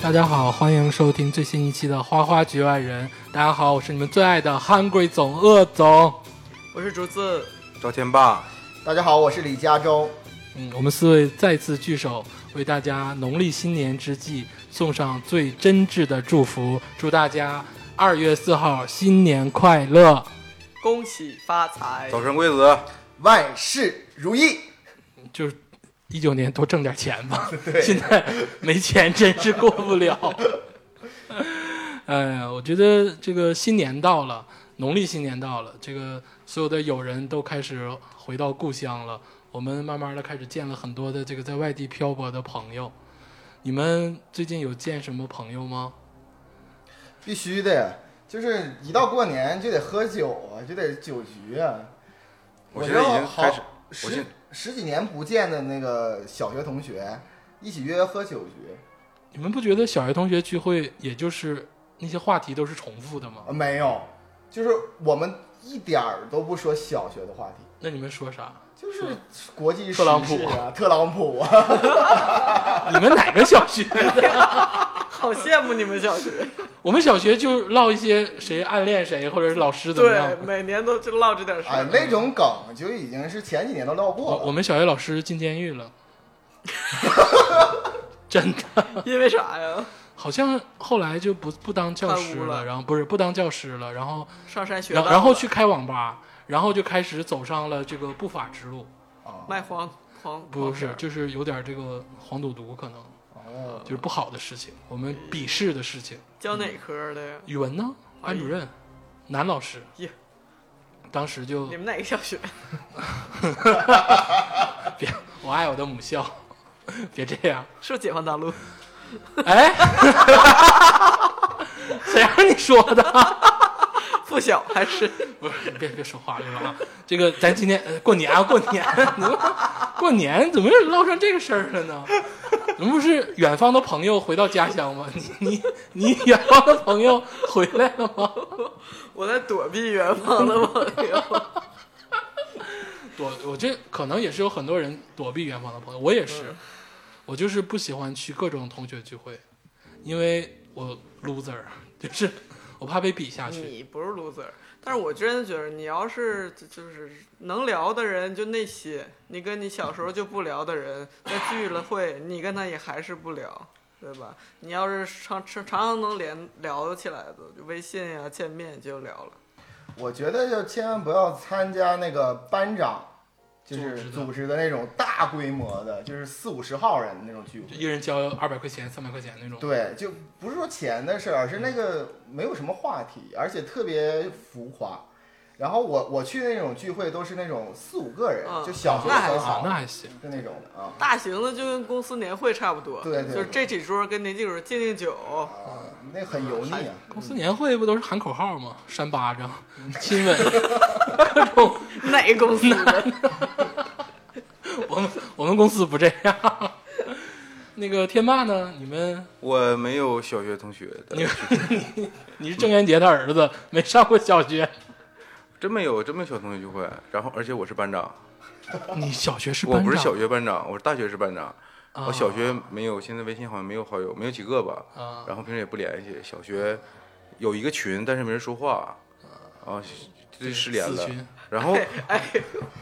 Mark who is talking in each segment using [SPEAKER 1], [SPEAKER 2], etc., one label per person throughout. [SPEAKER 1] 大家好，欢迎收听最新一期的《花花局外人》。大家好，我是你们最爱的 Hungry 总鄂总。
[SPEAKER 2] 我是竹子，
[SPEAKER 3] 赵天霸，
[SPEAKER 4] 大家好，我是李佳洲。
[SPEAKER 1] 嗯，我们四位再次聚首，为大家农历新年之际送上最真挚的祝福，祝大家二月四号新年快乐！
[SPEAKER 2] 恭喜发财！
[SPEAKER 3] 早生贵子，
[SPEAKER 4] 万事如意。
[SPEAKER 1] 就是一九年多挣点钱吧，
[SPEAKER 4] 对
[SPEAKER 1] 现在没钱真是过不了。哎呀，我觉得这个新年到了，农历新年到了，这个所有的友人都开始回到故乡了。我们慢慢的开始见了很多的这个在外地漂泊的朋友。你们最近有见什么朋友吗？
[SPEAKER 4] 必须的呀，就是一到过年就得喝酒啊，就得酒局啊。
[SPEAKER 3] 我现在已经开始
[SPEAKER 4] 好
[SPEAKER 3] 我
[SPEAKER 4] 十
[SPEAKER 3] 现
[SPEAKER 4] 十几年不见的那个小学同学，一起约喝酒局，
[SPEAKER 1] 你们不觉得小学同学聚会，也就是那些话题都是重复的吗？
[SPEAKER 4] 啊没有，就是我们一点儿都不说小学的话题，
[SPEAKER 1] 那你们说啥？
[SPEAKER 4] 就是国际
[SPEAKER 1] 特朗普
[SPEAKER 4] 时事啊，特朗普啊，
[SPEAKER 1] 你们哪个小学的？
[SPEAKER 2] 好羡慕你们小学。
[SPEAKER 1] 我们小学就唠一些谁暗恋谁，或者是老师怎么样
[SPEAKER 2] 对，。每年都就唠这点事儿。
[SPEAKER 4] 哎，那种梗就已经是前几年都唠过
[SPEAKER 1] 我
[SPEAKER 4] 了。
[SPEAKER 1] 我们小学老师进监狱 了，真的，
[SPEAKER 2] 因为啥呀？
[SPEAKER 1] 好像后来就不不当教师
[SPEAKER 2] 贪污了
[SPEAKER 1] 然后不是不当教师了，然后
[SPEAKER 2] 上山学
[SPEAKER 1] 然
[SPEAKER 2] 道
[SPEAKER 1] 后然后去开网吧，然后就开始走上了这个不法之路，
[SPEAKER 4] 啊
[SPEAKER 2] 卖黄黄，
[SPEAKER 1] 不
[SPEAKER 2] 黄片
[SPEAKER 1] 是
[SPEAKER 2] 儿
[SPEAKER 1] 就是有点这个黄赌毒，可能
[SPEAKER 4] 哦
[SPEAKER 1] 就是不好的事情，我们鄙视的事情。
[SPEAKER 2] 教哪科的呀？
[SPEAKER 1] 语文呢，
[SPEAKER 2] 哎
[SPEAKER 1] 班
[SPEAKER 2] 呀
[SPEAKER 1] 主任，男老师
[SPEAKER 2] 呀，
[SPEAKER 1] 当时就
[SPEAKER 2] 你们哪个小学？
[SPEAKER 1] 别我爱我的母校，别这样。
[SPEAKER 2] 是不是解放南路？
[SPEAKER 1] 哎，谁让你说的？
[SPEAKER 2] 附小还是？
[SPEAKER 1] 不是，别别说话，别说话。这个咱今天、呃、过年啊，过年，怎么过年怎么又唠上这个事儿了呢？怎么不是远方的朋友回到家乡吗？你你你远方的朋友回来了吗？
[SPEAKER 2] 我在躲避远方的朋友。
[SPEAKER 1] 躲，我这可能也是有很多人躲避远方的朋友，我也是，我就是不喜欢去各种同学聚会，因为我 loser，就是 我怕被比下去。
[SPEAKER 2] 你不是 loser，但是我真的觉得你要是就就是能聊的人就那些，你跟你小时候就不聊的人，那聚了会，你跟他也还是不聊，对吧？你要是常常常常能连聊起来的，就微信呀、见面就聊了。
[SPEAKER 4] 我觉得就千万不要参加那个班长，就
[SPEAKER 1] 组织
[SPEAKER 4] 是
[SPEAKER 1] 的
[SPEAKER 4] 组织的那种大规模的，就是四五十号人的那种聚
[SPEAKER 1] 就一
[SPEAKER 4] 会。
[SPEAKER 1] 人交二百块钱、三百块钱那种。
[SPEAKER 4] 对，就不是说钱的事儿，而是那个没有什么话题，而且特别浮夸。然后我我去那种聚会都是那种四五个人，
[SPEAKER 2] 嗯
[SPEAKER 4] 就小学
[SPEAKER 2] 那还
[SPEAKER 4] 很
[SPEAKER 1] 啊
[SPEAKER 4] 好，
[SPEAKER 1] 那还行。
[SPEAKER 4] 就那种的啊。
[SPEAKER 2] 大型的就跟公司年会差不多，
[SPEAKER 4] 对对
[SPEAKER 2] 就是这几桌跟那几桌敬敬酒，
[SPEAKER 4] 啊，那很油腻啊！
[SPEAKER 1] 公司年会不都是喊口号吗？扇巴掌、亲吻， 各种。
[SPEAKER 2] 哪个公司的？
[SPEAKER 1] 我们我们公司不这样。那个天霸呢？你 们
[SPEAKER 3] 我没有小学同学
[SPEAKER 1] 你
[SPEAKER 3] 的，
[SPEAKER 1] 你是郑渊洁他儿子，没上过小学。
[SPEAKER 3] 真没有，真没有小同学聚会。然后，而且我是班长，
[SPEAKER 1] 你小学是班
[SPEAKER 3] 我
[SPEAKER 1] 长？
[SPEAKER 3] 不是小学班长，我是大学是班长。
[SPEAKER 1] 啊
[SPEAKER 3] 我小学没有，现在微信好像没有好友，没有几个吧。
[SPEAKER 1] 啊
[SPEAKER 3] 然后平时也不联系。小学有一个群，但是没人说话，啊，这失联
[SPEAKER 1] 四
[SPEAKER 3] 了
[SPEAKER 1] 群。哎
[SPEAKER 3] 然 后，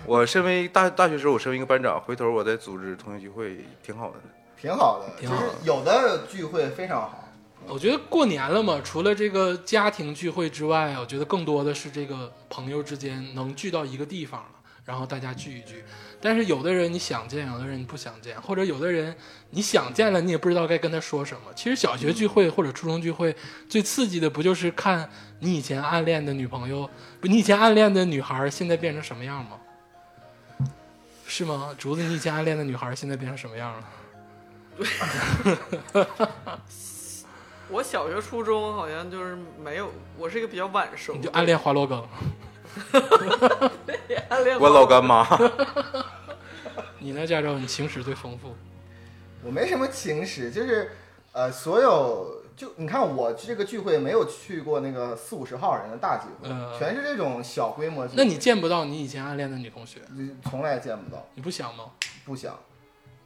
[SPEAKER 3] 我身为大大学时候，我身为一个班长，回头我再组织同学聚会，挺好的。
[SPEAKER 4] 挺好的，
[SPEAKER 1] 挺
[SPEAKER 4] 就
[SPEAKER 1] 好
[SPEAKER 4] 是
[SPEAKER 1] 的
[SPEAKER 4] 有的聚会非常好。
[SPEAKER 1] 我觉得过年了嘛，除了这个家庭聚会之外，啊我觉得更多的是这个朋友之间能聚到一个地方了，然后大家聚一聚。但是有的人你想见，有的人你不想见，或者有的人你想见了，你也不知道该跟他说什么。其实小学聚会或者初中聚会最刺激的不就是看你以前暗恋的女朋友，不，你以前暗恋的女孩现在变成什么样吗？是吗？竹子，你以前暗恋的女孩现在变成什么样了？
[SPEAKER 2] 我小学、初中好像就是没有，我是一个比较晚熟的，
[SPEAKER 1] 你就暗恋华罗庚，
[SPEAKER 2] 暗恋
[SPEAKER 3] 我
[SPEAKER 2] 过
[SPEAKER 3] 老干妈，
[SPEAKER 1] 你呢，加州？你情史最丰富，
[SPEAKER 4] 我没什么情史，就是呃，所有就你看我这个聚会没有去过那个四五十号人的大聚会，
[SPEAKER 1] 呃
[SPEAKER 4] 全是这种小规模聚会。
[SPEAKER 1] 那你见不到你以前暗恋的女同学，
[SPEAKER 4] 你从来见不到，
[SPEAKER 1] 你不想吗？
[SPEAKER 4] 不想。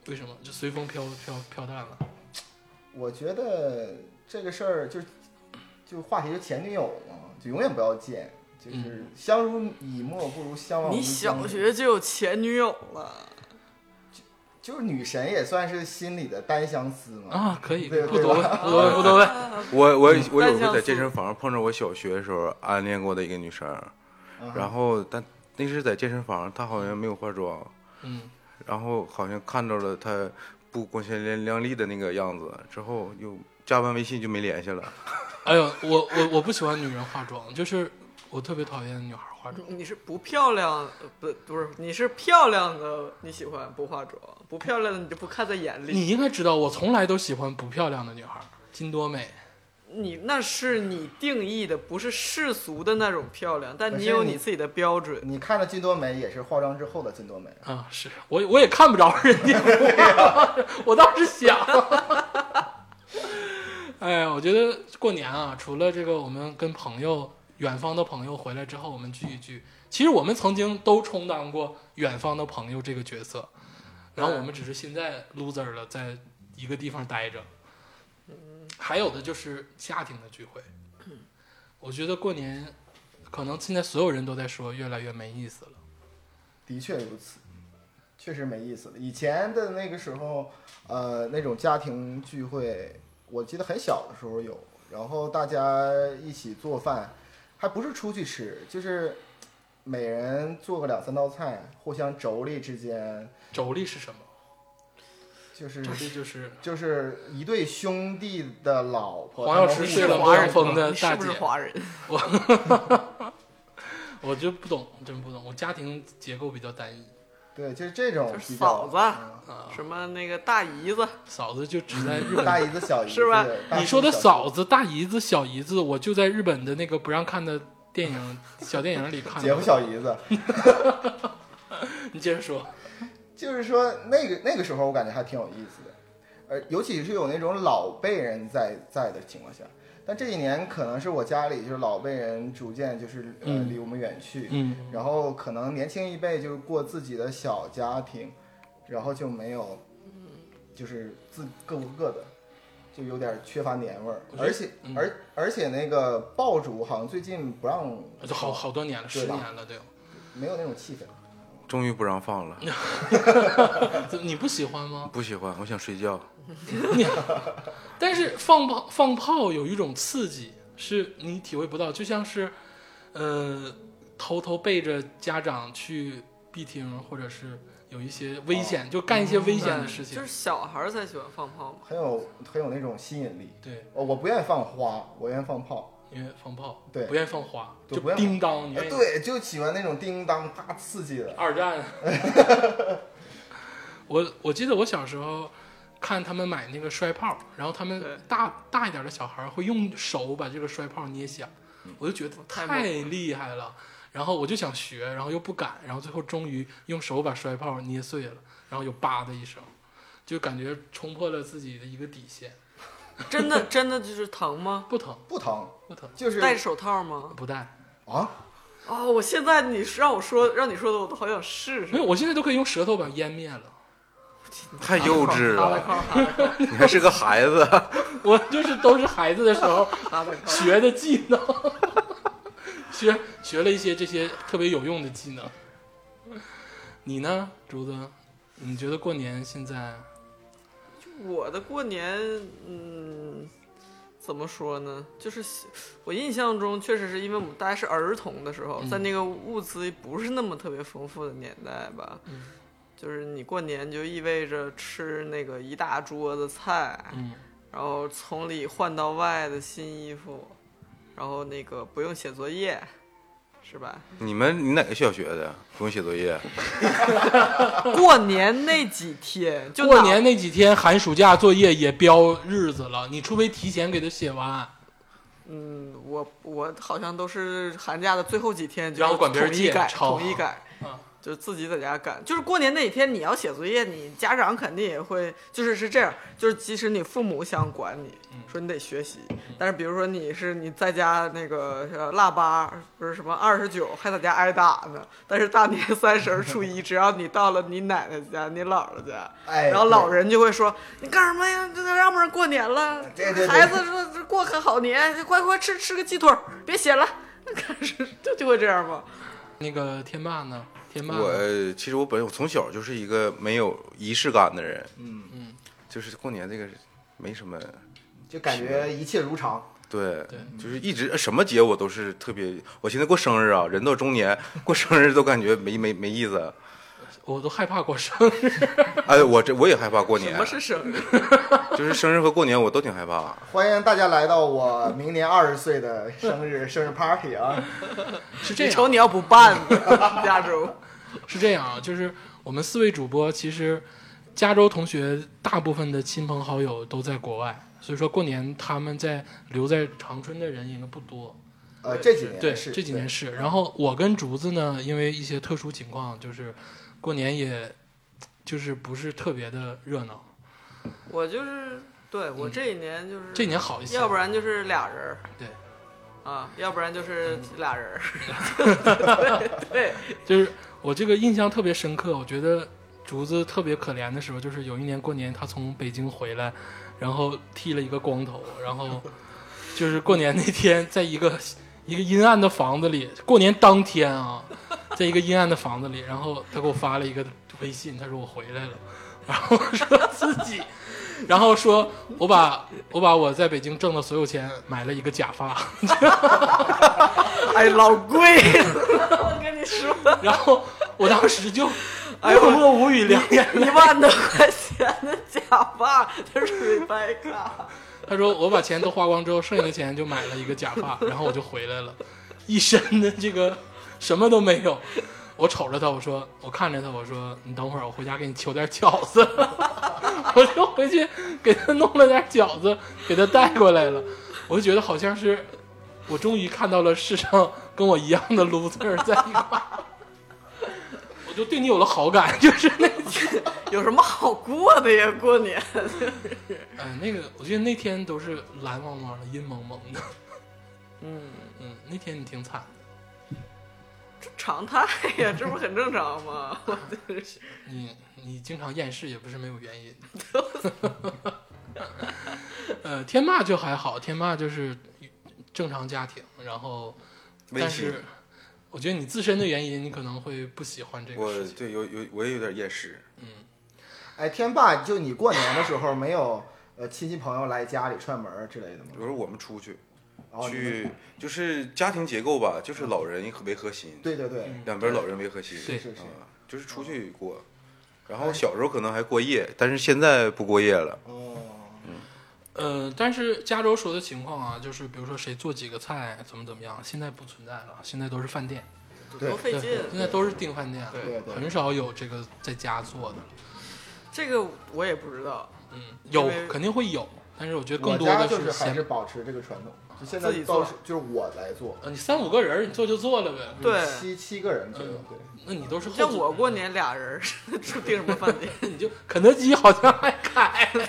[SPEAKER 1] 为什么？就随风飘飘飘淡了。
[SPEAKER 4] 我觉得这个事儿就就话题就前女友嘛，就永远不要见，
[SPEAKER 1] 嗯
[SPEAKER 4] 就是相濡以沫不如相忘。
[SPEAKER 2] 你小学就有前女友了，
[SPEAKER 4] 就是女神也算是心里的单相思嘛。
[SPEAKER 1] 啊，可以，
[SPEAKER 4] 对
[SPEAKER 1] 不
[SPEAKER 4] 对
[SPEAKER 1] 多问，不 多问，不多问。
[SPEAKER 2] 问。
[SPEAKER 3] 我我我有
[SPEAKER 2] 单
[SPEAKER 3] 一
[SPEAKER 2] 相
[SPEAKER 3] 回在
[SPEAKER 2] 思
[SPEAKER 3] 健身房碰着我小学的时候暗恋过的一个女生，
[SPEAKER 4] 嗯
[SPEAKER 3] 然后但那是在健身房，她好像没有化妆，
[SPEAKER 1] 嗯，
[SPEAKER 3] 然后好像看到了她不光鲜亮亮丽的那个样子，之后又加完微信就没联系了。
[SPEAKER 1] 哎呦，我我我不喜欢女人化妆，就是我特别讨厌女孩化妆。
[SPEAKER 2] 你是不漂亮，呃不不是，你是漂亮的，你喜欢不化妆，不漂亮的你就不看在眼里。
[SPEAKER 1] 你应该知道，我从来都喜欢不漂亮的女孩，金多美。
[SPEAKER 2] 你那是你定义的，不是世俗的那种漂亮，但
[SPEAKER 4] 可
[SPEAKER 2] 你
[SPEAKER 4] 是
[SPEAKER 2] 有
[SPEAKER 4] 你
[SPEAKER 2] 你自己的标准。
[SPEAKER 4] 你看的金多美也是化妆之后的金多美，
[SPEAKER 1] 啊，是我我也看不着人家我倒是想。哎呀，我觉得过年啊，除了这个，我们跟朋友、远方的朋友回来之后，我们聚一聚。其实我们曾经都充当过远方的朋友这个角色，然后我们只是现在 loser 了，在一个地方待着。还有的就是家庭的聚会，我觉得过年可能现在所有人都在说越来越没意思了。
[SPEAKER 4] 的确如此，确实没意思了。以前的那个时候，呃，那种家庭聚会，我记得很小的时候有，然后大家一起做饭，还不是出去吃，就是每人做个两三道菜，互相妯娌之间，
[SPEAKER 1] 妯娌是什么？
[SPEAKER 4] 就是
[SPEAKER 1] 这就是
[SPEAKER 4] 就是一对兄弟的老婆，
[SPEAKER 1] 黄药
[SPEAKER 4] 他们
[SPEAKER 1] 师
[SPEAKER 4] 互
[SPEAKER 1] 睡了
[SPEAKER 4] 相
[SPEAKER 1] 莫
[SPEAKER 2] 华
[SPEAKER 1] 阳
[SPEAKER 2] 人
[SPEAKER 1] 峰
[SPEAKER 2] 吗？
[SPEAKER 1] 的
[SPEAKER 2] 你
[SPEAKER 1] 大
[SPEAKER 2] 是不是
[SPEAKER 1] 姐，
[SPEAKER 2] 华人？
[SPEAKER 1] 我就不懂，真不懂。我家庭结构比较单一
[SPEAKER 4] 对，就是这种
[SPEAKER 2] 就是
[SPEAKER 4] 比较
[SPEAKER 2] 嫂子
[SPEAKER 4] 嗯
[SPEAKER 1] 啊，
[SPEAKER 2] 什么那个大姨子，
[SPEAKER 1] 嫂子就只在日本。
[SPEAKER 4] 大姨子小姨子
[SPEAKER 2] 是吧
[SPEAKER 4] 大
[SPEAKER 1] 你
[SPEAKER 4] 姑
[SPEAKER 1] 说的
[SPEAKER 4] 小姑
[SPEAKER 1] 嫂子、大姨子、小姨子，我就在日本的那个不让看的电影、 小电影里看
[SPEAKER 4] 姐
[SPEAKER 1] 到
[SPEAKER 4] 夫。小姨子，
[SPEAKER 1] 你接着说，
[SPEAKER 4] 就是说那个那个时候我感觉还挺有意思的，呃，尤其是有那种老辈人在在的情况下。但这几年可能是我家里就是老辈人逐渐就是呃
[SPEAKER 1] 嗯
[SPEAKER 4] 离我们远去，
[SPEAKER 1] 嗯，
[SPEAKER 4] 然后可能年轻一辈就是过自己的小家庭，然后就没有，就是自各过各的，就有点缺乏年味儿
[SPEAKER 1] 我。觉得
[SPEAKER 4] 而且、
[SPEAKER 1] 嗯
[SPEAKER 4] 而而且那个爆竹好像最近不让
[SPEAKER 1] 就好好多年了，
[SPEAKER 4] 对
[SPEAKER 1] 十
[SPEAKER 4] 吧
[SPEAKER 1] 年了，对吧。
[SPEAKER 4] 没有那种气氛。
[SPEAKER 3] 终于不让放了，
[SPEAKER 1] 怎么你不喜欢吗？
[SPEAKER 3] 不喜欢，我想睡觉。
[SPEAKER 1] 但是放炮放炮有一种刺激，是你体会不到，就像是，呃，偷偷背着家长去必听，或者是有一些危险，
[SPEAKER 4] 哦
[SPEAKER 1] 就干一些危险的事情。
[SPEAKER 2] 嗯就是小孩儿才喜欢放炮嘛。
[SPEAKER 4] 很有很有那种吸引力。
[SPEAKER 1] 对，
[SPEAKER 4] 我我不愿意放花，我愿意放炮。
[SPEAKER 1] 因为放炮，
[SPEAKER 4] 对
[SPEAKER 1] 不愿意放花，
[SPEAKER 4] 对
[SPEAKER 1] 就
[SPEAKER 4] 不愿意
[SPEAKER 1] 叮当，你
[SPEAKER 4] 哎
[SPEAKER 1] 愿，意
[SPEAKER 4] 对，就喜欢那种叮当大刺激的。
[SPEAKER 1] 二 战。我我记得我小时候看他们买那个摔炮，然后他们
[SPEAKER 2] 对
[SPEAKER 1] 大大一点的小孩会用手把这个摔炮捏响，我就觉得
[SPEAKER 2] 嗯太
[SPEAKER 1] 太
[SPEAKER 2] 猛
[SPEAKER 1] 厉害了。然后我就想学，然后又不敢，然后最后终于用手把摔炮捏碎了，然后有吧的一声，就感觉冲破了自己的一个底线，
[SPEAKER 2] 真的真的就是疼吗？
[SPEAKER 1] 不疼
[SPEAKER 4] 不疼，
[SPEAKER 1] 不疼，
[SPEAKER 4] 就是
[SPEAKER 2] 戴着手套吗？
[SPEAKER 1] 不带。
[SPEAKER 4] 啊，
[SPEAKER 2] 哦，我现在你是让我说让你说的，我都好想试
[SPEAKER 1] 没
[SPEAKER 2] 试。
[SPEAKER 1] 有，我现在都可以用舌头把它湮灭了。
[SPEAKER 3] 太幼稚
[SPEAKER 2] 哈巴
[SPEAKER 3] 了，
[SPEAKER 2] 靠，哈巴靠，
[SPEAKER 3] 你还是个孩子。
[SPEAKER 1] 我就是都是孩子的时候
[SPEAKER 2] 哈巴靠。
[SPEAKER 1] 学的技能，学学了一些这些特别有用的技能。你呢，竹子？你觉得过年现在
[SPEAKER 2] 我的过年，嗯，怎么说呢？就是我印象中，确实是因为我们大家是儿童的时候，在
[SPEAKER 1] 嗯
[SPEAKER 2] 那个物资不是那么特别丰富的年代吧，
[SPEAKER 1] 嗯
[SPEAKER 2] 就是你过年就意味着吃那个一大桌子菜，
[SPEAKER 1] 嗯
[SPEAKER 2] 然后从里换到外的新衣服，然后那个不用写作业，是吧？
[SPEAKER 3] 你们你哪个小学的？不用写作业？
[SPEAKER 2] 过年那几天就
[SPEAKER 1] 过
[SPEAKER 2] 脑
[SPEAKER 1] 年那几天寒暑假作业也标日子了，你除非提前给他写完，
[SPEAKER 2] 嗯，我我好像都是寒假的最后几天，就
[SPEAKER 1] 然后管别人
[SPEAKER 2] 统一
[SPEAKER 1] 借
[SPEAKER 2] 改，
[SPEAKER 1] 抄
[SPEAKER 2] 统一改，
[SPEAKER 1] 嗯
[SPEAKER 2] 就自己在家改。就是过年那几天，你要写作业，你家长肯定也会，就是是这样，就是即使你父母想管你，说你得学习，但是比如说你是你在家那个呃腊八，不是什么二十九，还在家挨打呢，但是大年三十儿、初一，只要你到了你奶奶家、你姥姥家，
[SPEAKER 4] 哎
[SPEAKER 2] 然后老
[SPEAKER 4] 对
[SPEAKER 2] 人就会说：“你干什么呀？这这要不然过年了，
[SPEAKER 4] 对对对
[SPEAKER 2] 孩子说这过个好年，就快快吃吃个鸡腿儿，别写了。” 是就就会这样吗？
[SPEAKER 1] 那个天霸呢？天霸呢
[SPEAKER 3] 我呃其实我本我从小就是一个没有仪式感的人，
[SPEAKER 4] 嗯
[SPEAKER 1] 嗯，
[SPEAKER 3] 就是过年这个没什么，
[SPEAKER 4] 就感觉一切如常。
[SPEAKER 3] 对，
[SPEAKER 1] 对
[SPEAKER 3] 就是一直什么节我都是特别，我现在过生日啊，人到中年过生日都感觉没没没意思，
[SPEAKER 1] 我都害怕过生日。
[SPEAKER 3] 哎，我这我也害怕过
[SPEAKER 2] 什
[SPEAKER 3] 年
[SPEAKER 2] 么，是生日？
[SPEAKER 3] 就是生日和过年我都挺害怕。
[SPEAKER 4] 欢迎大家来到我明年二十岁的生日生日 party 啊！
[SPEAKER 1] 是这
[SPEAKER 2] 你
[SPEAKER 1] 样，
[SPEAKER 2] 瞅你要不办呢， 加州
[SPEAKER 1] 是这样啊，就是我们四位主播，其实加州同学大部分的亲朋好友都在国外，所以说过年他们在留在长春的人应该不多。
[SPEAKER 4] 呃，这几年
[SPEAKER 1] 对，
[SPEAKER 4] 是
[SPEAKER 1] 这几年是。然后我跟竹子呢，因为一些特殊情况，就是过年也就是不是特别的热闹。
[SPEAKER 2] 我就是对我这一年就是
[SPEAKER 1] 这年好一些，
[SPEAKER 2] 要不然就是俩人儿，
[SPEAKER 1] 对嗯
[SPEAKER 2] 啊，要不然就是俩人儿，
[SPEAKER 1] 就是我这个印象特别深刻，我觉得竹子特别可怜的时候，就是有一年过年他从北京回来，然后剃了一个光头，然后就是过年那天，在一个一个阴暗的房子里，过年当天啊，在一个阴暗的房子里，然后他给我发了一个微信，他说我回来了，然后说自己。然后说，我把我把我在北京挣的所有钱买了一个假发，
[SPEAKER 2] 哎，老贵了，我跟你说，
[SPEAKER 1] 然后我当时就
[SPEAKER 2] 哎呦
[SPEAKER 1] 默默无语两眼
[SPEAKER 2] 一万多块钱的假发，这是 Rebecca。
[SPEAKER 1] 他说我把钱都花光之后，剩下的钱就买了一个假发，然后我就回来了，一身的这个什么都没有。我瞅着他，我说我看着他，我说你等会儿，我回家给你求点饺子。 我就回去给他弄了点饺子，给他带过来了。我就觉得好像是我终于看到了世上跟我一样的 loser 在一块儿， 我就对你有了好感，就是那
[SPEAKER 2] 有什么好过的呀？过年
[SPEAKER 1] 哎，那个，我觉得那天都是蓝汪汪的、阴蒙蒙的。
[SPEAKER 2] 嗯
[SPEAKER 1] 嗯，那天你挺惨的，
[SPEAKER 2] 这常态呀，这不很正常吗？
[SPEAKER 1] 你你经常厌世也不是没有原因。呃，天霸就还好，天霸就是正常家庭，然后
[SPEAKER 3] 微
[SPEAKER 1] 但
[SPEAKER 3] 信
[SPEAKER 1] 是我觉得你自身的原因，你可能会不喜欢这个
[SPEAKER 3] 我
[SPEAKER 1] 事情。
[SPEAKER 3] 对有有我也有点厌世，
[SPEAKER 4] 哎，天霸，就你过年的时候没有呃亲戚朋友来家里串门儿之类的吗
[SPEAKER 3] 有？时候我们出去
[SPEAKER 4] 然后哦你们
[SPEAKER 3] 去就是家庭结构吧，就是老人为核心，
[SPEAKER 4] 对对对，
[SPEAKER 3] 两边老人为核心，
[SPEAKER 1] 是
[SPEAKER 4] 嗯是嗯是
[SPEAKER 3] 啊就是出去过。然后小时候可能还过夜，但是现在不过夜了。
[SPEAKER 4] 哦，
[SPEAKER 1] 呃，但是加州说的情况啊，就是比如说谁做几个菜，怎么怎么样，现在不存在了，现在都是饭店，
[SPEAKER 4] 对
[SPEAKER 2] 多费劲。啊
[SPEAKER 1] 现在都是订饭店，
[SPEAKER 2] 对
[SPEAKER 4] 对对
[SPEAKER 1] 很少有这个在家做的。
[SPEAKER 2] 这个我也不知道，
[SPEAKER 1] 嗯，有
[SPEAKER 2] 为
[SPEAKER 1] 肯定会有，但是我觉得
[SPEAKER 4] 我
[SPEAKER 1] 更多
[SPEAKER 4] 家
[SPEAKER 1] 的
[SPEAKER 4] 就是还
[SPEAKER 1] 闲
[SPEAKER 4] 是保持这个传统，就现
[SPEAKER 2] 自
[SPEAKER 4] 在
[SPEAKER 2] 己
[SPEAKER 4] 都
[SPEAKER 2] 做
[SPEAKER 4] 是就是我来做，
[SPEAKER 1] 呃，你三五个人儿，你做就做了
[SPEAKER 4] 嗯
[SPEAKER 1] 呗。
[SPEAKER 2] 对
[SPEAKER 4] 七七个人左右
[SPEAKER 1] 嗯，
[SPEAKER 4] 对。
[SPEAKER 1] 那你都是后
[SPEAKER 2] 像
[SPEAKER 1] 厨
[SPEAKER 4] 嗯
[SPEAKER 2] 我过，年俩人 儿，就订什么饭店
[SPEAKER 1] 你就肯德基好像还开了。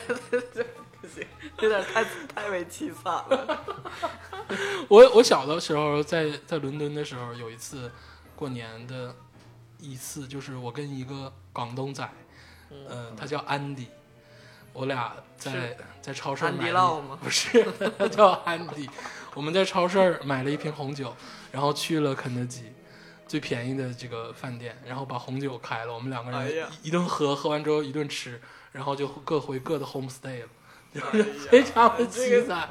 [SPEAKER 2] 不行，有点太太为凄惨了。
[SPEAKER 1] 我我小的时候在在伦敦的时候，有一次过年的一次，就是我跟一个广东仔，嗯、他叫安迪，我俩在在超市
[SPEAKER 2] 安迪
[SPEAKER 1] 买了
[SPEAKER 2] 烙吗？
[SPEAKER 1] 不是，他叫安迪。我们在超市儿买了一瓶红酒，然后去了肯德基最便宜的这个饭店，然后把红酒开了，我们两个人
[SPEAKER 2] 哎呀
[SPEAKER 1] 一一顿喝，喝完之后一顿吃，然后就各回各的 home stay 了，就是
[SPEAKER 2] 哎呀
[SPEAKER 1] 非常的
[SPEAKER 2] 这
[SPEAKER 1] 凄
[SPEAKER 2] 个
[SPEAKER 1] 惨。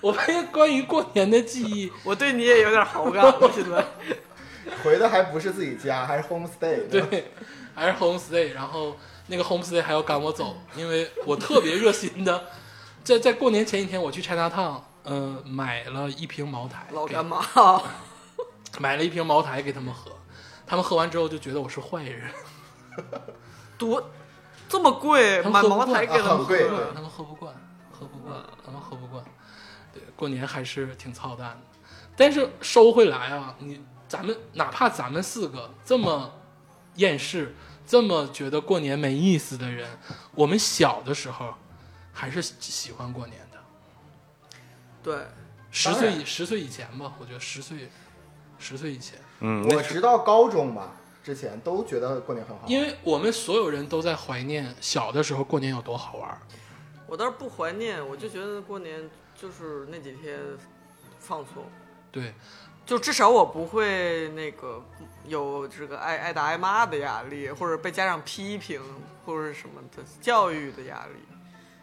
[SPEAKER 1] 我发现关于过年的记忆，
[SPEAKER 2] 我对你也有点好感了，现在。
[SPEAKER 4] 回的还不是自己家，还是 homestay。，
[SPEAKER 1] 对，还是 home stay，然后那个 home stay 还要赶我走，因为我特别热心的，在在过年前一天我去 China Town，呃，买了一瓶茅台，
[SPEAKER 2] 老
[SPEAKER 1] 给
[SPEAKER 2] 干妈，
[SPEAKER 1] 买了一瓶茅台给他们喝，他们喝完之后就觉得我是坏 人，
[SPEAKER 2] 多这么贵，
[SPEAKER 1] 他们喝
[SPEAKER 2] 买
[SPEAKER 1] 不
[SPEAKER 2] 哎茅台
[SPEAKER 1] 惯
[SPEAKER 2] 给他
[SPEAKER 4] 啊很
[SPEAKER 2] 们喝
[SPEAKER 4] 贵对
[SPEAKER 1] 他们喝不惯，喝不惯，他们喝不惯。对，过年还是挺操蛋的，但是收回来啊，你咱们哪怕咱们四个这么厌世，这么觉得过年没意思的人，我们小的时候还是喜喜欢过年的。
[SPEAKER 2] 对，
[SPEAKER 1] 十
[SPEAKER 4] 当
[SPEAKER 1] 岁
[SPEAKER 4] 然
[SPEAKER 1] 以十岁以前吧，我觉得十岁，十岁以前，
[SPEAKER 2] 哦
[SPEAKER 3] 嗯，
[SPEAKER 4] 我
[SPEAKER 3] 那
[SPEAKER 4] 直到高中吧之前都觉得过年很好玩，
[SPEAKER 1] 因为我们所有人都在怀念小的时候过年有多好玩儿。
[SPEAKER 2] 我倒是不怀念，我就觉得过年就是那几天放松，
[SPEAKER 1] 对，
[SPEAKER 2] 就至少我不会那个有这个挨挨打挨骂的压力，或者被家长批评或者什么的教育的压力，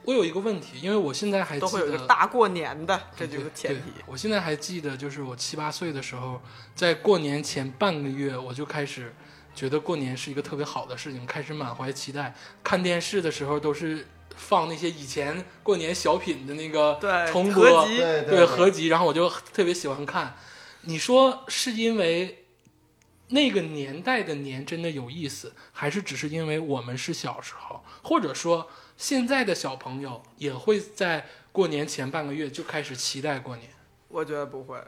[SPEAKER 1] 我有一个问题，因为我现在还
[SPEAKER 2] 都
[SPEAKER 1] 记
[SPEAKER 2] 会有一
[SPEAKER 1] 得
[SPEAKER 2] 个大过年的这
[SPEAKER 1] 对
[SPEAKER 2] 就是前提
[SPEAKER 1] 对。我现在还记得，就是我七八岁的时候，在过年前半个月，我就开始觉得过年是一个特别好的事情，开始满怀期待。看电视的时候都是放那些以前过年小品的那个
[SPEAKER 2] 对，
[SPEAKER 1] 重播，
[SPEAKER 2] 合集
[SPEAKER 4] 对
[SPEAKER 1] 对合集，然后我就特别喜欢看。你说是因为那个年代的年真的有意思，还是只是因为我们是小时候，或者说现在的小朋友也会在过年前半个月就开始期待过年？
[SPEAKER 2] 我觉得不会，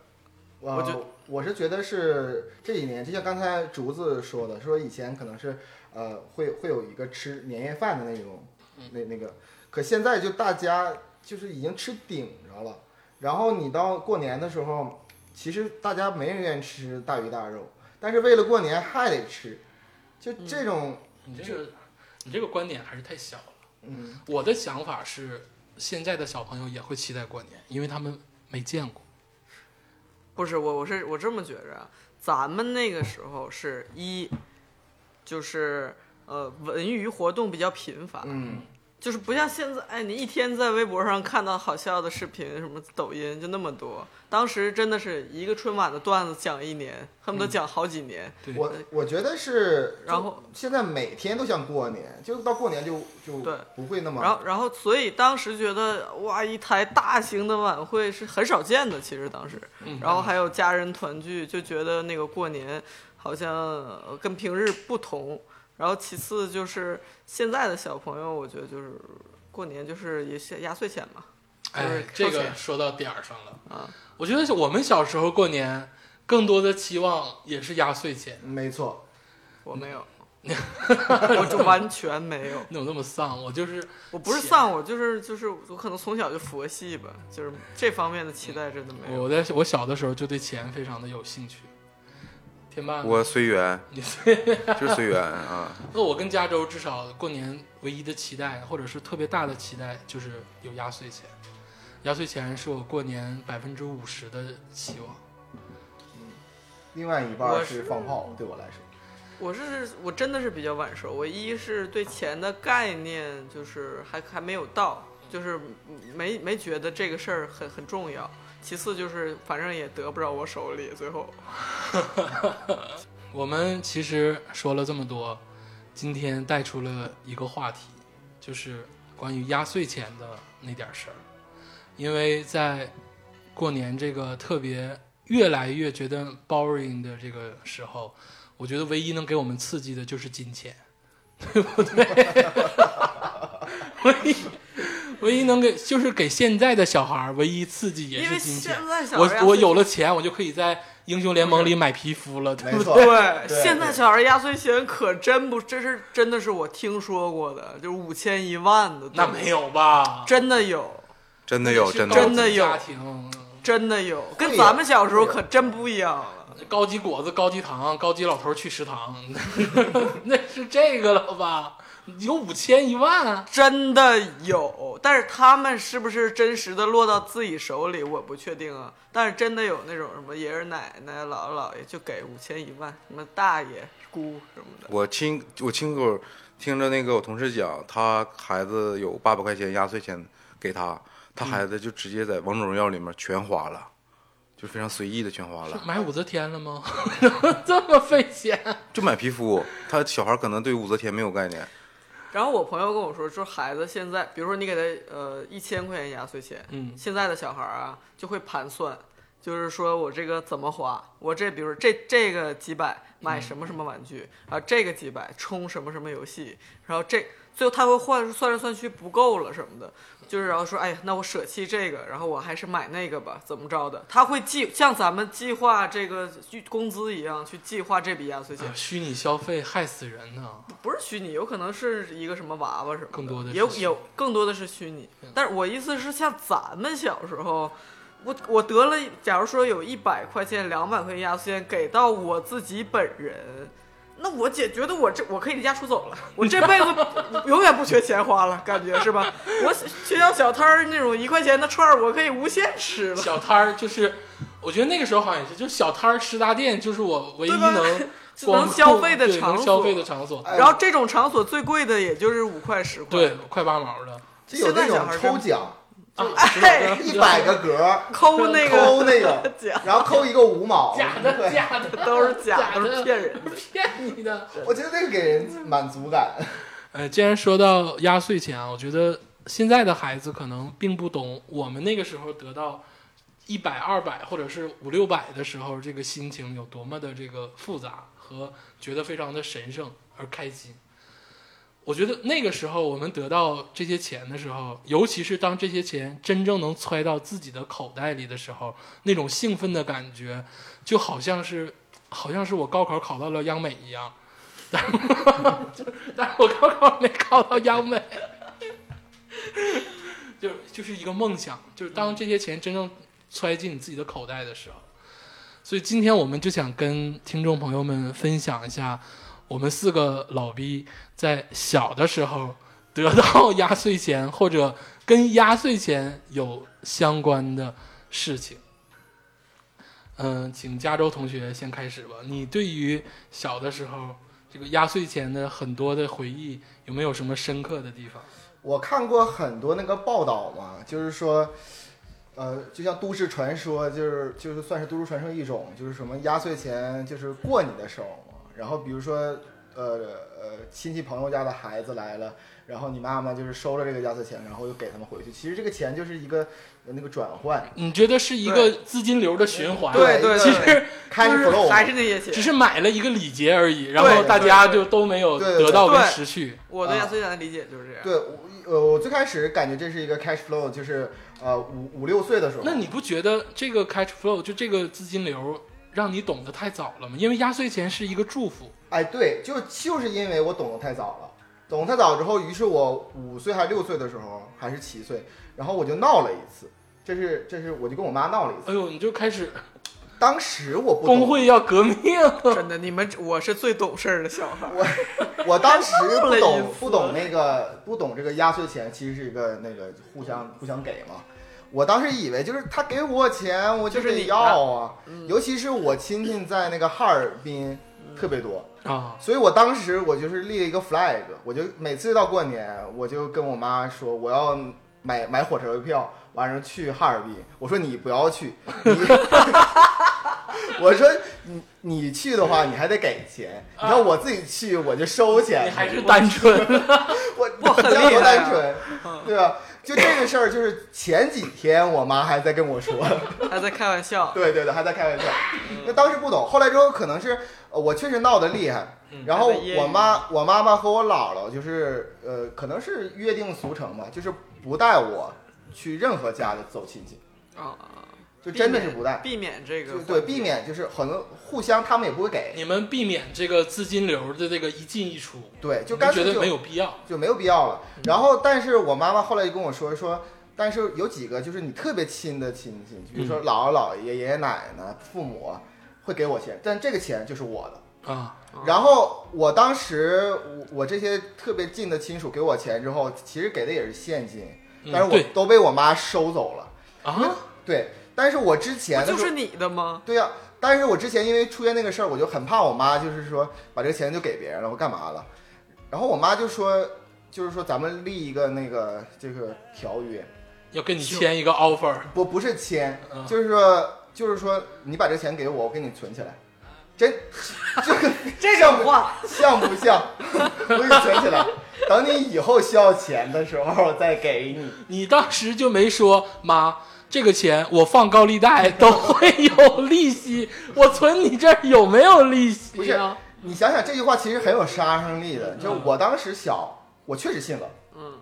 [SPEAKER 4] 我
[SPEAKER 2] 我觉
[SPEAKER 4] 我是觉得是这几年，就像刚才竹子说的，说以前可能是呃会会有一个吃年夜饭的那种，
[SPEAKER 1] 嗯
[SPEAKER 4] 那那个，可现在就大家就是已经吃顶着了，然后你到过年的时候，其实大家没人愿意吃大鱼大肉，但是为了过年还得吃，就这
[SPEAKER 1] 嗯
[SPEAKER 4] 种，
[SPEAKER 1] 你这个你这个观点还是太小了。
[SPEAKER 4] 嗯，
[SPEAKER 1] 我的想法是，现在的小朋友也会期待过年，因为他们没见过。
[SPEAKER 2] 不是我，我是我这么觉着啊，咱们那个时候是一，就是呃文娱活动比较频繁，
[SPEAKER 4] 嗯，
[SPEAKER 2] 就是不像现在，哎，你一天在微博上看到好笑的视频，什么抖音就那么多。当时真的是一个春晚的段子讲一年，恨
[SPEAKER 1] 嗯
[SPEAKER 2] 不得讲好几年。
[SPEAKER 1] 对
[SPEAKER 4] 我我觉得是，
[SPEAKER 2] 然后
[SPEAKER 4] 现在每天都像过年，就到过年就就
[SPEAKER 2] 对
[SPEAKER 4] 不会那
[SPEAKER 1] 嗯
[SPEAKER 4] 么，
[SPEAKER 2] 然后，然后，所以当时觉得哇，一台大型的晚会是很少见的。其实当时，
[SPEAKER 1] 嗯
[SPEAKER 2] 然后还有家人团聚，就觉得那个过年好像呃跟平日不同。然后其次就是现在的小朋友，我觉得就是过年就是也是压岁钱嘛，
[SPEAKER 1] 哎，这
[SPEAKER 2] 就是收
[SPEAKER 1] 个
[SPEAKER 2] 钱
[SPEAKER 1] 说到点儿上了
[SPEAKER 2] 啊！
[SPEAKER 1] 我觉得我们小时候过年，更多的期望也是压岁钱。
[SPEAKER 4] 没错，
[SPEAKER 2] 我没有， 我就完全没有。
[SPEAKER 1] 你怎么那么丧？我就是
[SPEAKER 2] 我不是
[SPEAKER 1] 钱
[SPEAKER 2] 丧，我就是就是我可能从小就佛系吧，就是这方面的期待真的没有。
[SPEAKER 1] 我在我小的时候就对钱非常的有兴趣。天霸呢，
[SPEAKER 3] 我随缘，
[SPEAKER 1] 你
[SPEAKER 3] 就是随缘啊。
[SPEAKER 1] 那我跟加州至少过年唯一的期待，或者是特别大的期待，就是有压岁钱。压岁钱是我过年百分之五十的期望。
[SPEAKER 4] 另外一半
[SPEAKER 2] 我
[SPEAKER 4] 儿是放炮，对我来说。
[SPEAKER 2] 我是我真的是比较晚熟，我一是对钱的概念就是还还没有到，就是没没觉得这个事儿很很重要。其次就是反正也得不着我手里，最后
[SPEAKER 1] 我们其实说了这么多，今天带出了一个话题，就是关于压岁钱的那点事儿。因为在过年这个特别越来越觉得 boring 的这个时候，我觉得唯一能给我们刺激的就是金钱， 对不对？唯一唯一能给就是给现在的小孩儿唯一刺激也
[SPEAKER 2] 因为
[SPEAKER 1] 是金
[SPEAKER 2] 现
[SPEAKER 1] 钱。
[SPEAKER 2] 在小孩儿压
[SPEAKER 1] 我我
[SPEAKER 2] 岁
[SPEAKER 1] 有了钱，我就可以在英雄联盟里买皮肤了，对
[SPEAKER 4] 没
[SPEAKER 1] 不对？
[SPEAKER 4] 错，
[SPEAKER 2] 对，
[SPEAKER 4] 对
[SPEAKER 2] 现在小孩压岁钱可真不，这是真的是我听说过的，就是五千一万的，
[SPEAKER 1] 那没，有吧？
[SPEAKER 2] 真的有，
[SPEAKER 3] 真的有，真的
[SPEAKER 2] 真的有
[SPEAKER 1] 家庭，
[SPEAKER 2] 真的有，跟
[SPEAKER 4] 会
[SPEAKER 2] 咱
[SPEAKER 4] 有
[SPEAKER 2] 们小时候
[SPEAKER 4] 会有
[SPEAKER 2] 可真不一样了。
[SPEAKER 1] 高级果子、高级糖、高级老头去食堂， 那是这个了吧？有五千一万啊！
[SPEAKER 2] 真的有，但是他们是不是真实的落到自己手里，我不确定啊。但是真的有那种什么爷爷奶奶、姥姥姥爷就给五千一万，什么大爷姑什么的，
[SPEAKER 3] 我亲我亲口听着那个我同事讲，他孩子有八百块钱压岁钱给他，他孩子就直接在王者荣耀里面全花了，就非常随意的全花了，
[SPEAKER 1] 买武则天了吗？ 这么费钱？啊
[SPEAKER 3] 就买皮肤。他小孩可能对武则天没有概 念，
[SPEAKER 2] 然后我朋友跟我说，说孩子现在，比如说你给他呃一千块钱压岁钱，
[SPEAKER 1] 嗯
[SPEAKER 2] 现在的小孩儿啊就会盘算，就是说我这个怎么花，我这比如这这个几百买什么什么玩具啊，这个几百充什么什么游戏，然后这最后他会换算来算去不够了什么的，就是然后说哎呀，那我舍弃这个，然后我还是买那个吧，怎么着的？他会计像咱们计划这个工资一样去计划这笔压岁钱
[SPEAKER 1] 啊，虚拟消费害死人呢。
[SPEAKER 2] 不是虚拟，有可能是一个什么娃娃什么
[SPEAKER 1] 更多的
[SPEAKER 2] 的
[SPEAKER 1] 是
[SPEAKER 2] 也有
[SPEAKER 1] 虚拟
[SPEAKER 2] 有更多的是虚拟
[SPEAKER 1] 嗯。
[SPEAKER 2] 但是我意思是，像咱们小时候，我我得了，假如说有一百块钱、两百块钱压岁钱给到我自己本人，那我姐觉得我这我可以离家出走了，我这辈子 永远不缺钱花了，感觉是吧？我学校小摊儿那种一块钱的串儿，我可以无限吃 了。
[SPEAKER 1] 小摊儿就是，我觉得那个时候好像也是，就小摊儿吃大店，就是我唯一
[SPEAKER 2] 对吧
[SPEAKER 1] 能光
[SPEAKER 2] 能消费的
[SPEAKER 1] 对
[SPEAKER 2] 场
[SPEAKER 1] 能
[SPEAKER 2] 所
[SPEAKER 1] 消费的场所，
[SPEAKER 4] 哎
[SPEAKER 2] 然后这种场所最贵的也就是五块十块，
[SPEAKER 1] 对，快八毛的，
[SPEAKER 4] 就有那
[SPEAKER 2] 现在
[SPEAKER 4] 种
[SPEAKER 2] 小孩真
[SPEAKER 4] 抽 奖，
[SPEAKER 2] 哎，
[SPEAKER 4] 一百个格儿，
[SPEAKER 2] 抠那个
[SPEAKER 4] 抠那个，
[SPEAKER 2] 假
[SPEAKER 4] 然后扣一个五毛，
[SPEAKER 1] 假的，
[SPEAKER 4] 对
[SPEAKER 1] 假的
[SPEAKER 2] 都是假，
[SPEAKER 1] 假
[SPEAKER 2] 都
[SPEAKER 1] 的
[SPEAKER 2] 是骗 人的。
[SPEAKER 1] 骗你的。
[SPEAKER 4] 我觉得这个给人满足感。
[SPEAKER 1] 呃，既然说到压岁钱啊，我觉得现在的孩子可能并不懂我们那个时候得到一百、二百或者是五六百的时候，这个心情有多么的这个复杂和觉得非常的神圣而开心。我觉得那个时候我们得到这些钱的时候，尤其是当这些钱真正能揣到自己的口袋里的时候，那种兴奋的感觉，就好像是好像是我高考考到了央美一样。 但是我高考没考到央美， 就就是一个梦想，就是当这些钱真正揣进你自己的口袋的时候。所以今天我们就想跟听众朋友们分享一下，我们四个老逼在小的时候得到压岁钱或者跟压岁钱有相关的事情。嗯，请加州同学先开始吧。你对于小的时候这个压岁钱的很多的回忆，有没有什么深刻的地方？
[SPEAKER 4] 我看过很多那个报道嘛，就是说，呃，就像都市传说，就是就是算是都市传说一种，就是什么压岁钱就是过你的手嘛。然后比如说，呃呃，亲戚朋友家的孩子来了，然后你妈妈就是收了这个压岁钱，然后又给他们回去。其实这个钱就是一个呃那个转换，
[SPEAKER 1] 你觉得是一个资金流的循环？
[SPEAKER 2] 对对对
[SPEAKER 1] 其实
[SPEAKER 4] 开
[SPEAKER 1] 就是
[SPEAKER 4] flow
[SPEAKER 2] 还是那 些
[SPEAKER 1] 只
[SPEAKER 2] 钱。
[SPEAKER 1] 是买了一个礼节而已，然
[SPEAKER 2] 对
[SPEAKER 1] 后
[SPEAKER 4] 对
[SPEAKER 1] 大家就都没有
[SPEAKER 4] 对对对
[SPEAKER 1] 得到跟
[SPEAKER 2] 对
[SPEAKER 1] 失去。
[SPEAKER 2] 我
[SPEAKER 4] 啊
[SPEAKER 2] 对压岁钱的理解就是这样。
[SPEAKER 4] 对，我呃，我最开始感觉这是一个 cash flow，就是呃五五六岁的时候。
[SPEAKER 1] 那你不觉得这个 cash flow 就这个资金流让你懂得太早了吗？因为压岁钱是一个祝福，
[SPEAKER 4] 哎，对，就就是因为我懂得太早了，懂得太早之后，于是我五岁还是六岁的时候，还是七岁，然后我就闹了一次，这是这是我就跟我妈闹了一次，
[SPEAKER 1] 哎
[SPEAKER 2] 呃
[SPEAKER 1] 呦，你就开始
[SPEAKER 4] 当时我不懂
[SPEAKER 1] 工，会要革 命，
[SPEAKER 2] 真的，你们我是最懂事儿的小孩儿。
[SPEAKER 4] 我当时
[SPEAKER 2] 闹
[SPEAKER 4] 不
[SPEAKER 2] 了一
[SPEAKER 4] 懂
[SPEAKER 2] 次
[SPEAKER 4] 不懂那个不懂这个压岁钱其实是一个那个互相互相给嘛。我当时以为就是他给我钱，我
[SPEAKER 2] 就是
[SPEAKER 4] 得
[SPEAKER 2] 你的
[SPEAKER 4] 要啊，
[SPEAKER 2] 嗯
[SPEAKER 4] 尤其是我亲戚在那个哈尔滨特别多，
[SPEAKER 1] 啊，
[SPEAKER 4] 所以我当时我就是立了一个 flag，我就每次到过年，我就跟我妈说我要买买火车票，完了去哈尔滨。我说你不要去， 你我说你你去的话你还得给钱，你要我自己去我就收钱
[SPEAKER 1] 你，还是单纯。
[SPEAKER 4] 我
[SPEAKER 2] 我很
[SPEAKER 4] 这样多
[SPEAKER 2] 厉害啊
[SPEAKER 4] 单纯，对吧？就这个事儿，就是前几天我妈还在跟我说。
[SPEAKER 2] 还在开玩笑，
[SPEAKER 4] 对对对，还在开玩笑。
[SPEAKER 2] 嗯
[SPEAKER 4] 那当时不懂，后来之后可能是呃我确实闹得厉害，然后
[SPEAKER 2] 嗯还在揶揄
[SPEAKER 4] 我妈、我妈妈和我姥姥就是呃，可能是约定俗成吧，就是不带我去任何家里走亲戚，
[SPEAKER 2] 啊，
[SPEAKER 4] 就真的是不带，
[SPEAKER 2] 避免这个
[SPEAKER 4] 就，对，避免就是很多互相他们也不会给，
[SPEAKER 1] 你们避免这个资金流的这个一进一出，
[SPEAKER 4] 对，就
[SPEAKER 1] 你们
[SPEAKER 4] 干
[SPEAKER 1] 觉
[SPEAKER 4] 脆
[SPEAKER 1] 得
[SPEAKER 4] 就
[SPEAKER 1] 没有必要。
[SPEAKER 4] 就没有必要了。
[SPEAKER 2] 嗯
[SPEAKER 4] 然后，但是我妈妈后来就跟我说说，但是有几个就是你特别亲的亲戚，比
[SPEAKER 2] 嗯
[SPEAKER 4] 如说姥姥、姥爷、爷爷奶奶、父母，会给我钱，但这个钱就是我的。
[SPEAKER 1] 啊，
[SPEAKER 4] 然后我当时我我这些特别近的亲属给我钱之后，其实给的也是现金，
[SPEAKER 1] 嗯
[SPEAKER 4] 但是我
[SPEAKER 1] 对
[SPEAKER 4] 都被我妈收走了。
[SPEAKER 1] 啊，
[SPEAKER 4] 对，但是我之前
[SPEAKER 2] 不
[SPEAKER 4] 的时
[SPEAKER 2] 就
[SPEAKER 4] 候
[SPEAKER 2] 是你的吗？
[SPEAKER 4] 对呀、但是我之前因为出现那个事儿，我就很怕我妈就是说把这个钱就给别人了，我干嘛了？然后我妈就说，就是说咱们立一个那个这个条约，
[SPEAKER 1] 要跟你签一个 offer，
[SPEAKER 4] 不不是签，
[SPEAKER 1] 嗯
[SPEAKER 4] 就是说就是说你把这钱给我，我给你存起来。真， 这个
[SPEAKER 2] 这种话，
[SPEAKER 4] 像不像？ 我给你存起来，等你以后需要钱的时候再给你。
[SPEAKER 1] 你当时就没说妈，这个钱我放高利贷都会有利息，我存你这儿有没有利
[SPEAKER 4] 不
[SPEAKER 1] 息
[SPEAKER 4] 是
[SPEAKER 1] 啊？
[SPEAKER 4] 你想想这句话其实很有杀伤力的，就
[SPEAKER 1] 嗯
[SPEAKER 4] 我当时小，我确实信了，
[SPEAKER 2] 嗯，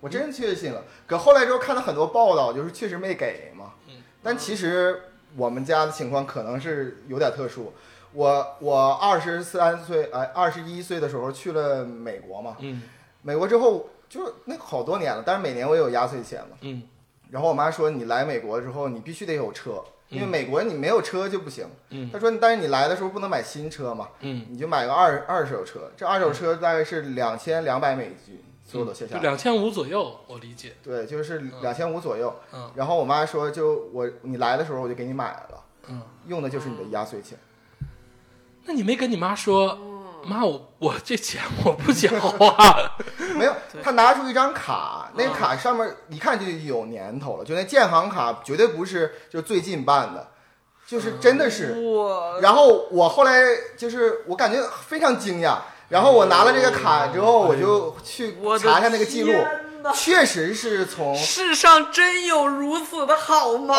[SPEAKER 4] 我真确实信了。可后来之后看到很多报道，就是确实没给嘛
[SPEAKER 1] 嗯。
[SPEAKER 4] 但其实我们家的情况可能是有点特殊。我我二十三岁，哎，二十一岁的时候去了美国嘛。
[SPEAKER 1] 嗯
[SPEAKER 4] 美国之后就是那好多年了，但是每年我也有压岁钱嘛。
[SPEAKER 1] 嗯
[SPEAKER 4] 然后我妈说，你来美国之后，你必须得有车，因为
[SPEAKER 1] 嗯
[SPEAKER 4] 美国你没有车就不行。
[SPEAKER 1] 嗯
[SPEAKER 4] 她说，但是你来的时候不能买新车嘛，
[SPEAKER 1] 嗯，
[SPEAKER 4] 你就买个二二手车，这二手车大概是两千两百美金左右的下下
[SPEAKER 2] 啊
[SPEAKER 1] 就嗯两千五左右，我理解。
[SPEAKER 4] 对，就是两千五左右。
[SPEAKER 1] 嗯
[SPEAKER 4] 然后我妈说，就我你来的时候我就给你买了，
[SPEAKER 1] 嗯，
[SPEAKER 4] 用的就是你的压岁钱。
[SPEAKER 1] 那你没跟你妈说，
[SPEAKER 2] 哦
[SPEAKER 1] 妈我我这钱我不想花。
[SPEAKER 4] 没有
[SPEAKER 2] 对，
[SPEAKER 4] 她拿出一张卡，那
[SPEAKER 2] 嗯
[SPEAKER 4] 个卡上面一看就有年头了，就那建行卡绝对不是就最近办的，
[SPEAKER 2] 嗯
[SPEAKER 4] 就是真的是。
[SPEAKER 2] 我
[SPEAKER 4] 然后我后来就是我感觉非常惊讶，然后我拿了这个卡之后，我就去
[SPEAKER 2] 哎我的
[SPEAKER 4] 查一下那个记录
[SPEAKER 2] 天哪，
[SPEAKER 4] 确实是从
[SPEAKER 2] 世上真有如此的好吗？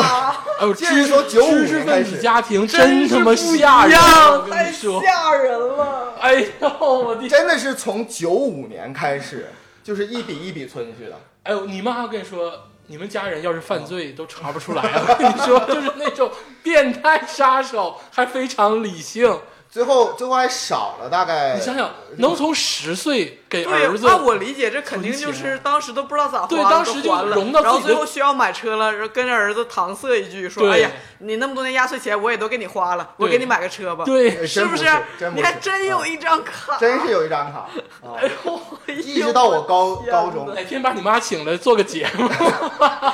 [SPEAKER 1] 哎呦，知
[SPEAKER 4] 这是从95
[SPEAKER 1] 知识
[SPEAKER 4] 年开
[SPEAKER 1] 分
[SPEAKER 4] 始
[SPEAKER 1] 子家庭
[SPEAKER 2] 真
[SPEAKER 1] 他妈
[SPEAKER 2] 是不一
[SPEAKER 1] 吓人，
[SPEAKER 2] 样
[SPEAKER 1] 我跟
[SPEAKER 2] 太
[SPEAKER 1] 你说。
[SPEAKER 2] 吓人了。
[SPEAKER 1] 哎呦我的，
[SPEAKER 4] 真的是从九五年开始，就是一笔一笔存进去的。
[SPEAKER 1] 哎呦你妈跟你说。你们家人要是犯罪都查不出来啊！我跟你说，就是那种变态杀手，还非常理性。
[SPEAKER 4] 最后最后还少了大概，
[SPEAKER 1] 你想想，能从十岁给儿
[SPEAKER 2] 对，啊
[SPEAKER 1] 子，
[SPEAKER 2] 按我理解，这肯定
[SPEAKER 1] 存钱
[SPEAKER 2] 就是当时都不知道咋花，
[SPEAKER 1] 对当时
[SPEAKER 2] 都还了
[SPEAKER 1] 就融到自己的
[SPEAKER 2] 然后最后需要买车了，然后跟着儿子搪塞一句说：“
[SPEAKER 1] 对
[SPEAKER 2] 哎呀，你那么多年压岁钱我也都给你花了，我
[SPEAKER 1] 对
[SPEAKER 2] 给你买个车吧。”，
[SPEAKER 1] 对，
[SPEAKER 4] 呃
[SPEAKER 2] 是
[SPEAKER 4] 真不
[SPEAKER 2] 是？啊
[SPEAKER 4] 真不
[SPEAKER 2] 你
[SPEAKER 4] 是，
[SPEAKER 2] 还真有
[SPEAKER 4] 啊
[SPEAKER 2] 一张卡，
[SPEAKER 4] 真是有一张卡啊！
[SPEAKER 2] 哎呦
[SPEAKER 4] 一直到我高
[SPEAKER 2] 天哪
[SPEAKER 4] 高中
[SPEAKER 1] 哪天把你妈请来做个节目。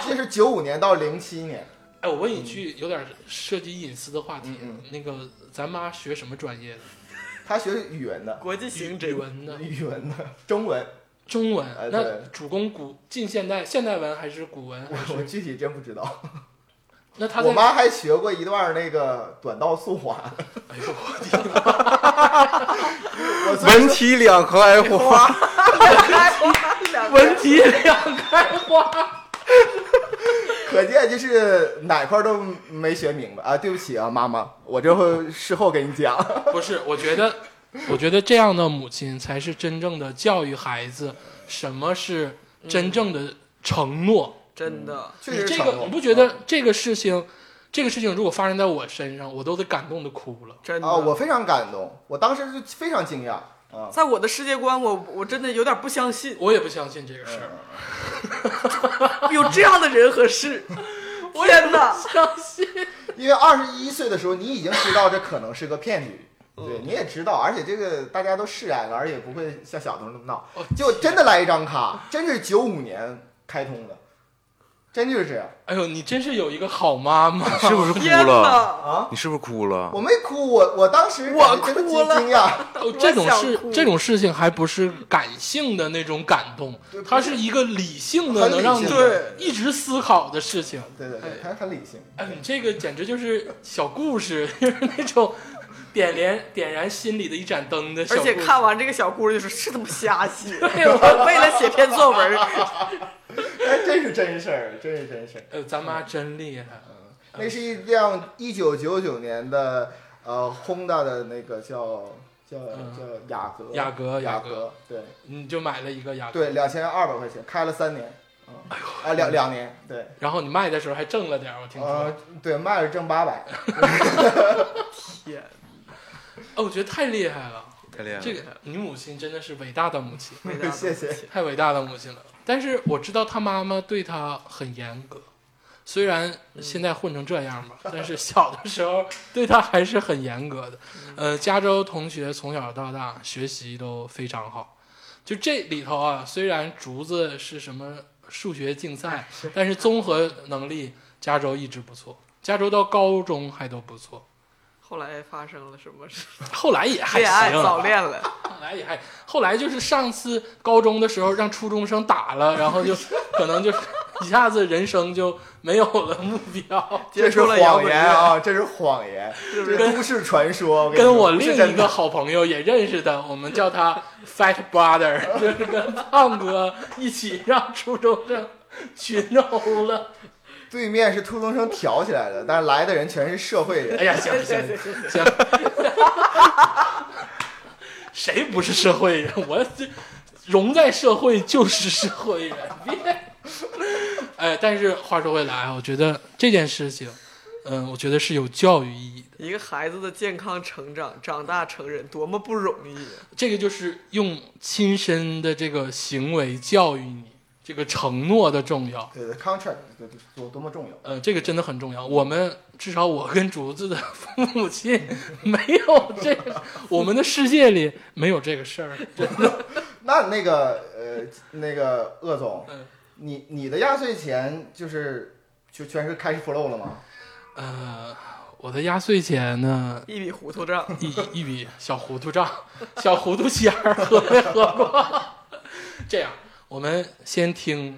[SPEAKER 4] 这是九五年到零七年，
[SPEAKER 1] 哎，我问你句有点涉及隐私的话题，
[SPEAKER 4] 嗯
[SPEAKER 1] 那个咱妈学什么专业的？
[SPEAKER 4] 他学语文的，
[SPEAKER 2] 国际
[SPEAKER 1] 语
[SPEAKER 2] 刑
[SPEAKER 1] 语
[SPEAKER 2] 侦
[SPEAKER 1] 文的，
[SPEAKER 4] 语文的中文，
[SPEAKER 1] 中文。
[SPEAKER 4] 哎
[SPEAKER 1] 那
[SPEAKER 4] 对
[SPEAKER 1] 主攻古近现代现代文还是古文？还
[SPEAKER 4] 我我
[SPEAKER 1] 是
[SPEAKER 4] 具体真不知道。
[SPEAKER 1] 那她
[SPEAKER 4] 我
[SPEAKER 1] 在
[SPEAKER 4] 妈还学过一段那个短道速滑，
[SPEAKER 1] 哎呦我的天
[SPEAKER 4] 我虽
[SPEAKER 3] 文体两开花，
[SPEAKER 1] 哪，文体两开花。
[SPEAKER 4] 可见就是哪块都没学明白啊！对不起啊，妈妈，我这会事后给你讲。
[SPEAKER 1] 不是，我觉得，我觉得这样的母亲才是真正的教育孩子什么是真正的承诺。
[SPEAKER 2] 真的，
[SPEAKER 4] 确
[SPEAKER 1] 你
[SPEAKER 4] 实
[SPEAKER 1] 这
[SPEAKER 4] 承
[SPEAKER 1] 个
[SPEAKER 4] 诺
[SPEAKER 1] 你不觉得这个事情，这个事情如果发生在我身上，我都得感动的哭了。
[SPEAKER 2] 真的
[SPEAKER 4] 啊？我非常感动，我当时就非常惊讶啊！
[SPEAKER 2] 在我的世界观，我我真的有点不相信
[SPEAKER 1] 我也不相信这个事儿，
[SPEAKER 4] 嗯
[SPEAKER 2] 有这样的人 和事。天哪！
[SPEAKER 1] 相信。
[SPEAKER 4] 因为二十一岁的时候，你已经知道这可能是个骗局，
[SPEAKER 1] 嗯
[SPEAKER 4] 对，你也知道，而且这个大家都释然了，而且不会像小时候那么闹
[SPEAKER 1] 哦，
[SPEAKER 4] 就真的来一张卡，真是九五年开通的，真就是这样
[SPEAKER 1] 哎呦，你真是有一个好妈妈。
[SPEAKER 3] 你是不是哭
[SPEAKER 2] 天
[SPEAKER 3] 了？
[SPEAKER 2] 哪！
[SPEAKER 4] 啊！
[SPEAKER 3] 你是不是哭了
[SPEAKER 4] 我？没哭，我我当时
[SPEAKER 2] 我
[SPEAKER 4] 感觉真的
[SPEAKER 2] 哭
[SPEAKER 4] 惊
[SPEAKER 2] 了
[SPEAKER 4] 惊 讶，
[SPEAKER 1] 哦这种
[SPEAKER 2] 我想
[SPEAKER 1] 事
[SPEAKER 2] 哭，
[SPEAKER 1] 这种事情还不是感性的那种感动
[SPEAKER 4] 对，不是
[SPEAKER 1] 它是一个理性的，
[SPEAKER 4] 很理
[SPEAKER 1] 能让你
[SPEAKER 4] 性
[SPEAKER 2] 对
[SPEAKER 1] 一直思考的事情。
[SPEAKER 4] 对对
[SPEAKER 1] 哎
[SPEAKER 4] 对，他很理性，
[SPEAKER 1] 哎，你这个简直就是小故事， 就是那种点燃点燃心里的一盏灯的小
[SPEAKER 2] 而
[SPEAKER 1] 故事。
[SPEAKER 2] 且看完这个小故事，就是是他妈瞎写，我为了写篇作文，
[SPEAKER 4] 哎，真是真事儿，真是真事儿。
[SPEAKER 1] 呃，咱妈真厉害。啊嗯
[SPEAKER 4] 那是一辆一九九九年的呃 Honda 的那个叫叫
[SPEAKER 1] 嗯
[SPEAKER 4] 叫雅阁，
[SPEAKER 1] 雅阁雅
[SPEAKER 4] 雅
[SPEAKER 1] 阁
[SPEAKER 4] 阁，对。
[SPEAKER 1] 你就买了一个牙膏，
[SPEAKER 4] 对，两千二百块钱，开了三年，啊、啊两两年，对，
[SPEAKER 1] 然后你卖的时候还挣了点儿，我听说。
[SPEAKER 4] 呃，对，卖了挣八百，
[SPEAKER 2] 天，
[SPEAKER 1] 哦，我觉得太厉害了，
[SPEAKER 3] 太厉害了！
[SPEAKER 1] 这个你母亲真的是伟大的母亲，
[SPEAKER 2] 伟大的
[SPEAKER 4] 谢谢
[SPEAKER 1] 太伟大的母亲了。但是我知道她妈妈对她很严格，虽然现在混成这样
[SPEAKER 2] 嗯
[SPEAKER 1] 吧，但是小的时候对她还是很严格的。
[SPEAKER 2] 嗯
[SPEAKER 1] 呃，加州同学从小到大学习都非常好，就这里头啊，虽然竹子是什么数学竞
[SPEAKER 2] 哎
[SPEAKER 1] 赛，但是综合能力加州一直不错，加州到高中还都不错，
[SPEAKER 2] 后来发生了 什么事？
[SPEAKER 1] 后来也还
[SPEAKER 2] 恋爱
[SPEAKER 1] 行。
[SPEAKER 2] 早恋了，
[SPEAKER 1] 后来也还，后来就是上次高中的时候让初中生打了，然后就可能就是一下子人生就没有了目标。
[SPEAKER 4] 这
[SPEAKER 2] 接
[SPEAKER 4] 是
[SPEAKER 2] 触了摇
[SPEAKER 4] 谎
[SPEAKER 2] 滚
[SPEAKER 4] 言
[SPEAKER 2] 乐，
[SPEAKER 4] 啊，这是谎言，这
[SPEAKER 2] 是
[SPEAKER 4] 是
[SPEAKER 2] 不
[SPEAKER 4] 都市传说，跟
[SPEAKER 1] 跟我
[SPEAKER 4] 你说
[SPEAKER 1] 另
[SPEAKER 4] 不是
[SPEAKER 1] 一
[SPEAKER 4] 真
[SPEAKER 1] 个
[SPEAKER 4] 的
[SPEAKER 1] 好朋友也认识的，我们叫他 Fat Brother，就是跟胖哥一起让初中生群殴了。
[SPEAKER 4] 对面是初中生挑起来的，但是来的人全是社会人。
[SPEAKER 1] 哎呀，行
[SPEAKER 2] 对
[SPEAKER 1] 行
[SPEAKER 2] 对对对
[SPEAKER 1] 行， 谁不是社会人？我这融在社会就是社会人，别。哎，但是话说回来，我觉得这件事情，嗯，我觉得是有教育意义的。
[SPEAKER 2] 一个孩子的健康成长、长大成人多么不容易啊！
[SPEAKER 1] 这个就是用亲身的这个行为教育你，这个承诺的重要。
[SPEAKER 4] 对对，contract 对对多多么重要。
[SPEAKER 1] 呃，这个真的很重要。我们至少我跟竹子的父母亲 没有这个，我们的世界里没有这个事儿。
[SPEAKER 4] 那那个呃，那个鄂总
[SPEAKER 1] 嗯，
[SPEAKER 4] 你你的压岁钱就是就全是 cash flow 了吗？
[SPEAKER 1] 呃，我的压岁钱呢，
[SPEAKER 2] 一笔糊涂账，
[SPEAKER 1] 一一笔小糊涂账，小糊涂钱儿喝 没喝过？这样，我们先听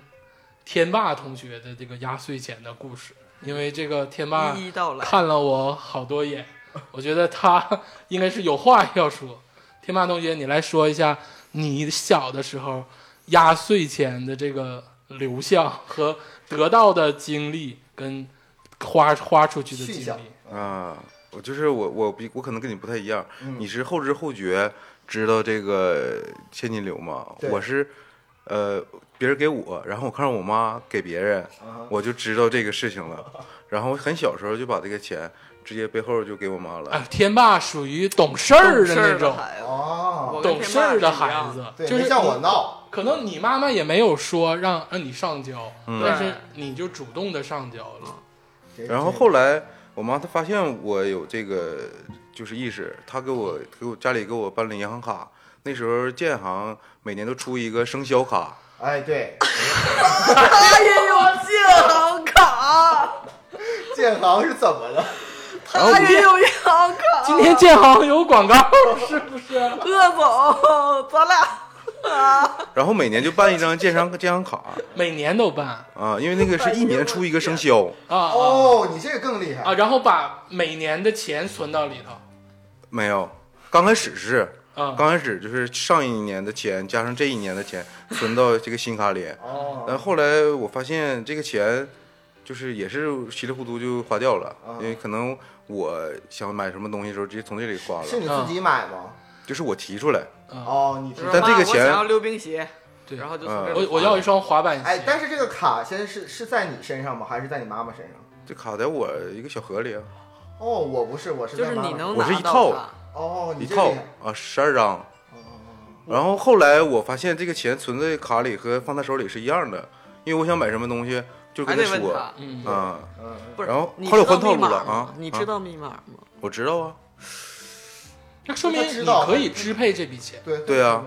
[SPEAKER 1] 天霸同学的这个压岁钱的故事，因为这个天霸
[SPEAKER 2] 一一道来。
[SPEAKER 1] 看了我好多眼，我觉得他应该是有话要说。天霸同学，你来说一下你小的时候压岁钱的这个流向和得到的经历，跟花花出去的
[SPEAKER 4] 去一
[SPEAKER 1] 经
[SPEAKER 4] 下
[SPEAKER 1] 历。
[SPEAKER 3] 啊，我就是我，我比我可能跟你不太一样，
[SPEAKER 4] 嗯
[SPEAKER 3] 你是后知后觉知道这个现金流嘛？
[SPEAKER 4] 对
[SPEAKER 3] 我是，呃，别人给我，然后我看着我妈给别人，
[SPEAKER 4] 啊，
[SPEAKER 3] 我就知道这个事情了。 然后很小时候就把这个钱直接背后就给我妈了。
[SPEAKER 1] 啊，天霸属于懂事儿的
[SPEAKER 2] 事儿
[SPEAKER 1] 那
[SPEAKER 2] 的
[SPEAKER 1] 种，
[SPEAKER 2] 孩子，
[SPEAKER 4] 哦，
[SPEAKER 2] 我跟
[SPEAKER 1] 懂事儿的孩
[SPEAKER 2] 天
[SPEAKER 1] 子，
[SPEAKER 4] 对，
[SPEAKER 1] 就是
[SPEAKER 4] 没像我
[SPEAKER 1] 你
[SPEAKER 4] 闹，
[SPEAKER 1] 可能你妈妈也没有说让让你上交，
[SPEAKER 3] 嗯
[SPEAKER 1] 但是你就主动的上交了。
[SPEAKER 4] 这
[SPEAKER 3] 然后后来我妈她发现我有这个就是意识，她给我给我家里给我办了银行卡。那时候建行每年都出一个生肖卡，
[SPEAKER 4] 这哎对，
[SPEAKER 3] 哎
[SPEAKER 2] 他也有银行卡，
[SPEAKER 4] 建行是怎么了？
[SPEAKER 2] 啊他也有银行卡。
[SPEAKER 1] 今天建行有广告，是不是？
[SPEAKER 3] 哎
[SPEAKER 2] 鄂总，咱俩
[SPEAKER 3] 然后每年就办一张建商建行卡
[SPEAKER 1] 每年都办
[SPEAKER 3] 啊，因为那个是一年出一个生肖，
[SPEAKER 1] 啊啊
[SPEAKER 4] 哦，你这个更厉
[SPEAKER 1] 啊，
[SPEAKER 4] 害，
[SPEAKER 1] 然后把每年的钱存到里头
[SPEAKER 3] 没有。刚开始是，
[SPEAKER 1] 啊。
[SPEAKER 3] 刚开始就是上一年的钱加上这一年的钱存到这个新卡里，但
[SPEAKER 4] 哦，
[SPEAKER 3] 后来我发现这个钱就是也是稀里糊涂就花掉了，
[SPEAKER 4] 啊
[SPEAKER 3] 因为可能我想买什么东西的时候直接从这里花了，
[SPEAKER 4] 是你自己买吗？
[SPEAKER 3] 就是我提出来，
[SPEAKER 1] 啊
[SPEAKER 4] 哦，你知
[SPEAKER 2] 就是
[SPEAKER 4] 道
[SPEAKER 3] 但这个
[SPEAKER 2] 妈嗯我
[SPEAKER 3] 钱
[SPEAKER 2] 想要溜冰鞋，
[SPEAKER 1] 对
[SPEAKER 2] 然后就从这
[SPEAKER 3] 嗯
[SPEAKER 2] 儿
[SPEAKER 1] 我我要一双滑板鞋。
[SPEAKER 4] 哎，但是这个卡先是是在你身上吗？还是在你妈妈身上？
[SPEAKER 3] 就卡在我一个小盒里啊，
[SPEAKER 4] 哦，我不是，我是
[SPEAKER 2] 就
[SPEAKER 4] 在
[SPEAKER 2] 是
[SPEAKER 4] 妈妈
[SPEAKER 2] 你能
[SPEAKER 3] 我是
[SPEAKER 2] 拿
[SPEAKER 3] 一
[SPEAKER 2] 到
[SPEAKER 3] 套
[SPEAKER 2] 它。
[SPEAKER 4] 哦，你
[SPEAKER 3] 一
[SPEAKER 4] 这
[SPEAKER 3] 套
[SPEAKER 4] 厉害
[SPEAKER 3] 啊十二张，
[SPEAKER 4] 哦哦
[SPEAKER 3] 然后后来我发现这个钱存在卡里和放他手里是一样的，因为我想买什么东西就
[SPEAKER 2] 还
[SPEAKER 3] 跟
[SPEAKER 2] 得问
[SPEAKER 3] 说
[SPEAKER 2] 他，
[SPEAKER 1] 嗯，
[SPEAKER 3] 啊，
[SPEAKER 4] 哦嗯，
[SPEAKER 2] 不是？
[SPEAKER 3] 然后
[SPEAKER 2] 你
[SPEAKER 3] 后来
[SPEAKER 2] 知道
[SPEAKER 3] 换套
[SPEAKER 2] 密
[SPEAKER 3] 路
[SPEAKER 2] 码
[SPEAKER 3] 了
[SPEAKER 2] 吗
[SPEAKER 3] 啊
[SPEAKER 2] 你
[SPEAKER 3] 啊
[SPEAKER 2] 知道密码吗？
[SPEAKER 3] 我知道啊，
[SPEAKER 1] 那说明
[SPEAKER 4] 他知
[SPEAKER 1] 你
[SPEAKER 4] 道
[SPEAKER 1] 可以支配这笔钱
[SPEAKER 4] 对
[SPEAKER 3] 对啊，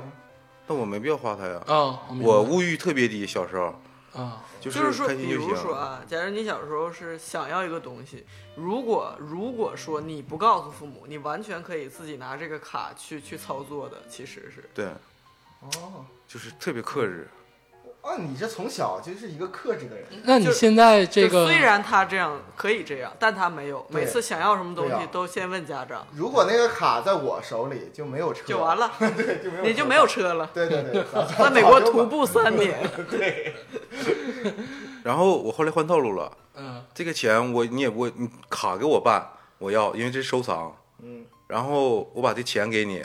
[SPEAKER 3] 但我没必要花它呀，
[SPEAKER 1] 啊。明白
[SPEAKER 3] 我物欲特别低，小时候
[SPEAKER 1] 啊，
[SPEAKER 3] 就
[SPEAKER 2] 就是说，
[SPEAKER 3] 开心
[SPEAKER 2] 比
[SPEAKER 3] 就
[SPEAKER 2] 如
[SPEAKER 3] 行
[SPEAKER 2] 说。啊，假如你小时候是想要一个东西，如果如果说你不告诉父母，你完全可以自己拿这个卡去去操作的，其实是。
[SPEAKER 3] 对，
[SPEAKER 4] 哦，
[SPEAKER 3] 就是特别克制。
[SPEAKER 4] 啊，你这从小就是一个克制的人，
[SPEAKER 1] 那你现在这
[SPEAKER 2] 就
[SPEAKER 1] 个
[SPEAKER 2] 虽然他这样可以这样，但他没有，
[SPEAKER 4] 对
[SPEAKER 2] 每次想要什么东
[SPEAKER 4] 对
[SPEAKER 2] 西
[SPEAKER 4] 啊
[SPEAKER 2] 都先问家长，
[SPEAKER 4] 如果那个卡在我手里就没有车，
[SPEAKER 2] 就完，了，
[SPEAKER 4] 对，就没有，
[SPEAKER 2] 你就没有。车 了。
[SPEAKER 4] 对对 对，早
[SPEAKER 2] 在美国徒，步三年，
[SPEAKER 3] 然后我后来换套路了，
[SPEAKER 1] 嗯
[SPEAKER 3] 这个钱我你也不会，你卡给我办，我要，因为这是收藏。
[SPEAKER 4] 嗯，
[SPEAKER 3] 然后我把这钱给你，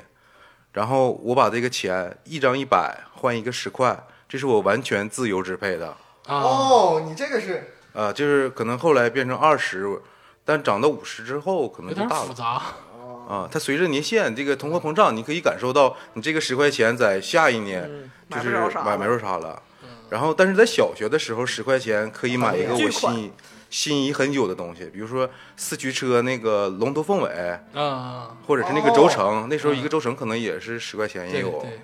[SPEAKER 3] 然后我把这个钱一张一百换一个十块，这是我完全自由支配的。
[SPEAKER 1] 啊
[SPEAKER 4] 哦，你这个是
[SPEAKER 3] 呃，就是可能后来变成二十，但涨到五十之后可
[SPEAKER 1] 有
[SPEAKER 3] 能就
[SPEAKER 1] 点
[SPEAKER 3] 大
[SPEAKER 1] 复
[SPEAKER 3] 了。
[SPEAKER 1] 杂
[SPEAKER 4] 哦，
[SPEAKER 3] 啊，它随着年限这个通货膨胀，你可以感受到你这个十块钱在下一年
[SPEAKER 2] 嗯
[SPEAKER 3] 就
[SPEAKER 2] 买
[SPEAKER 3] 是
[SPEAKER 2] 不着啥了，
[SPEAKER 3] 买不着啥了。
[SPEAKER 1] 嗯
[SPEAKER 3] 然后，但是在小学的时候，十块钱可以买一个
[SPEAKER 2] 巨
[SPEAKER 3] 我
[SPEAKER 2] 款
[SPEAKER 3] 心仪心仪很久的东西，比如说四驱车那个龙头凤尾，
[SPEAKER 1] 啊，
[SPEAKER 3] 或者是那个轴承。那时候一个轴承可能也是十块钱
[SPEAKER 4] 哎
[SPEAKER 3] 也
[SPEAKER 1] 哦对
[SPEAKER 3] 有。
[SPEAKER 1] 对，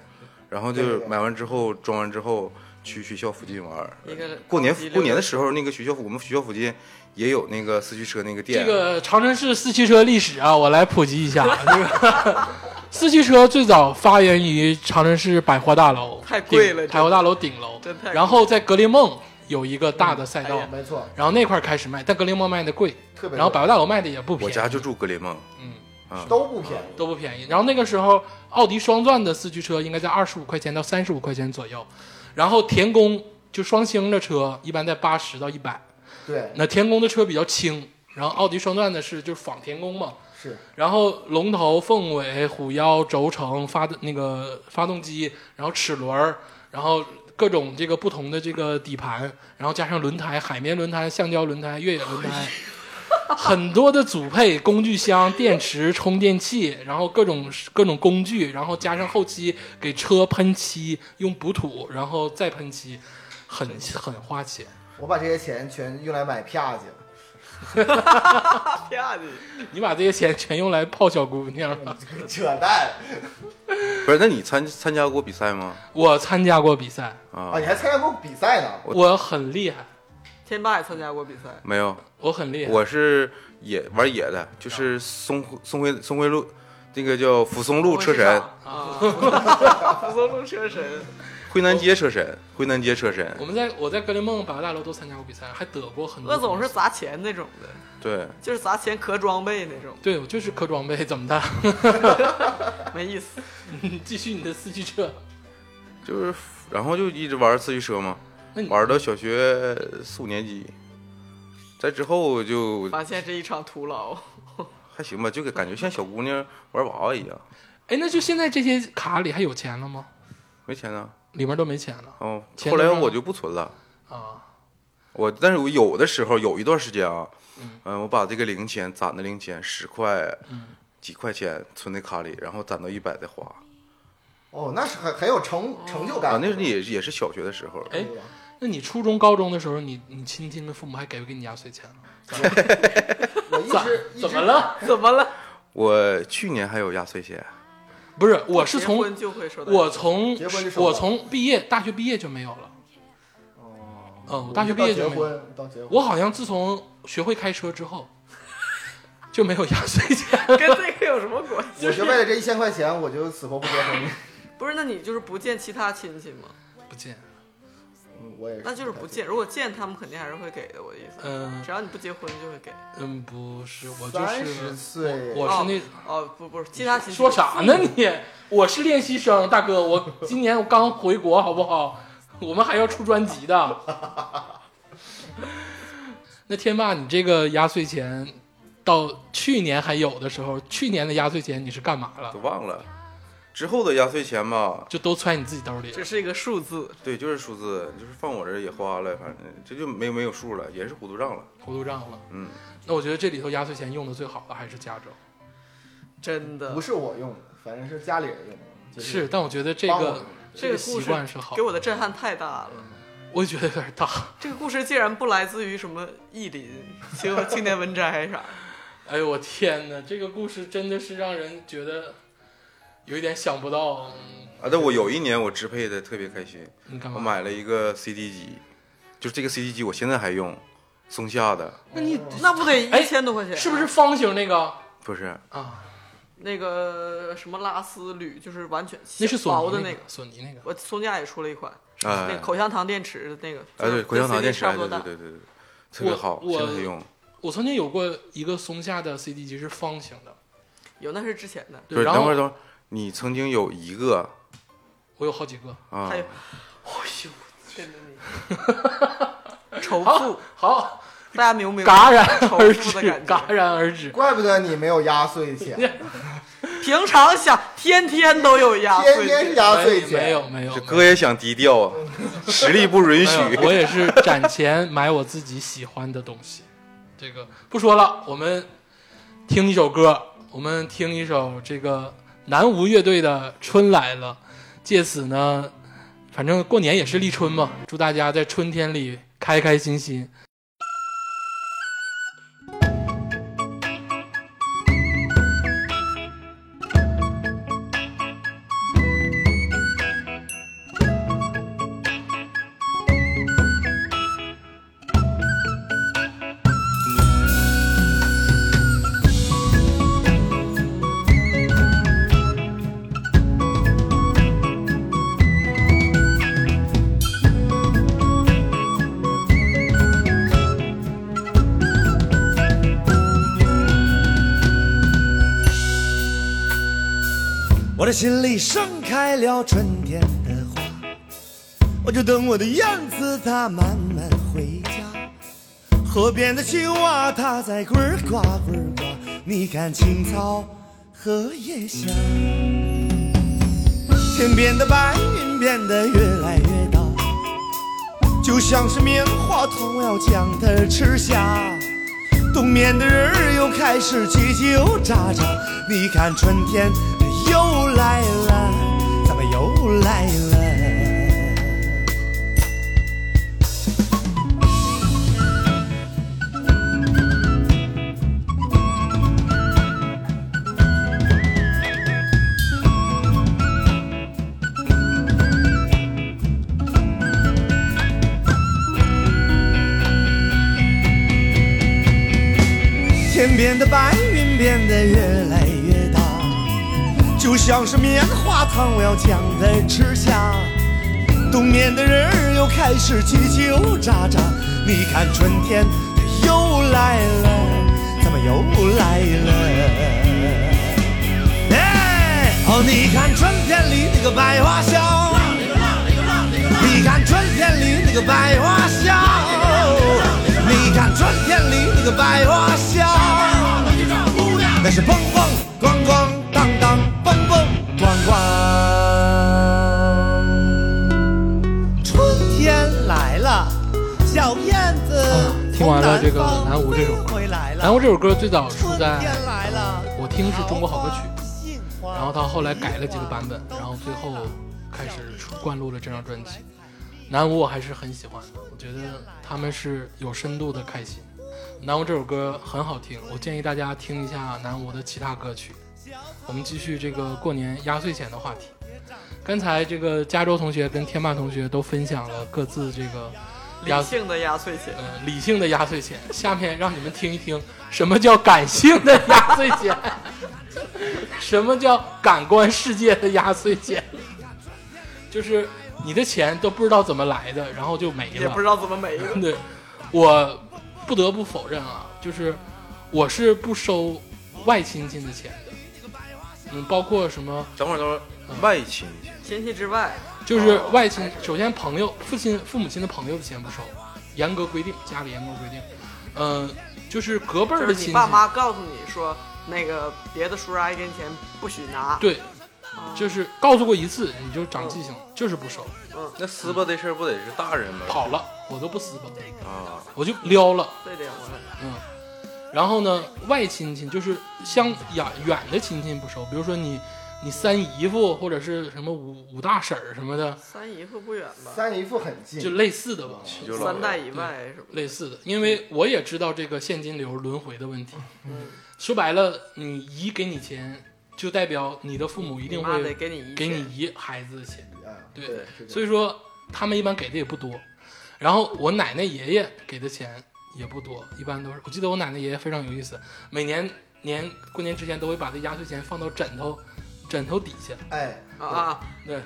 [SPEAKER 3] 然后
[SPEAKER 4] 对
[SPEAKER 3] 就
[SPEAKER 4] 对
[SPEAKER 3] 买完之后装完之后去学校附近玩儿。
[SPEAKER 2] 一个
[SPEAKER 3] 过年
[SPEAKER 2] 高级溜
[SPEAKER 3] 过年的
[SPEAKER 2] 冰
[SPEAKER 3] 时候，那个学校我们学校附近也有那个四驱车那个
[SPEAKER 1] 这
[SPEAKER 3] 店。
[SPEAKER 1] 个长春市四驱车历史啊，我来普及一下。这个 四驱车最早发源于长春市百货大楼，
[SPEAKER 2] 太贵了
[SPEAKER 1] 顶百货大楼顶楼
[SPEAKER 2] 真太贵，了
[SPEAKER 1] 然后在格林梦有一个大的赛道
[SPEAKER 2] 哎呀，哎
[SPEAKER 4] 没错，
[SPEAKER 1] 然后那块儿开始卖，但格林梦卖的贵，
[SPEAKER 4] 特别，
[SPEAKER 1] 然后百货大楼卖的也不便
[SPEAKER 3] 我
[SPEAKER 1] 宜，
[SPEAKER 3] 家就住格林梦，
[SPEAKER 1] 嗯
[SPEAKER 3] 啊，
[SPEAKER 4] 都不便宜，
[SPEAKER 1] 都不便宜。然后那个时候，奥迪双钻的四驱车应该在二十五块钱到三十五块钱左右，然后田工就双星的车一般在八十到一百，
[SPEAKER 4] 对，
[SPEAKER 1] 那田宫的车比较轻，然后奥迪双钻的是就是仿田宫嘛，
[SPEAKER 4] 是
[SPEAKER 1] 然后龙头、凤尾、虎腰、轴承、发动那个发动机，然后齿轮儿，然后各种这个不同的这个底盘，然后加上轮胎、海绵轮胎、橡胶轮胎、越野轮 胎，很多的组配、工具箱、电池、充电器，然后各种各种工具，然后加上后期给车喷漆，用补土，然后再喷漆，很很花钱。
[SPEAKER 4] 我把这些钱全用来买票去了。
[SPEAKER 2] 啪的，
[SPEAKER 1] 你把这些钱全用来泡小姑娘了。
[SPEAKER 4] 扯淡
[SPEAKER 3] 不是，那你参参加过比赛吗？
[SPEAKER 1] 我参加过比赛，
[SPEAKER 3] 啊
[SPEAKER 4] 啊！你，还参加过比赛呢？
[SPEAKER 1] 我很厉害。
[SPEAKER 2] 天霸也参加过比赛，
[SPEAKER 3] 没有，
[SPEAKER 1] 我很厉害，
[SPEAKER 3] 我是野玩野的，就是松松辉松辉路，那个叫抚松路车神，
[SPEAKER 2] 啊， 福松路啊车神，
[SPEAKER 3] 惠南街车
[SPEAKER 1] 哦
[SPEAKER 3] 神，惠南街车神
[SPEAKER 1] 我，们在我在格林梦、百货大楼都参加过比赛，还得过很多。
[SPEAKER 2] 我总是砸钱那种的，
[SPEAKER 3] 对，
[SPEAKER 2] 就是砸钱磕装备那种，
[SPEAKER 1] 对我就是磕装备，怎么的？
[SPEAKER 2] 没意思。
[SPEAKER 1] 你 继续你的四驱车，
[SPEAKER 3] 就是然后就一直玩四驱车嘛
[SPEAKER 1] 那你，
[SPEAKER 3] 玩到小学四五年级，在之后就
[SPEAKER 1] 啊
[SPEAKER 2] 发现这一场徒劳，
[SPEAKER 3] 还行吧，就给感觉像小姑娘玩娃娃一样，
[SPEAKER 1] 哎，那就现在这些卡里还有钱了吗？
[SPEAKER 3] 没钱呢。
[SPEAKER 1] 里面都没钱了
[SPEAKER 3] 哦，
[SPEAKER 1] 钱
[SPEAKER 3] 后来
[SPEAKER 1] 都扔
[SPEAKER 3] 我
[SPEAKER 1] 了
[SPEAKER 3] 就不存了。
[SPEAKER 1] 啊！
[SPEAKER 3] 我，但是我有的时候有一段时间啊，嗯、我把这个零钱攒的零钱十块、几块钱存在卡里，然后攒到一百再花。
[SPEAKER 4] 哦，那是很很有
[SPEAKER 2] 哦
[SPEAKER 4] 成成就感
[SPEAKER 3] 啊，那是也也是小学的时候，
[SPEAKER 1] 哎那你初中、高中的时候，你你亲亲的父母还给不给你压岁钱了？
[SPEAKER 4] 我一
[SPEAKER 1] 咋
[SPEAKER 4] 直一
[SPEAKER 1] 怎么
[SPEAKER 4] 直
[SPEAKER 1] 了？
[SPEAKER 2] 怎么了？
[SPEAKER 3] 我去年还有压岁钱，
[SPEAKER 1] 不是，我是
[SPEAKER 2] 结
[SPEAKER 1] 从
[SPEAKER 2] 婚就会收到，
[SPEAKER 1] 我从
[SPEAKER 4] 结婚就收到
[SPEAKER 1] 我从毕业大学毕业就没有了。
[SPEAKER 4] 哦，
[SPEAKER 1] 嗯，我大学毕业
[SPEAKER 4] 到结
[SPEAKER 1] 就没有。
[SPEAKER 4] 婚到结婚，
[SPEAKER 1] 我好像自从学会开车之 后，就没有压岁钱。
[SPEAKER 2] 跟这个有什么关 系？
[SPEAKER 4] 我就为了这一千块钱，我就死活不结婚。
[SPEAKER 2] 不是，那你就是不见其他亲戚吗？
[SPEAKER 1] 不见，
[SPEAKER 4] 嗯，我也是，
[SPEAKER 2] 那就是不见，如果见他们肯定还是会给的，我的意思。
[SPEAKER 1] 嗯
[SPEAKER 2] 只要你不结婚就会给。
[SPEAKER 1] 嗯，不是，我就
[SPEAKER 4] 三十
[SPEAKER 1] 是
[SPEAKER 4] 岁，
[SPEAKER 1] 我
[SPEAKER 2] 哦
[SPEAKER 1] 是那
[SPEAKER 2] 哦，不不是，其他亲 戚
[SPEAKER 1] 说啥呢你？我是练习生，大哥，我今年我刚回国，好不好？我们还要出专辑的。 那天霸，你这个压岁钱到去年还有的时候，去年的压岁钱你是干嘛了
[SPEAKER 3] 都？忘了。之后的压岁钱吧，
[SPEAKER 1] 就都揣你自己兜里了
[SPEAKER 2] 这。是一个数字，
[SPEAKER 3] 对，就是数字，就是放我这儿也花了，反正这就没有没有数了，也是糊涂账了。
[SPEAKER 1] 糊涂账了。
[SPEAKER 3] 嗯，
[SPEAKER 1] 那我觉得这里头压岁钱用的最好的还是加州，，
[SPEAKER 2] 真的
[SPEAKER 4] 不。是我用的，反正是家里人用的，就是
[SPEAKER 1] 但我觉得这
[SPEAKER 4] 帮我
[SPEAKER 1] 个
[SPEAKER 4] 用的
[SPEAKER 1] 这
[SPEAKER 2] 这个
[SPEAKER 1] 习惯是好
[SPEAKER 2] 给，我的震撼太大了。
[SPEAKER 1] 我也觉得有点大。
[SPEAKER 2] 这个故事竟然不来自于什么 意林、青青年文摘啥，
[SPEAKER 1] 哎呦我天哪，这个故事真的是让人觉得有一点想不到。嗯
[SPEAKER 3] 啊，但我有一年我支配的特别开心，
[SPEAKER 1] 你干
[SPEAKER 3] 我
[SPEAKER 1] 嘛？
[SPEAKER 3] 买了一个 CD 机，就是这个 CD 机我现在还用，松下的，
[SPEAKER 1] 那你
[SPEAKER 2] 那不得
[SPEAKER 1] 哎
[SPEAKER 2] 一千多块钱？啊
[SPEAKER 1] 是不是方形那个
[SPEAKER 3] 不是
[SPEAKER 1] 啊？
[SPEAKER 2] 那个什么拉丝铝，就是完全
[SPEAKER 1] 那是索
[SPEAKER 2] 薄
[SPEAKER 1] 尼
[SPEAKER 2] 的
[SPEAKER 1] 那
[SPEAKER 2] 个？
[SPEAKER 1] 索尼那个。
[SPEAKER 2] 我松下也出了一款，
[SPEAKER 3] 哎
[SPEAKER 2] 那个口香糖电池的那个，
[SPEAKER 3] 啊，对，口香糖电池，
[SPEAKER 2] 差不
[SPEAKER 3] 对对
[SPEAKER 2] 多大。
[SPEAKER 3] 对对对，特别好，
[SPEAKER 1] 我
[SPEAKER 3] 现在还用。
[SPEAKER 1] 我曾经有过一个松下的 CD 机是方形的，
[SPEAKER 2] 有，那是之前的。
[SPEAKER 3] 不是，
[SPEAKER 1] 然
[SPEAKER 3] 等会儿
[SPEAKER 1] 后
[SPEAKER 3] 等会儿，你曾经有一个
[SPEAKER 1] 我有好几个。
[SPEAKER 3] 啊
[SPEAKER 2] 还，有，哎呦，真的 你，仇
[SPEAKER 1] 好
[SPEAKER 2] 富，，
[SPEAKER 1] 好，
[SPEAKER 2] 大家明不明白？
[SPEAKER 1] 戛然
[SPEAKER 2] 仇
[SPEAKER 1] 而
[SPEAKER 2] 富
[SPEAKER 1] 止
[SPEAKER 2] 的感，觉
[SPEAKER 1] 戛然而止。
[SPEAKER 4] 怪不得你没有压岁钱，
[SPEAKER 2] 平常想天天都有压岁
[SPEAKER 4] 天天是
[SPEAKER 2] 钱，
[SPEAKER 4] 压岁钱，
[SPEAKER 1] 没有没有，
[SPEAKER 3] 这哥也想低调啊， 实力不允许。
[SPEAKER 1] 没有我也是攒钱买我自己喜欢的东西。这个不说了，我们听一首歌，我们听一首这个南无乐队的《春来了》。借此呢，反正过年也是立春嘛，祝大家在春天里开开心心。
[SPEAKER 5] 我的心里盛开了春天的花，我就等我的燕子它慢慢回家，河边的青蛙它在呱儿呱呱儿呱，你看青草荷叶香。天边的白云变得越来越大，就像是棉花糖要将它吃下。冬眠的人儿又开始叽叽喳喳，你看春天又来了，咱们又来了。天边的白云变得越来越大，就像是棉花糖，我要将它吃下。冬眠的人儿又开始叽叽喳喳，你看春天又来了，咱们又来了。哎，哦，你看春天里那个百花香，你看春天里那个百花香，你看春天里那个百花香，那是蹦蹦咣咣当当蹦蹦咣咣，春天来了，小燕子
[SPEAKER 1] 哦听完了这个南无这首歌然
[SPEAKER 5] 南
[SPEAKER 1] 后这首歌最早出在
[SPEAKER 5] 春天来了
[SPEAKER 1] 我听是中国好歌曲，
[SPEAKER 5] 曲，
[SPEAKER 1] 然后他后来改了几个版本，然后最后开始出灌录了这张专辑。南无我还是很喜欢的，我觉得他们是有深度的开心。南无这首歌很好听，我建议大家听一下南无的其他歌曲。我们继续这个过年压岁钱的话题。刚才这个加州同学跟天霸同学都分享了各自这个压
[SPEAKER 2] 理性的压岁钱，
[SPEAKER 1] 呃理性的压岁钱，下面让你们听一听什么叫感性的压岁钱， 什么叫感官世界的压岁钱，就是你的钱都不知道怎么来的，然后就没
[SPEAKER 2] 也
[SPEAKER 1] 了
[SPEAKER 2] 不。知道怎么没了。
[SPEAKER 1] 对，我不得不否认啊，就是我是不收外亲戚的钱的，嗯，包括什么
[SPEAKER 3] 等会儿等会儿，外亲戚
[SPEAKER 2] 亲戚之外，
[SPEAKER 1] 就是外亲，首先朋友、父亲、父母亲的朋友的钱不收，严格规定，家里严格规定。嗯、就是隔辈儿
[SPEAKER 2] 就
[SPEAKER 1] 的
[SPEAKER 2] 是
[SPEAKER 1] 亲
[SPEAKER 2] 你
[SPEAKER 1] 戚，
[SPEAKER 2] 爸妈告诉你说，那个别的叔叔阿姨给你钱不许拿。
[SPEAKER 1] 对，
[SPEAKER 2] 啊，
[SPEAKER 1] 就是告诉过一次，你就长记性，就是不收，
[SPEAKER 2] 嗯，
[SPEAKER 3] 那撕吧这事儿不得是大人吗？
[SPEAKER 1] 跑了，我都不撕吧，
[SPEAKER 3] 啊，
[SPEAKER 1] 我就撩了。
[SPEAKER 2] 这点我认。
[SPEAKER 1] 嗯，然后呢，外亲戚就是相远远的亲戚不收，比如说你你三姨夫或者是什么五五大婶儿什么的，
[SPEAKER 2] 三姨夫不远吧？
[SPEAKER 4] 三姨夫很近，
[SPEAKER 1] 就类似的吧，
[SPEAKER 3] 喜酒老
[SPEAKER 2] 三
[SPEAKER 3] 人
[SPEAKER 2] 代以外是吧？
[SPEAKER 1] 类似的，因
[SPEAKER 2] 嗯
[SPEAKER 1] 为我也知道这个现金流轮回的问题。说白了，你姨给你钱，就代表你的父母一
[SPEAKER 2] 你
[SPEAKER 1] 定
[SPEAKER 2] 妈得
[SPEAKER 1] 会
[SPEAKER 2] 给你一
[SPEAKER 1] 给你
[SPEAKER 2] 钱
[SPEAKER 1] 姨孩子的钱。
[SPEAKER 4] 啊，
[SPEAKER 1] 对
[SPEAKER 4] 是这
[SPEAKER 1] 所
[SPEAKER 4] 样
[SPEAKER 1] 以说他们一般给的也不多。然后我奶奶爷爷给的钱也不多，一般都是。我记得我奶奶爷爷非常有意思，每年年过年之前都会把这压岁钱放到枕头枕头底下，
[SPEAKER 4] 哎，
[SPEAKER 2] 啊啊！
[SPEAKER 1] 对，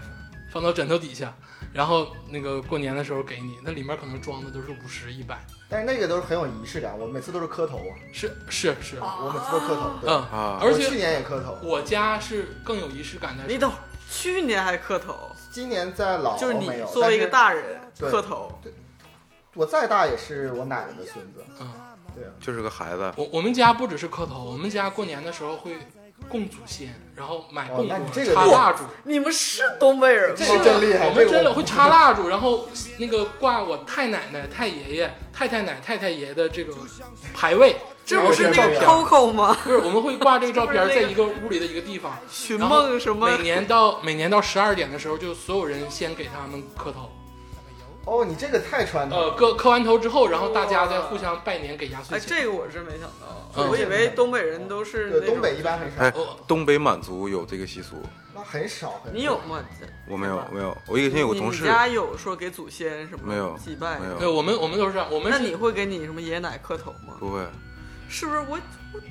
[SPEAKER 1] 放到枕头底下，然后那个过年的时候给你，那里面可能装的都是五十、一百，
[SPEAKER 4] 但是那个都是很有仪式感，我每次都是磕头啊，
[SPEAKER 1] 是是是，
[SPEAKER 4] 我每次都磕头，对
[SPEAKER 1] 嗯，
[SPEAKER 3] 啊
[SPEAKER 1] 而
[SPEAKER 4] 我去
[SPEAKER 1] 且
[SPEAKER 4] 年也磕头，
[SPEAKER 1] 我家是更有仪式感的，
[SPEAKER 2] 你等会儿去年还磕头，
[SPEAKER 4] 今年在老
[SPEAKER 2] 就是你
[SPEAKER 4] 没有
[SPEAKER 2] 作为一个，
[SPEAKER 4] 但
[SPEAKER 2] 大人
[SPEAKER 4] 对
[SPEAKER 2] 磕头，
[SPEAKER 4] 是我再大也是我奶奶的孙子，
[SPEAKER 1] 嗯，
[SPEAKER 4] 对啊，
[SPEAKER 3] 就是个孩子，
[SPEAKER 1] 我我们家不只是磕头，我们家过年的时候会供祖先，然后买
[SPEAKER 4] 哦
[SPEAKER 1] 供
[SPEAKER 4] 那
[SPEAKER 1] 果
[SPEAKER 4] 你这个
[SPEAKER 1] 插
[SPEAKER 4] 就
[SPEAKER 1] 蜡烛。
[SPEAKER 2] 你们是东北人
[SPEAKER 4] 这
[SPEAKER 2] 吗？
[SPEAKER 4] 个真厉害，
[SPEAKER 1] 我们
[SPEAKER 4] 这
[SPEAKER 1] 真
[SPEAKER 4] 个
[SPEAKER 1] 的会插蜡烛，然后那个挂我太奶奶、太爷爷、太太奶、太太爷的这个牌位，
[SPEAKER 2] 这不是那
[SPEAKER 1] 照
[SPEAKER 2] 个
[SPEAKER 1] 片，
[SPEAKER 2] Coco 吗？
[SPEAKER 1] 不是我们会挂这个照片
[SPEAKER 2] 这不是
[SPEAKER 1] 在
[SPEAKER 2] 那个
[SPEAKER 1] 一个屋里的一个地 方。
[SPEAKER 2] 寻
[SPEAKER 1] 然后
[SPEAKER 2] 梦什么？
[SPEAKER 1] 每年到每年到十二点的时候，就所有人先给他们磕头，
[SPEAKER 4] 哦，你这个太传统了，
[SPEAKER 1] 呃，磕磕完头之后，然后大家再互相拜年给压岁
[SPEAKER 2] 哎，
[SPEAKER 1] 钱。
[SPEAKER 2] 这个我真没想到，
[SPEAKER 1] 嗯
[SPEAKER 2] 我以为东北人都是那
[SPEAKER 4] 对，
[SPEAKER 2] 种
[SPEAKER 4] 东北一般很少，
[SPEAKER 3] 哎
[SPEAKER 1] 哦，
[SPEAKER 3] 东北满族有这个习俗，
[SPEAKER 4] 那很少，很少
[SPEAKER 2] 你有吗？
[SPEAKER 3] 我没有
[SPEAKER 2] 是吧
[SPEAKER 3] 没有，我以前有个
[SPEAKER 2] 你
[SPEAKER 3] 同
[SPEAKER 2] 你
[SPEAKER 3] 事，
[SPEAKER 2] 家有说给祖先什么
[SPEAKER 3] 没有
[SPEAKER 2] 祭拜？
[SPEAKER 3] 没有
[SPEAKER 1] 对，我们我们都是这样，我们
[SPEAKER 2] 那
[SPEAKER 1] 是
[SPEAKER 2] 你会给你什么爷爷奶磕头吗？
[SPEAKER 3] 不会，
[SPEAKER 2] 是不是我？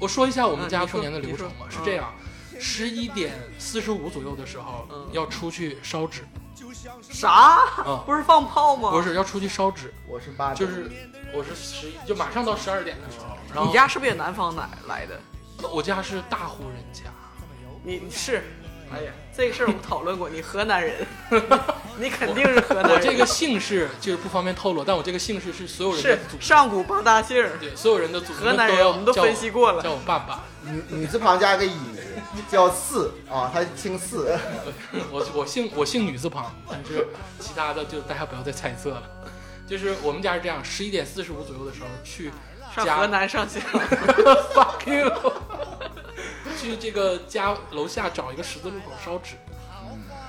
[SPEAKER 1] 我说一下我们
[SPEAKER 2] 嗯
[SPEAKER 1] 家
[SPEAKER 2] 你
[SPEAKER 1] 过
[SPEAKER 2] 说
[SPEAKER 1] 年的
[SPEAKER 2] 你
[SPEAKER 1] 流程
[SPEAKER 2] 说
[SPEAKER 1] 吧，
[SPEAKER 2] 嗯
[SPEAKER 1] 是这样：十一点四十五左右的时候
[SPEAKER 2] 嗯
[SPEAKER 1] 要出去烧纸，
[SPEAKER 2] 啥？
[SPEAKER 1] 嗯，
[SPEAKER 2] 不是放炮吗？
[SPEAKER 1] 不，是要出去烧纸，
[SPEAKER 4] 我是八
[SPEAKER 1] 就
[SPEAKER 4] 点
[SPEAKER 1] 是我是十一，就马上到十二点的时候，然
[SPEAKER 2] 你
[SPEAKER 1] 后
[SPEAKER 2] 家是不是也南方来来的？
[SPEAKER 1] 我家是大户人家，
[SPEAKER 2] 你你是，哎呀，这个事儿我们讨论过。你河南人，你肯定是河南
[SPEAKER 1] 我
[SPEAKER 2] 人。
[SPEAKER 1] 这个姓氏就是不方便透露，但我这个姓氏是所有人的
[SPEAKER 2] 是
[SPEAKER 1] 祖
[SPEAKER 2] 上古八大姓儿，
[SPEAKER 1] 对，所有人的祖宗
[SPEAKER 2] 河南人
[SPEAKER 1] 都要
[SPEAKER 2] 我们都
[SPEAKER 1] 叫
[SPEAKER 2] 分析过了
[SPEAKER 1] 叫我爸爸。
[SPEAKER 4] 女女字旁加个乙，叫四啊，他姓四。
[SPEAKER 1] 我我姓我姓女字旁，但是其他的就大家不要再猜测了。就是我们家是这样，十一点四十五左右的时候去
[SPEAKER 2] 上
[SPEAKER 1] 家
[SPEAKER 2] 河南上学。
[SPEAKER 1] fuck you，去这个家楼下找一个十字路口烧纸，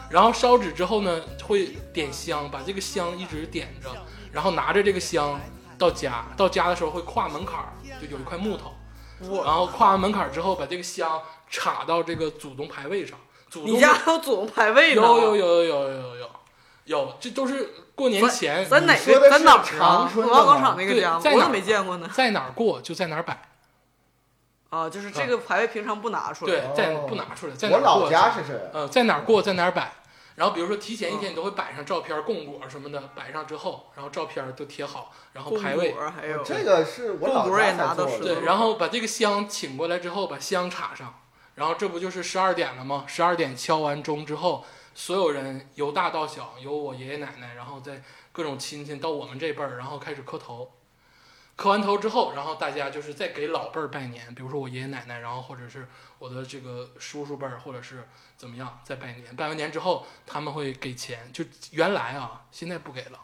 [SPEAKER 1] 然后烧纸之后呢，会点香，把这个香一直点着，然后拿着这个香到家，到家的时候会跨门槛儿，就有一块木头，然
[SPEAKER 2] 我
[SPEAKER 1] 后跨完门槛儿之后，把这个香插到这个祖宗牌位上，祖宗
[SPEAKER 2] 你家还有祖宗牌位呢？
[SPEAKER 1] 有有有有有有有有，这都是过年前
[SPEAKER 2] 咱哪
[SPEAKER 4] 你说
[SPEAKER 2] 个？
[SPEAKER 4] 的
[SPEAKER 2] 咱
[SPEAKER 4] 是
[SPEAKER 2] 哪
[SPEAKER 4] 长
[SPEAKER 2] 长？
[SPEAKER 4] 春
[SPEAKER 2] 文
[SPEAKER 4] 的
[SPEAKER 2] 化广
[SPEAKER 4] 吗
[SPEAKER 2] 场那个
[SPEAKER 1] 对
[SPEAKER 2] 家吗？
[SPEAKER 1] 在
[SPEAKER 2] 我
[SPEAKER 1] 哪
[SPEAKER 2] 怎么
[SPEAKER 1] 儿
[SPEAKER 2] 没见过呢？
[SPEAKER 1] 在哪儿过就在哪儿摆，
[SPEAKER 2] 啊，就是这个牌位平常不拿出来。啊
[SPEAKER 1] 对，在
[SPEAKER 4] 哦
[SPEAKER 1] 不拿出来，在哪
[SPEAKER 4] 我
[SPEAKER 1] 儿
[SPEAKER 4] 老
[SPEAKER 1] 过
[SPEAKER 4] 家是啊这样，
[SPEAKER 1] 呃，在哪儿过在哪儿摆。然后比如说提
[SPEAKER 2] 嗯
[SPEAKER 1] 前一天，你都会摆上照片、供果什么的，摆上之后，然后照片都贴好，然后
[SPEAKER 2] 供
[SPEAKER 1] 排位
[SPEAKER 2] 果，儿啊还有
[SPEAKER 4] 哦这个是我老
[SPEAKER 2] 公主
[SPEAKER 4] 家
[SPEAKER 2] 也
[SPEAKER 4] 才
[SPEAKER 2] 拿到
[SPEAKER 4] 做
[SPEAKER 2] 手
[SPEAKER 4] 的
[SPEAKER 1] 对，然后把这个香请过来之后，把香插上，然后这不就是十二点了吗？十二点敲完钟之后，所有人由大到小，由我爷爷奶奶，然后再各种亲戚到我们这辈儿，然后开始磕头。磕完头之后，然后大家就是再给老辈儿拜年，比如说我爷爷奶奶，然后或者是我的这个叔叔辈儿，或者是怎么样，再拜年。拜完年之后，他们会给钱，就原来啊，现在不给了。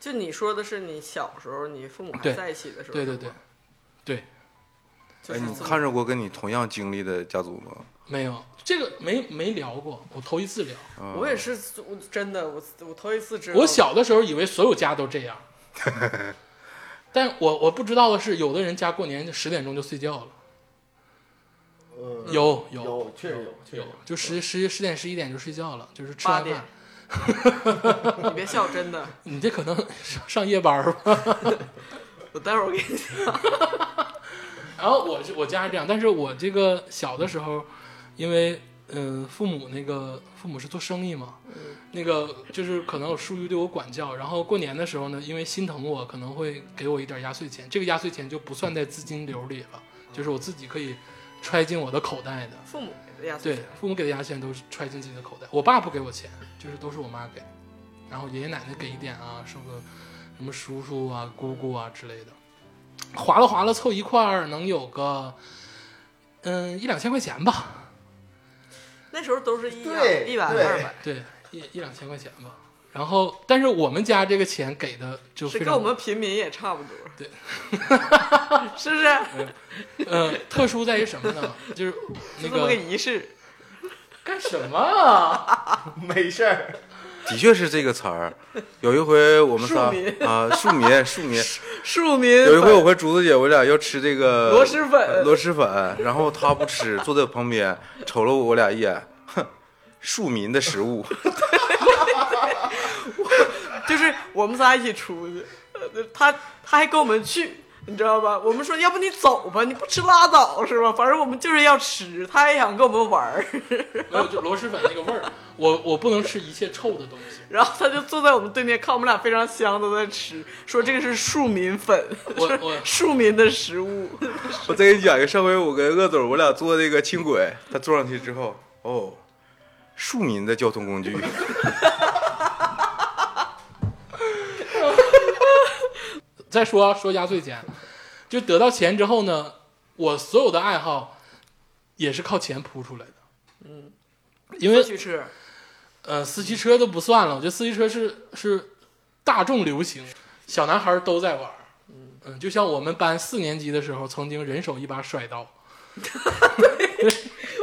[SPEAKER 2] 就你说的是你小时候，你父母还
[SPEAKER 1] 对
[SPEAKER 2] 在一起的时候。
[SPEAKER 1] 对对对，
[SPEAKER 2] 就
[SPEAKER 3] 哎，
[SPEAKER 2] 是
[SPEAKER 3] 你
[SPEAKER 2] 这么
[SPEAKER 3] 看着过跟你同样经历的家族吗？
[SPEAKER 1] 没有这个没没聊过，我头一次聊。
[SPEAKER 3] 嗯
[SPEAKER 2] 我也是，我真的，我我头一次知道。
[SPEAKER 1] 我小的时候以为所有家都这样， 但我我不知道的是，有的人家过年就十点钟就睡觉了，
[SPEAKER 4] 呃
[SPEAKER 1] 有有
[SPEAKER 4] 有，确实有，确实
[SPEAKER 1] 有，就十十十点十一点就睡觉了，就是吃
[SPEAKER 2] 八
[SPEAKER 1] 完
[SPEAKER 2] 点
[SPEAKER 1] 饭。，
[SPEAKER 2] 你别笑，真的，
[SPEAKER 1] 你这可能上上夜班儿吧。
[SPEAKER 2] 我待会儿给你。
[SPEAKER 1] 然后我是我家是这样，但是我这个小的时候，因为嗯、呃父母那个父母是做生意嘛，那个就是可能有疏于对我管教，然后过年的时候呢，因为心疼我，可能会给我一点压岁钱，这个压岁钱就不算在资金流里了，就是我自己可以揣进我的口袋的。
[SPEAKER 2] 父母的压岁
[SPEAKER 1] 对
[SPEAKER 2] 钱，，
[SPEAKER 1] 父母给的压岁钱都是揣进自己的口袋。我爸不给我钱，就是都是我妈给，然后爷爷奶奶给一点啊，什么什么叔叔啊、姑姑啊之类的，划拉划拉凑一块儿能有个嗯一两千块钱吧，
[SPEAKER 2] 那时候都是一
[SPEAKER 4] 对
[SPEAKER 2] 一百
[SPEAKER 4] 对
[SPEAKER 2] 二百，
[SPEAKER 1] 对，一一两千块钱吧。然后，但是我们家这个钱给的就是非
[SPEAKER 2] 跟我
[SPEAKER 1] 常
[SPEAKER 2] 们平民也差不多。
[SPEAKER 1] 对，
[SPEAKER 2] 是不是？
[SPEAKER 1] 呃特殊在于什么呢？ 就是
[SPEAKER 2] 就
[SPEAKER 1] 那
[SPEAKER 2] 这么个
[SPEAKER 1] 个
[SPEAKER 2] 仪式，
[SPEAKER 1] 干什么啊？
[SPEAKER 4] 有，没事儿。
[SPEAKER 3] 的确是这个词儿。有一回我们仨
[SPEAKER 2] 庶民
[SPEAKER 3] 啊，庶民，庶民。
[SPEAKER 2] 庶 民
[SPEAKER 3] 有一回我
[SPEAKER 2] 粉
[SPEAKER 3] 和竹子姐，我俩要吃这个
[SPEAKER 2] 螺蛳粉
[SPEAKER 3] 螺蛳粉，然后她不吃，坐在我旁边瞅了我俩一眼，哼，庶民的食物。
[SPEAKER 2] 就是我们仨一起出去，呃他他还跟我们去。你知道吧？我们说，要不你走吧，你不吃拉倒是吧？反正我们就是要吃，他也想跟我们玩儿，
[SPEAKER 1] 没有，就螺蛳粉那个味儿，我我不能吃一切臭的东西。
[SPEAKER 2] 然后他就坐在我们对面，看我们俩非常香都在吃，说这个是庶民粉，
[SPEAKER 1] 我
[SPEAKER 2] 是
[SPEAKER 1] 我
[SPEAKER 2] 庶民的食物。
[SPEAKER 3] 我再给你讲一个，上回我跟鄂总，我俩坐那个轻轨，他坐上去之后，哦，庶民的交通工具。
[SPEAKER 1] 再说啊说压岁钱，就得到钱之后呢，我所有的爱好也是靠钱铺出来的。嗯，因
[SPEAKER 2] 不
[SPEAKER 1] 为
[SPEAKER 2] 许吃，
[SPEAKER 1] 呃，四驱车都不算了，我觉得四驱车是是大众流行，小男孩儿都在玩儿。嗯，就像我们班四年级的时候，曾经人手一把甩刀，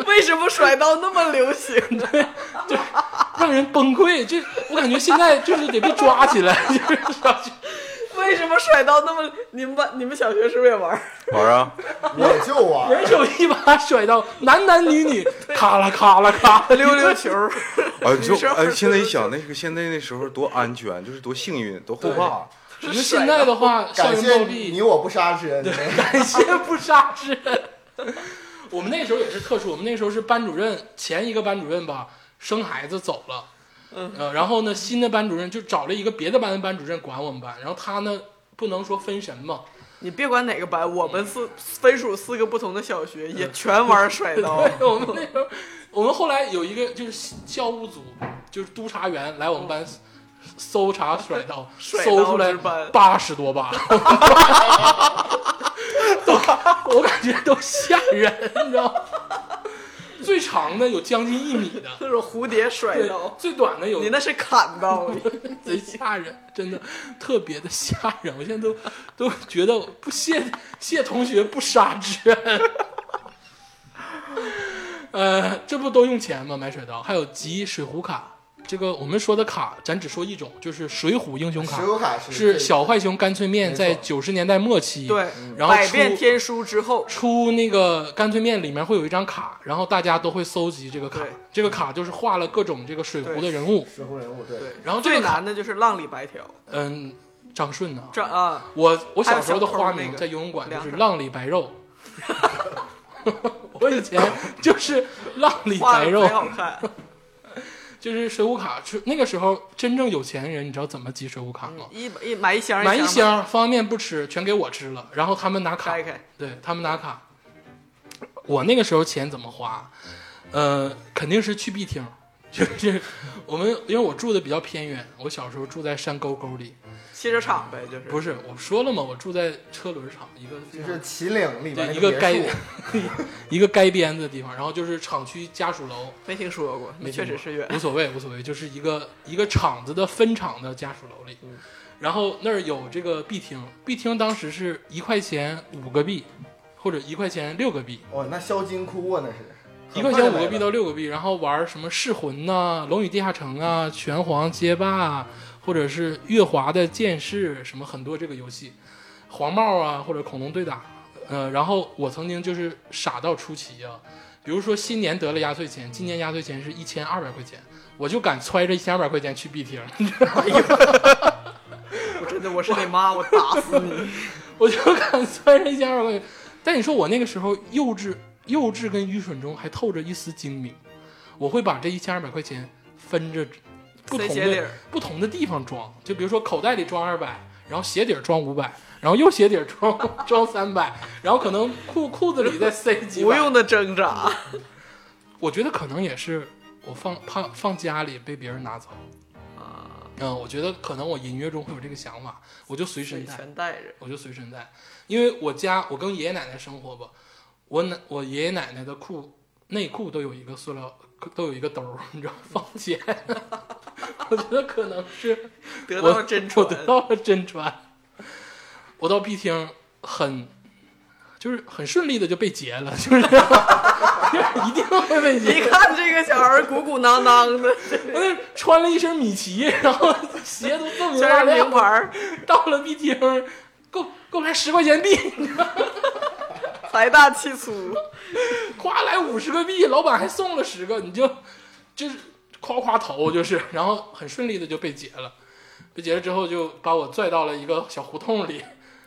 [SPEAKER 2] 为什么甩刀那么流行？
[SPEAKER 1] 让人崩溃。这我感觉现在就是得被抓起来， 就是抓起
[SPEAKER 2] 为什么甩刀那么？你们班你们小学是不是也玩儿？
[SPEAKER 3] 玩儿啊，
[SPEAKER 4] 我就玩，
[SPEAKER 1] 人手一把甩刀，男男女女，咔啦咔啦咔啦
[SPEAKER 2] 溜溜球儿，
[SPEAKER 3] 啊，你就
[SPEAKER 2] 女生
[SPEAKER 3] 哎，现在一想，那个现在那时候多安全，就是多幸运，多后怕。
[SPEAKER 1] 你说现在的话，校
[SPEAKER 4] 感
[SPEAKER 1] 园暴
[SPEAKER 4] 谢
[SPEAKER 1] 力，
[SPEAKER 4] 你我不杀之恩。
[SPEAKER 1] 感谢不杀之恩。 我们那时候也是特殊，我们那时候是班主任前一个班主任吧，生孩子走了，嗯、呃，然后呢，新的班主任就找了一个别的班的班主任管我们班，然后他呢不能说分神嘛，
[SPEAKER 2] 你别管哪个班，我们四分属四个不同的小学，也全玩甩 刀。
[SPEAKER 1] 对，我们那时候，我们后来有一个就是校务组，就是督察员来我们班搜查甩刀，
[SPEAKER 2] 甩
[SPEAKER 1] 搜
[SPEAKER 2] 刀
[SPEAKER 1] 出来
[SPEAKER 2] 之斑
[SPEAKER 1] 八十多把， 都我感觉都吓人，你知道吗？最长的有将近一米 的，
[SPEAKER 2] 那种蝴蝶甩
[SPEAKER 1] 对
[SPEAKER 2] 刀，，
[SPEAKER 1] 最短的有
[SPEAKER 2] 哎 你那是砍刀，
[SPEAKER 1] 贼吓人，真的特别的吓人。我现在都都觉得我不谢谢同学不杀之 恩。呃，这不都用钱吗？买水刀，还有集水壶卡。这个我们说的卡，咱只说一种，就是水浒英雄卡
[SPEAKER 4] 水，浒卡
[SPEAKER 1] 是
[SPEAKER 4] 最
[SPEAKER 1] 小浣熊干脆面
[SPEAKER 4] 没错
[SPEAKER 1] 在九十年代末期，
[SPEAKER 2] 对，
[SPEAKER 1] 嗯然后
[SPEAKER 2] 百变
[SPEAKER 1] 出
[SPEAKER 2] 天书之后，
[SPEAKER 1] 出那个干脆面里面会有一张卡，然后大家都会搜集这个卡
[SPEAKER 2] 对，
[SPEAKER 1] 这个卡就是画了各种这个水浒的
[SPEAKER 2] 对
[SPEAKER 1] 人物，
[SPEAKER 4] 水浒人物，对
[SPEAKER 2] 对，
[SPEAKER 1] 然后这
[SPEAKER 2] 最
[SPEAKER 1] 个卡
[SPEAKER 2] 难的就是浪里白条，
[SPEAKER 1] 嗯，张顺呐、
[SPEAKER 2] 这啊，
[SPEAKER 1] 我我小时候的
[SPEAKER 2] 还有小偷
[SPEAKER 1] 花
[SPEAKER 2] 那
[SPEAKER 1] 名
[SPEAKER 2] 个
[SPEAKER 1] 在游泳馆就是
[SPEAKER 2] 梁上
[SPEAKER 1] 浪里白肉， 我以前就是浪里
[SPEAKER 2] 画
[SPEAKER 1] 白
[SPEAKER 2] 的
[SPEAKER 1] 肉
[SPEAKER 2] 贼，好看，
[SPEAKER 1] 就是水浒卡。是那个时候真正有钱人，你知道怎么集水浒卡吗？
[SPEAKER 2] 嗯一一买一箱
[SPEAKER 1] 买一
[SPEAKER 2] 箱
[SPEAKER 1] 箱方便面不吃，全给我吃了，然后他们拿卡
[SPEAKER 2] 拆开，
[SPEAKER 1] 对他们拿卡。我那个时候钱怎么花？呃，肯定是去必厅， 就是我们因为我住的比较偏远，我小时候住在山沟沟里，
[SPEAKER 2] 汽车厂呗，就是
[SPEAKER 1] 不是我说了吗？我住在车轮厂一个非
[SPEAKER 4] 就
[SPEAKER 1] 常
[SPEAKER 4] 是秦岭里面
[SPEAKER 1] 对，一
[SPEAKER 4] 个
[SPEAKER 1] 个该
[SPEAKER 4] 别墅
[SPEAKER 1] 一个该编子的地方，然后就是厂区家属楼，
[SPEAKER 2] 没听说过，
[SPEAKER 1] 没
[SPEAKER 2] 确
[SPEAKER 1] 听过
[SPEAKER 2] 实是远，
[SPEAKER 1] 无所谓无所谓，就是一个一个厂子的分厂的家属楼里，
[SPEAKER 2] 嗯
[SPEAKER 1] 然后那儿有这个币厅，币厅当时是一块钱五个币，或者一块钱六个币，
[SPEAKER 4] 哦，那销金窟啊，那是
[SPEAKER 1] 一块钱五个
[SPEAKER 4] 很快就
[SPEAKER 1] 币
[SPEAKER 4] 没了
[SPEAKER 1] 到六个币，然后玩什么噬魂呐、龙与地下城啊、拳皇街霸啊，或者是月华的剑士什么很多这个游戏，黄帽啊或者恐龙对打，呃，然后我曾经就是傻到出奇啊，比如说新年得了压岁钱，今年压岁钱是一千二百块钱，我就敢揣着一千二百块钱去币厅，
[SPEAKER 2] 我真的我是你妈，我打死你，
[SPEAKER 1] 我就敢揣着一千二百块钱。但你说我那个时候幼稚、幼稚跟愚蠢中还透着一丝精明，我会把这一千二百块钱分着不
[SPEAKER 2] 塞
[SPEAKER 1] 同
[SPEAKER 2] 鞋底
[SPEAKER 1] 的
[SPEAKER 2] 儿，
[SPEAKER 1] 不同的地方装，就比如说口袋里装二百，然后鞋底儿装五百，然后右鞋底儿装 装三百，然后可能裤裤子里再塞几
[SPEAKER 2] 无
[SPEAKER 1] 百。
[SPEAKER 2] 用的挣扎，
[SPEAKER 1] 我觉得可能也是我放怕放家里被别人拿走。
[SPEAKER 2] 啊
[SPEAKER 1] 嗯，我觉得可能我隐约中会有这个想法，我就随身
[SPEAKER 2] 水
[SPEAKER 1] 带。
[SPEAKER 2] 全带着，
[SPEAKER 1] 我就随身带，因为我家我跟爷爷奶奶生活吧，我奶我爷爷奶奶的裤内裤都有一个塑料都有一个兜儿，你知道 放钱，我觉得可能是
[SPEAKER 2] 得
[SPEAKER 1] 我
[SPEAKER 2] 到真
[SPEAKER 1] 我
[SPEAKER 2] 传，
[SPEAKER 1] 得到了真传。我到 B 厅很就是很顺利的就被劫了，就是 一定会被劫
[SPEAKER 2] 一。看这个小孩儿鼓鼓囊囊 的，
[SPEAKER 1] 我那穿了一身米奇，然后鞋都锃明
[SPEAKER 2] 全
[SPEAKER 1] 瓦
[SPEAKER 2] 是名
[SPEAKER 1] 亮，
[SPEAKER 2] 牌儿，
[SPEAKER 1] 到了 B 厅够够来十块钱币。
[SPEAKER 2] 财大气粗，
[SPEAKER 1] 夸来五十个币，老板还送了十个，你就就是夸夸投就是，然后很顺利的就被劫了，被劫了之后就把我拽到了一个小胡同里，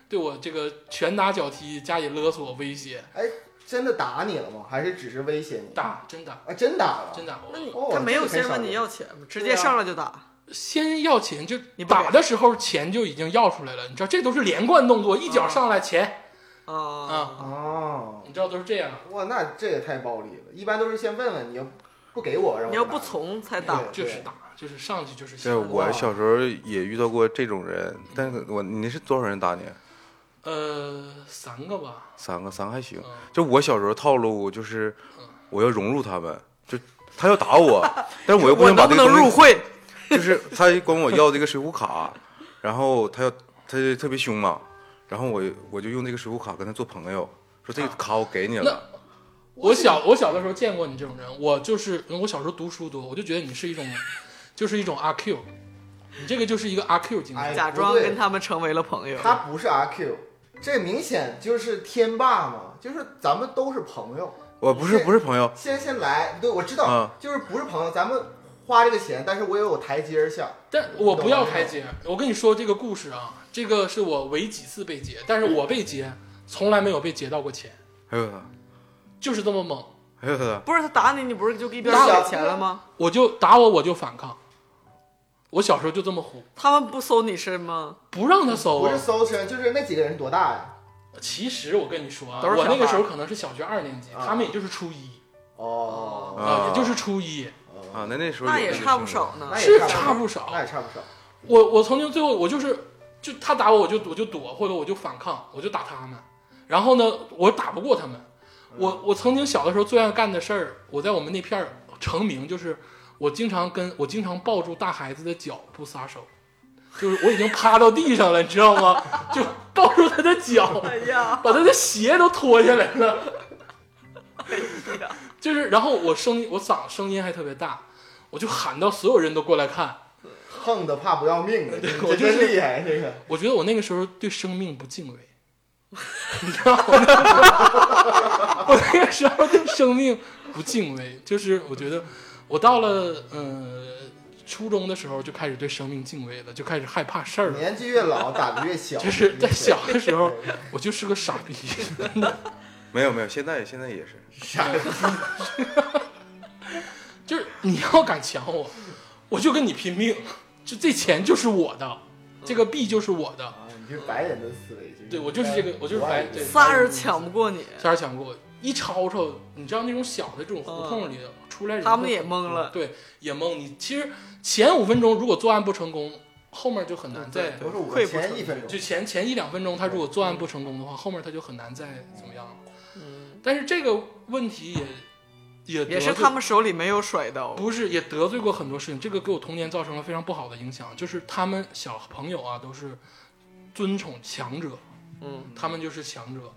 [SPEAKER 1] 对我这个拳打脚踢加以勒索威胁，
[SPEAKER 4] 哎，真的打你了吗？还是只是威胁你？
[SPEAKER 1] 打真打
[SPEAKER 4] 啊，真打了，
[SPEAKER 1] 真打我
[SPEAKER 2] 那，你
[SPEAKER 4] 哦
[SPEAKER 2] 他没有
[SPEAKER 4] 这个
[SPEAKER 2] 先
[SPEAKER 4] 很少
[SPEAKER 2] 问你
[SPEAKER 4] 见
[SPEAKER 2] 要钱吗？直
[SPEAKER 1] 对
[SPEAKER 2] 接
[SPEAKER 1] 啊
[SPEAKER 2] 上来就打，
[SPEAKER 1] 先要钱就
[SPEAKER 2] 你不给
[SPEAKER 1] 打的时候钱就已经要出来了，你知道这都是连贯动作，一脚上来钱
[SPEAKER 2] 啊，
[SPEAKER 1] 啊，
[SPEAKER 4] 哦，
[SPEAKER 1] 你知道都是这样，
[SPEAKER 4] 哇，那这也太暴力了。一般都是先问问你要不给我，然后
[SPEAKER 2] 你要
[SPEAKER 4] 再
[SPEAKER 2] 不
[SPEAKER 4] 打
[SPEAKER 2] 从才打，
[SPEAKER 4] 对
[SPEAKER 1] 就是打就是上去就是
[SPEAKER 3] 对，
[SPEAKER 1] 先
[SPEAKER 3] 我小时候也遇到过这种人，但是我你是多少人打你？
[SPEAKER 1] 呃三个吧，
[SPEAKER 3] 三个，三个还行
[SPEAKER 1] 嗯。
[SPEAKER 3] 就我小时候套路就是，我要融入他们，就他要打我，但是我又不
[SPEAKER 2] 我
[SPEAKER 3] 想把
[SPEAKER 2] 能不
[SPEAKER 3] 这个
[SPEAKER 2] 能入
[SPEAKER 3] 东西，
[SPEAKER 2] 会？
[SPEAKER 3] 就是他管我要这个水浒卡，然后他要他就特别凶嘛，然后我我就用这个水浒卡跟他做朋友，说
[SPEAKER 2] 啊
[SPEAKER 3] 这个卡我给你了，
[SPEAKER 1] 我小我小的时候见过你这种人，我就是嗯因为我小时候读书多，我就觉得你是一种，就是一种阿 Q，你这个就是一个阿 Q 精
[SPEAKER 4] 哎
[SPEAKER 1] 神。
[SPEAKER 2] 假装
[SPEAKER 4] 不对
[SPEAKER 2] 跟他们成为了朋友，
[SPEAKER 4] 他不是阿 Q，这明显就是天霸嘛，就是咱们都是朋友。
[SPEAKER 3] 我不是
[SPEAKER 4] 是
[SPEAKER 3] 不是朋友，
[SPEAKER 4] 先先来，对我知道，
[SPEAKER 3] 嗯
[SPEAKER 4] 就是不是朋友，咱们花这个钱，但是我也有台阶儿下。
[SPEAKER 1] 但我不要台阶，我跟你说这个故事啊，这个是我唯几次被劫，但是我被劫从来没有被劫到过钱，
[SPEAKER 3] 还有他，
[SPEAKER 1] 就是这么猛，
[SPEAKER 3] 还有他，
[SPEAKER 2] 不是他打你，你不是就一边
[SPEAKER 4] 打我
[SPEAKER 2] 给钱了吗？
[SPEAKER 1] 我就打我我就反抗，我小时候就这么虎，
[SPEAKER 2] 他们不搜你身吗？
[SPEAKER 1] 不让他搜
[SPEAKER 4] 不是
[SPEAKER 1] 啊。
[SPEAKER 4] 搜身，就是那几个人多大呀？
[SPEAKER 1] 其实我跟你说啊，
[SPEAKER 2] 都是小
[SPEAKER 1] 我
[SPEAKER 2] 孩
[SPEAKER 1] 那个时候可能是小学二年级，
[SPEAKER 4] 啊
[SPEAKER 1] 他们也就是初一
[SPEAKER 4] 哦，
[SPEAKER 3] 啊
[SPEAKER 1] 也就是初一，
[SPEAKER 3] 啊，那那时候
[SPEAKER 2] 那
[SPEAKER 3] 有
[SPEAKER 2] 也
[SPEAKER 3] 那个
[SPEAKER 2] 差不
[SPEAKER 3] 性格
[SPEAKER 2] 少呢
[SPEAKER 4] 那。
[SPEAKER 1] 是
[SPEAKER 4] 也差
[SPEAKER 1] 差
[SPEAKER 4] 不
[SPEAKER 1] 不少
[SPEAKER 4] 那也差不少。
[SPEAKER 1] 我我曾经最后我就是就他打我我就我就躲或者我就反抗我就打他们，然后呢我打不过他们，我我曾经小的时候最爱干的事儿，我在我们那片儿成名就是我经常跟我经常抱住大孩子的脚不撒手，就是我已经趴到地上了，你知道吗？就抱住他的脚，
[SPEAKER 2] 哎呀，
[SPEAKER 1] 把他的鞋都脱下来了。
[SPEAKER 2] 哎呀，
[SPEAKER 1] 就是，然后我声音，我嗓声音还特别大，我就喊到所有人都过来看。
[SPEAKER 4] 横的怕不要命的，这
[SPEAKER 1] 我
[SPEAKER 4] 这
[SPEAKER 1] 就是
[SPEAKER 4] 真厉害， 这个
[SPEAKER 1] 我觉得我那个时候对生命不敬畏，你知道吗？ 我那个时候对生命不敬畏，就是我觉得我到了呃初中的时候就开始对生命敬畏了，就开始害怕事儿了。
[SPEAKER 4] 年纪越老打的越小，
[SPEAKER 1] 就是在小的时候，我就是个傻逼。
[SPEAKER 3] 没有没有，现在现在也是，
[SPEAKER 1] 就是你要敢抢我，我就跟你拼命。就这钱就是我的，这个币就是我的。
[SPEAKER 4] 啊，你这白人的思维，这个
[SPEAKER 1] 对我就是这个我就是白对
[SPEAKER 2] 仨人抢不过你，
[SPEAKER 1] 三儿抢过，一吵吵，你知道那种小的这种胡同里的、出来人会，
[SPEAKER 2] 嗯他们也懵 了。
[SPEAKER 1] 对也懵你。其实前五分钟如果作案不成功，后面就很
[SPEAKER 2] 嗯
[SPEAKER 1] 难再
[SPEAKER 4] 都是我
[SPEAKER 2] 溃不
[SPEAKER 4] 前
[SPEAKER 2] 成
[SPEAKER 4] 一分钟
[SPEAKER 1] 就前前一两分钟他如果作案不成功的话，后面他就很难再怎么样了。
[SPEAKER 2] 嗯，
[SPEAKER 1] 但是这个问题也也得
[SPEAKER 2] 也是
[SPEAKER 1] 罪
[SPEAKER 2] 他们手里没有哦甩刀。
[SPEAKER 1] 不是也得罪过很多事情，这个给我童年造成了非常不好的影响。就是他们小朋友啊都是尊崇强者，
[SPEAKER 2] 嗯，
[SPEAKER 1] 他们就是强者。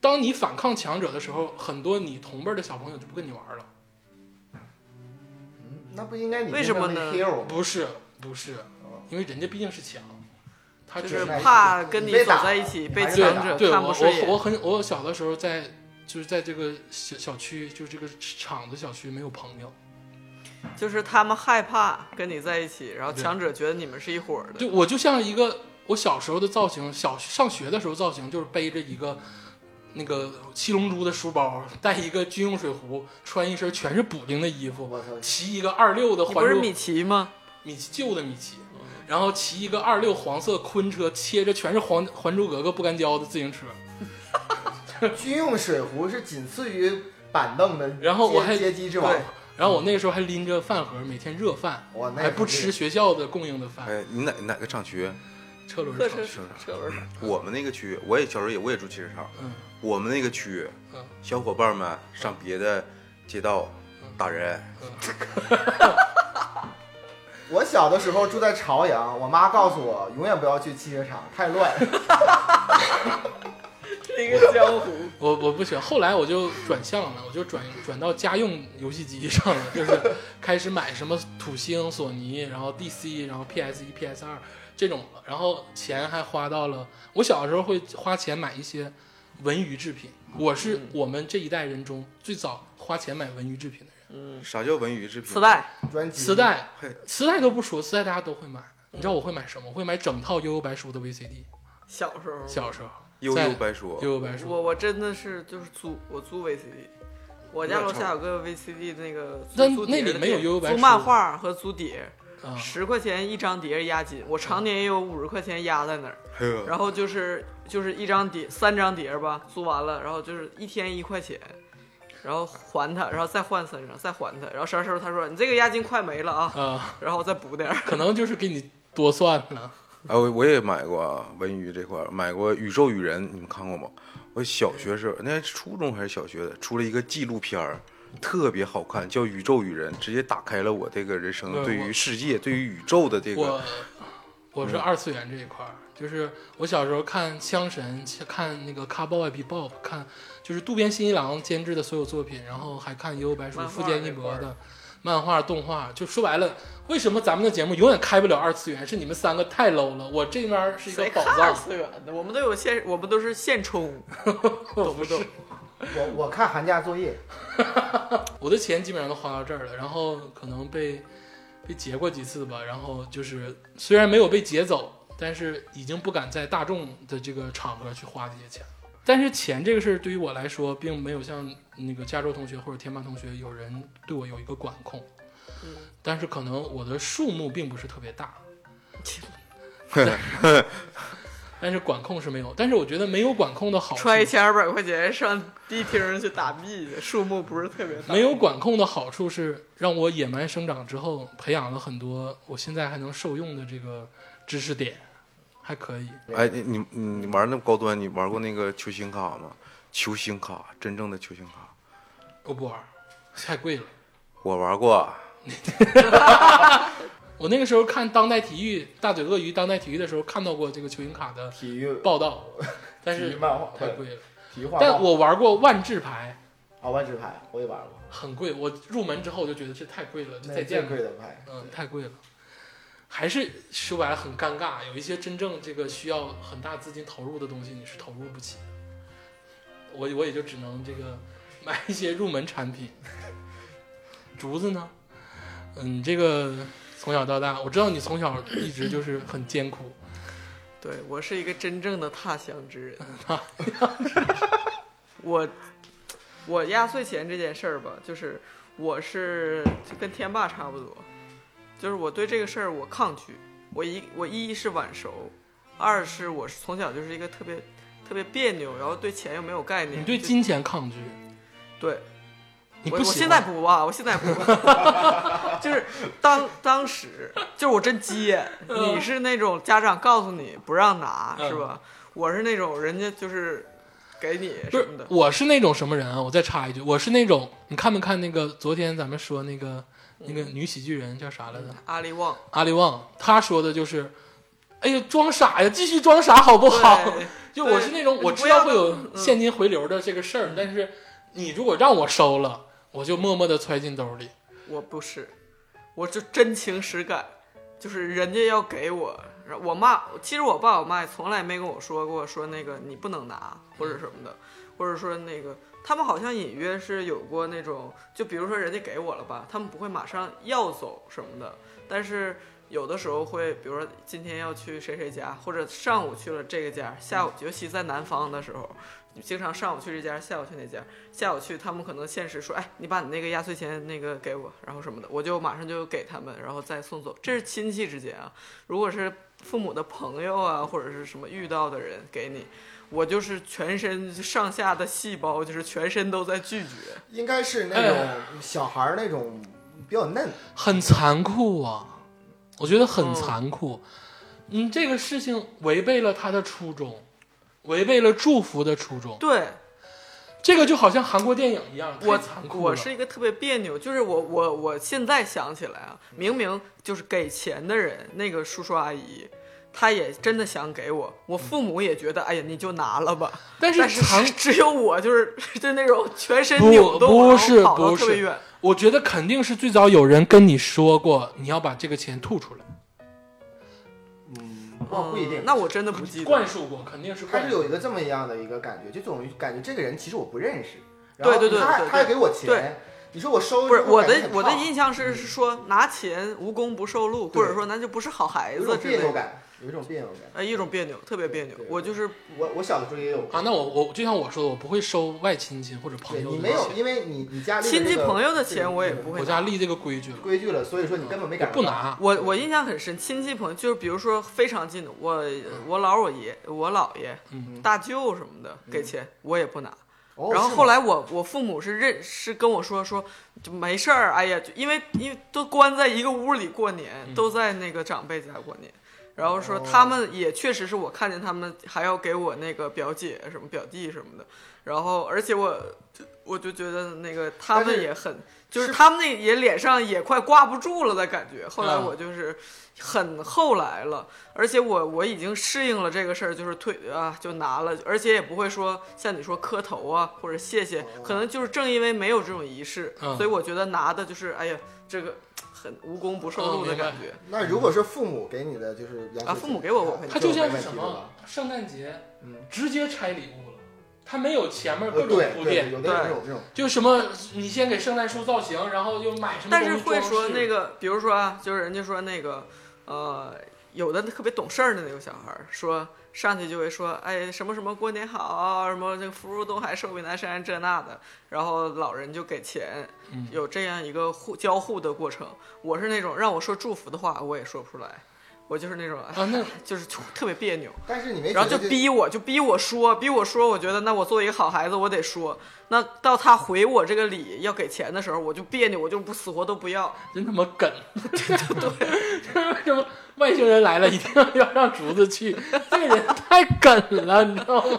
[SPEAKER 1] 当你反抗强者的时候，很多你同辈儿的小朋友就不跟你玩儿了。
[SPEAKER 4] 嗯那不应该你
[SPEAKER 2] 为什么
[SPEAKER 4] 变成
[SPEAKER 2] 呢
[SPEAKER 4] 那 hero 吗？
[SPEAKER 1] 不是不是，因为人家毕竟是强，他
[SPEAKER 2] 就
[SPEAKER 1] 只
[SPEAKER 2] 是
[SPEAKER 4] 那
[SPEAKER 2] 怕跟
[SPEAKER 4] 你
[SPEAKER 2] 你
[SPEAKER 4] 被
[SPEAKER 2] 走
[SPEAKER 4] 打
[SPEAKER 2] 在一
[SPEAKER 4] 了
[SPEAKER 2] 起
[SPEAKER 4] 你
[SPEAKER 2] 被
[SPEAKER 4] 还是被
[SPEAKER 2] 强
[SPEAKER 4] 打
[SPEAKER 2] 者
[SPEAKER 1] 对
[SPEAKER 2] 看
[SPEAKER 1] 我
[SPEAKER 2] 不顺
[SPEAKER 1] 我我
[SPEAKER 2] 眼。
[SPEAKER 1] 很我小的时候在就是在这个小小区，就是这个厂子小区没有朋友，
[SPEAKER 2] 就是他们害怕跟你在一起，然后
[SPEAKER 1] 对
[SPEAKER 2] 强者觉得你们是一伙儿的。
[SPEAKER 1] 对我就像一个我小时候的造型，小上学的时候造型就是背着一个那个七龙珠的书包，带一个军用水壶，穿一身全是补丁的衣服，
[SPEAKER 4] 我操，
[SPEAKER 1] 骑一个二六的
[SPEAKER 2] 你
[SPEAKER 1] 环
[SPEAKER 2] 不是
[SPEAKER 1] 路
[SPEAKER 2] 米奇吗？
[SPEAKER 1] 米奇旧的米奇，
[SPEAKER 4] 嗯
[SPEAKER 1] 然后骑一个二六黄色昆车，贴着全是黄《还珠格格》不干胶的自行车，
[SPEAKER 4] 军用水壶是仅次于板凳的阶，
[SPEAKER 1] 然后我还
[SPEAKER 4] 阶级之王
[SPEAKER 2] 对，
[SPEAKER 1] 然后我那个时候还拎着饭盒，每天热饭，
[SPEAKER 4] 哇，那
[SPEAKER 1] 还不
[SPEAKER 4] 肯定
[SPEAKER 1] 吃学校的供应的饭，
[SPEAKER 3] 哎，你哪哪个厂区？
[SPEAKER 1] 车轮
[SPEAKER 2] 呵
[SPEAKER 1] 厂
[SPEAKER 2] 车
[SPEAKER 1] 区。
[SPEAKER 2] 车 轮儿
[SPEAKER 3] 我们那个区，我也小时候也我也住汽车厂，
[SPEAKER 1] 嗯，
[SPEAKER 3] 我们那个区
[SPEAKER 1] 嗯，
[SPEAKER 3] 小伙伴们上别的街道打人，
[SPEAKER 4] 我小的时候住在朝阳，我妈告诉我永远不要去汽车厂，太乱。
[SPEAKER 2] 是一个江湖。
[SPEAKER 1] 我我不喜欢，后来我就转向了，我就转转到家用游戏机上了， 就是开始买什么土星、索尼，然后 DC，然后 PS 一、PS 二这种了，然后钱还花到了，我小时候会花钱买一些文娱制品，我是
[SPEAKER 4] 嗯
[SPEAKER 1] 我们这一代人中最早花钱买文娱制品的人，
[SPEAKER 2] 嗯，
[SPEAKER 3] 啥叫文娱制品？
[SPEAKER 2] 磁带
[SPEAKER 4] 专辑
[SPEAKER 1] 磁，带
[SPEAKER 3] 嗯嘿，
[SPEAKER 1] 磁带都不说，磁带大家都会买，你知道我会买什么？我会买整套悠悠白书的 VCD，
[SPEAKER 2] 小时候，
[SPEAKER 1] 小时候
[SPEAKER 3] 悠
[SPEAKER 1] 在
[SPEAKER 3] 悠白说，
[SPEAKER 1] 悠悠白书。
[SPEAKER 2] 我我真的是就是租我租 VCD，我家楼下有个 VCD 那个租
[SPEAKER 1] 但
[SPEAKER 2] 租
[SPEAKER 1] 那
[SPEAKER 2] 碟
[SPEAKER 1] 里
[SPEAKER 2] 的
[SPEAKER 1] 没有
[SPEAKER 2] 店
[SPEAKER 1] 悠悠白
[SPEAKER 2] 租
[SPEAKER 1] 书
[SPEAKER 2] 漫画和租碟，
[SPEAKER 1] 啊、
[SPEAKER 2] 十块钱一张碟押金，我常年也有五十块钱压在那儿。
[SPEAKER 3] 哎呦
[SPEAKER 2] 然后就是就是一张碟，三张碟儿吧，租完了，然后就是一天一块钱，然后还他，然后再换三张，再还他，然后啥时候他说你这个押金快没了啊，
[SPEAKER 1] 啊。
[SPEAKER 2] 然后我再补点儿。
[SPEAKER 1] 可能就是给你多算了。
[SPEAKER 3] 哎，我我也买过啊文娱这块儿，买过《宇宙与人》，你们看过吗？我小学时候，
[SPEAKER 1] 嗯
[SPEAKER 3] 那是初中还是小学的，出了一个纪录片儿，特别好看，叫《宇宙与人》，直接打开了我这个人生
[SPEAKER 1] 对
[SPEAKER 3] 对
[SPEAKER 1] 我
[SPEAKER 3] 于世界、对于宇宙的这个
[SPEAKER 1] 我我是二次元这一块儿，就是我小时候看《枪神》，看那个《Cowboy Bebop》，看就是渡边信一郎监制的所有作品，然后还看《幽游白书》
[SPEAKER 2] 漫画
[SPEAKER 1] 富坚义
[SPEAKER 2] 那
[SPEAKER 1] 博
[SPEAKER 2] 块
[SPEAKER 1] 的漫画、动画。就说白了，为什么咱们的节目永远开不了二次元？是你们三个太 low 了。我这边儿是一个
[SPEAKER 2] 谁
[SPEAKER 1] 宝
[SPEAKER 2] 看二
[SPEAKER 1] 藏，
[SPEAKER 2] 次元的？我们都有现，我们都是现充，
[SPEAKER 1] 懂不懂？
[SPEAKER 4] 我我看寒假作业，
[SPEAKER 1] 我的钱基本上都花到这儿了，然后可能被被劫过几次吧，然后就是虽然没有被劫走，但是已经不敢在大众的这个场合去花这些钱。但是钱这个事儿对于我来说，并没有像那个加州同学或者天霸同学有人对我有一个管控，
[SPEAKER 2] 嗯
[SPEAKER 1] 但是可 能我的数目并不是特别大， 但是管控是没有。但是我觉得没有管控的好处，
[SPEAKER 2] 揣一千二百块钱上迪厅去打币去，数目不是特别 大。
[SPEAKER 1] 没有管控的好处是让我野蛮生长之后，培养了很多我现在还能受用的这个知识点，还可以。
[SPEAKER 3] 哎，你你你玩那么高端，你玩过那个球星卡吗？球星卡，真正的球星卡，
[SPEAKER 1] 我不玩儿，太贵了。
[SPEAKER 3] 我玩过。
[SPEAKER 1] 我那个时候看当代体育大嘴鳄鱼当代体育的时候，看到过这个球星卡的
[SPEAKER 4] 体育
[SPEAKER 1] 报 道，但
[SPEAKER 4] 体育
[SPEAKER 1] 是
[SPEAKER 4] 漫画
[SPEAKER 1] 太贵了。
[SPEAKER 4] 体育画报，
[SPEAKER 1] 但我玩过万智牌，
[SPEAKER 4] 啊万智牌我也玩过，
[SPEAKER 1] 很贵。我入门之后就觉得这太贵了，就
[SPEAKER 4] 那
[SPEAKER 1] 再
[SPEAKER 4] 是
[SPEAKER 1] 见
[SPEAKER 4] 最
[SPEAKER 1] 了。
[SPEAKER 4] 贵的牌，
[SPEAKER 1] 嗯，太贵了，还是说白了很尴尬。有一些真正这个需要很大资金投入的东西，你是投入不起的。我我也就只能这个买一些入门产品。竹子呢？嗯，这个从小到大，我知道你从小一直就是很艰苦，
[SPEAKER 2] 对我是一个真正的踏乡之人。我我压岁钱这件事儿吧，就是我是就跟天霸差不多，就是我对这个事儿我抗拒。我一我一是晚熟，二是我是从小就是一个特别特别别扭，然后对钱又没有概念。
[SPEAKER 1] 你对
[SPEAKER 2] 哎就
[SPEAKER 1] 金钱抗拒，
[SPEAKER 2] 对
[SPEAKER 1] 你
[SPEAKER 2] 我
[SPEAKER 1] 不
[SPEAKER 2] 我
[SPEAKER 1] 喜
[SPEAKER 2] 现
[SPEAKER 1] 欢
[SPEAKER 2] 在不啊，我现在不， 就是当当时就是我真接，
[SPEAKER 1] 嗯
[SPEAKER 2] 你是那种家长告诉你不让拿
[SPEAKER 1] 嗯
[SPEAKER 2] 是吧？我是那种人家就是给你
[SPEAKER 1] 不
[SPEAKER 2] 什
[SPEAKER 1] 是
[SPEAKER 2] 么的，
[SPEAKER 1] 我是那种什么人啊？我再插一句，我是那种你看没看那个昨天咱们说那个那
[SPEAKER 2] 嗯
[SPEAKER 1] 个女喜剧人叫啥来着？
[SPEAKER 2] 阿里旺
[SPEAKER 1] 阿里旺，他说的就是，哎呀，装傻呀，继续装傻好不好？
[SPEAKER 2] 对
[SPEAKER 1] 就我是那种
[SPEAKER 2] 你
[SPEAKER 1] 我
[SPEAKER 2] 不
[SPEAKER 1] 知
[SPEAKER 2] 要
[SPEAKER 1] 道会有
[SPEAKER 2] 嗯
[SPEAKER 1] 现金回流的这个事儿，但是你如果让我收了，我就默默的揣进兜里。
[SPEAKER 2] 我不是，我就真情实感，就是人家要给我，然后我妈，其实我爸我妈也从来没跟我说过说那个你不能拿或者什么的，或者说那个他们好像隐约是有过那种，就比如说人家给我了吧，他们不会马上要走什么的，但是。有的时候会，比如说今天要去谁谁家，或者上午去了这个家，下午尤其在南方的时候，你经常上午去这家，下午去那家，下午去，他们可能现实说，哎，你把你那个压岁钱那个给我，然后什么的，我就马上就给他们，然后再送走。这是亲戚之间啊，如果是父母的朋友啊，或者是什么遇到的人给你，我就是全身上下的细胞就是全身都在拒绝。
[SPEAKER 4] 应该是那种小孩儿那种比较嫩，
[SPEAKER 1] 很残酷啊，我觉得很残酷。嗯，这个事情违背了他的初衷，违背了祝福的初衷。
[SPEAKER 2] 对，
[SPEAKER 1] 这个就好像韩国电影一样，太
[SPEAKER 2] 我
[SPEAKER 1] 残酷了。
[SPEAKER 2] 我是一个特别别扭，就是我我我现在想起来啊，明明就是给钱的人，那个叔叔阿姨，他也真的想给我，我父母也觉得，哎呀，你就拿了吧。
[SPEAKER 1] 但是
[SPEAKER 2] 但是
[SPEAKER 1] 残
[SPEAKER 2] 只只有我就是 就那种全身
[SPEAKER 1] 不
[SPEAKER 2] 扭动，
[SPEAKER 1] 不
[SPEAKER 2] 然后
[SPEAKER 1] 是
[SPEAKER 2] 跑到
[SPEAKER 1] 不
[SPEAKER 2] 特别
[SPEAKER 1] 是
[SPEAKER 2] 远。
[SPEAKER 1] 我觉得肯定是最早有人跟你说过，你要把这个钱吐出来，
[SPEAKER 4] 嗯，不不一定
[SPEAKER 2] 嗯。那我真的不记
[SPEAKER 1] 灌
[SPEAKER 2] 得。
[SPEAKER 1] 输过，肯定是
[SPEAKER 4] 他
[SPEAKER 1] 灌
[SPEAKER 4] 是
[SPEAKER 1] 输。
[SPEAKER 4] 有一个这么样的一个感觉，就总感觉这个人其实我不认识，然
[SPEAKER 2] 对
[SPEAKER 4] 后
[SPEAKER 2] 对对
[SPEAKER 4] 他
[SPEAKER 2] 对对
[SPEAKER 4] 他还给我
[SPEAKER 2] 对
[SPEAKER 4] 钱，你说我收
[SPEAKER 2] 不是
[SPEAKER 4] 这个
[SPEAKER 2] 我
[SPEAKER 4] 感觉
[SPEAKER 2] 的
[SPEAKER 4] 很
[SPEAKER 2] 我的
[SPEAKER 4] 差
[SPEAKER 2] 印象是是说拿钱无功不受禄，
[SPEAKER 4] 对
[SPEAKER 2] 或者说那就不是好孩
[SPEAKER 4] 有一
[SPEAKER 2] 子
[SPEAKER 4] 种
[SPEAKER 2] 之
[SPEAKER 4] 别
[SPEAKER 2] 类
[SPEAKER 4] 扭
[SPEAKER 2] 的，
[SPEAKER 4] 感，有一种别扭感。
[SPEAKER 2] 哎，一种别扭，特别别扭
[SPEAKER 4] 对。对
[SPEAKER 2] 我就是
[SPEAKER 4] 我我小的时候也有
[SPEAKER 1] 啊，那我我就像我说的，我不会收外亲戚或者朋
[SPEAKER 4] 对
[SPEAKER 1] 友
[SPEAKER 4] 你
[SPEAKER 1] 的
[SPEAKER 4] 没有，
[SPEAKER 1] 钱，
[SPEAKER 4] 因为你你家里的嗯
[SPEAKER 2] 亲戚
[SPEAKER 4] 这个
[SPEAKER 2] 朋友的
[SPEAKER 4] 这
[SPEAKER 2] 钱
[SPEAKER 4] 个
[SPEAKER 2] 我也不会
[SPEAKER 1] 我家立这个规矩了，
[SPEAKER 4] 规矩了，所以说你根本没敢
[SPEAKER 1] 不拿。
[SPEAKER 2] 我我印象很深，亲戚朋友就是比如说非常近的，我我姥儿我爷我姥爷、
[SPEAKER 1] 嗯
[SPEAKER 2] 大舅什么的给钱，
[SPEAKER 4] 嗯
[SPEAKER 2] 我也不拿。
[SPEAKER 4] 哦
[SPEAKER 2] 然后
[SPEAKER 4] 是
[SPEAKER 2] 后
[SPEAKER 4] 吗
[SPEAKER 2] 来我我父母是认是跟我说说就没事儿，哎呀，就因为因为都关在一个屋里过年，都在那个长辈家过年。然后说
[SPEAKER 4] 哦
[SPEAKER 2] 他们也确实是我看见他们还要给我那个表姐什么表弟什么的，然后而且我我就觉得那个他
[SPEAKER 4] 但
[SPEAKER 2] 们
[SPEAKER 4] 是
[SPEAKER 2] 也很就是
[SPEAKER 4] 是
[SPEAKER 2] 他们那也脸上也快挂不住了的感觉。后来
[SPEAKER 1] 嗯
[SPEAKER 2] 我就是很后来了，而且我我已经适应了这个事儿，就是退啊就拿了，而且也不会说像你说磕头啊或者谢谢，可能就是正因为没有这种仪式，
[SPEAKER 1] 嗯
[SPEAKER 2] 所以我觉得拿的就是哎呀这个很无功不受禄的感觉。
[SPEAKER 4] 那如果是父母给你的，就是压岁
[SPEAKER 2] 啊
[SPEAKER 4] 钱
[SPEAKER 2] 父母给我我会拿
[SPEAKER 1] 他就像是
[SPEAKER 4] 没问
[SPEAKER 1] 什
[SPEAKER 4] 题
[SPEAKER 1] 么
[SPEAKER 4] 了
[SPEAKER 1] 圣诞节
[SPEAKER 4] 嗯，
[SPEAKER 1] 直接拆礼物了，他没有前面
[SPEAKER 4] 呃
[SPEAKER 1] 各种
[SPEAKER 4] 对
[SPEAKER 1] 铺
[SPEAKER 4] 对，
[SPEAKER 1] 垫，
[SPEAKER 4] 有的人这种这种，
[SPEAKER 1] 就什么你先给圣诞树造型，然后又买什么
[SPEAKER 2] 但
[SPEAKER 1] 东西
[SPEAKER 2] 是
[SPEAKER 1] 装饰，
[SPEAKER 2] 会说那个，比如说啊，就是人家说那个，呃，有的特别懂事儿的那种小孩儿，说上去就会说，哎，什么什么过年好，什么这个福如东海，寿比南山，这那的，然后老人就给钱，
[SPEAKER 1] 嗯
[SPEAKER 2] 有这样一个互交互的过程。我是那种让我说祝福的话，我也说不出来。我就是那种，
[SPEAKER 1] 啊，那
[SPEAKER 2] 就是特别别扭。
[SPEAKER 4] 但是你没觉
[SPEAKER 2] 然后
[SPEAKER 4] 得
[SPEAKER 2] 就
[SPEAKER 4] 这
[SPEAKER 2] 逼我，就逼我说，逼我说，我觉得那我作为一个好孩子，我得说。那到他回我这个礼要给钱的时候，我就别扭，我就不死活都不要。
[SPEAKER 1] 真他妈梗，对， 为什么外星人来了一定要让竹子去？这个人太梗了，你知道吗？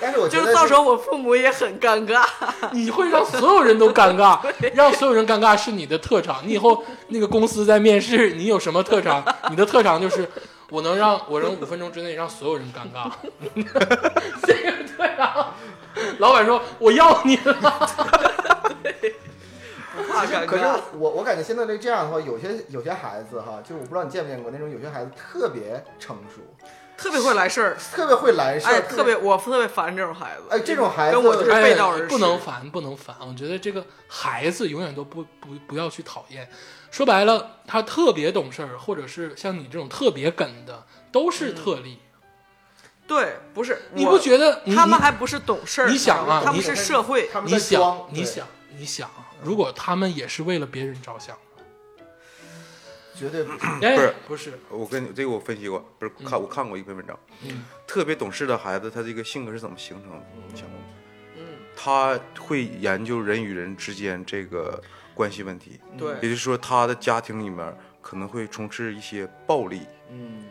[SPEAKER 4] 但是我觉
[SPEAKER 2] 就
[SPEAKER 4] 得
[SPEAKER 2] 是到时候我父母也很尴尬。
[SPEAKER 1] 你会让所有人都尴尬，让所有人尴尬是你的特长。你以后那个公司在面试，你有什么特长？你的特长就是我能让我能五分钟之内让所有人尴尬。这个特长，老板说我要你了。
[SPEAKER 2] 不 怕尴
[SPEAKER 4] 可是
[SPEAKER 2] 尬，
[SPEAKER 4] 我我感觉现在这这样的话，有些有些孩子哈，就是我不知道你见没见过那种有些孩子特别成熟，
[SPEAKER 2] 特别会来事儿，
[SPEAKER 4] 特别会来事儿，
[SPEAKER 2] 哎，特别我特别烦这种孩子，
[SPEAKER 4] 哎这种孩子
[SPEAKER 2] 跟我 就是背道而驰，
[SPEAKER 1] 哎不能烦，不能烦。我觉得这个孩子永远都不不不要去讨厌。说白了，他特别懂事儿，或者是像你这种特别梗的，都
[SPEAKER 2] 嗯
[SPEAKER 1] 是特例。
[SPEAKER 2] 对，不是
[SPEAKER 1] 你
[SPEAKER 2] 我
[SPEAKER 1] 不觉得你
[SPEAKER 2] 嗯他们
[SPEAKER 1] 你
[SPEAKER 2] 还不是懂事儿，
[SPEAKER 1] 你想啊
[SPEAKER 2] 他们
[SPEAKER 1] 你
[SPEAKER 2] 是社会，
[SPEAKER 4] 他们
[SPEAKER 1] 你
[SPEAKER 4] 在
[SPEAKER 1] 想
[SPEAKER 4] 装，
[SPEAKER 1] 你，想，你想，如果他们也是为了别人着想，
[SPEAKER 4] 对绝对不
[SPEAKER 2] 嗯
[SPEAKER 4] 是。
[SPEAKER 1] 哎
[SPEAKER 3] 不是
[SPEAKER 1] 不是，
[SPEAKER 3] 我跟你这个我分析过，不是看我看过一篇文章，
[SPEAKER 1] 嗯
[SPEAKER 3] 特别懂事的孩子，他这个性格是怎么形成的？你想过吗？
[SPEAKER 2] 嗯，
[SPEAKER 3] 他会研究人与人之间这个关系问题，也就
[SPEAKER 2] 对，
[SPEAKER 3] 是说，他的家庭里面可能会充斥一些暴力，
[SPEAKER 4] 嗯，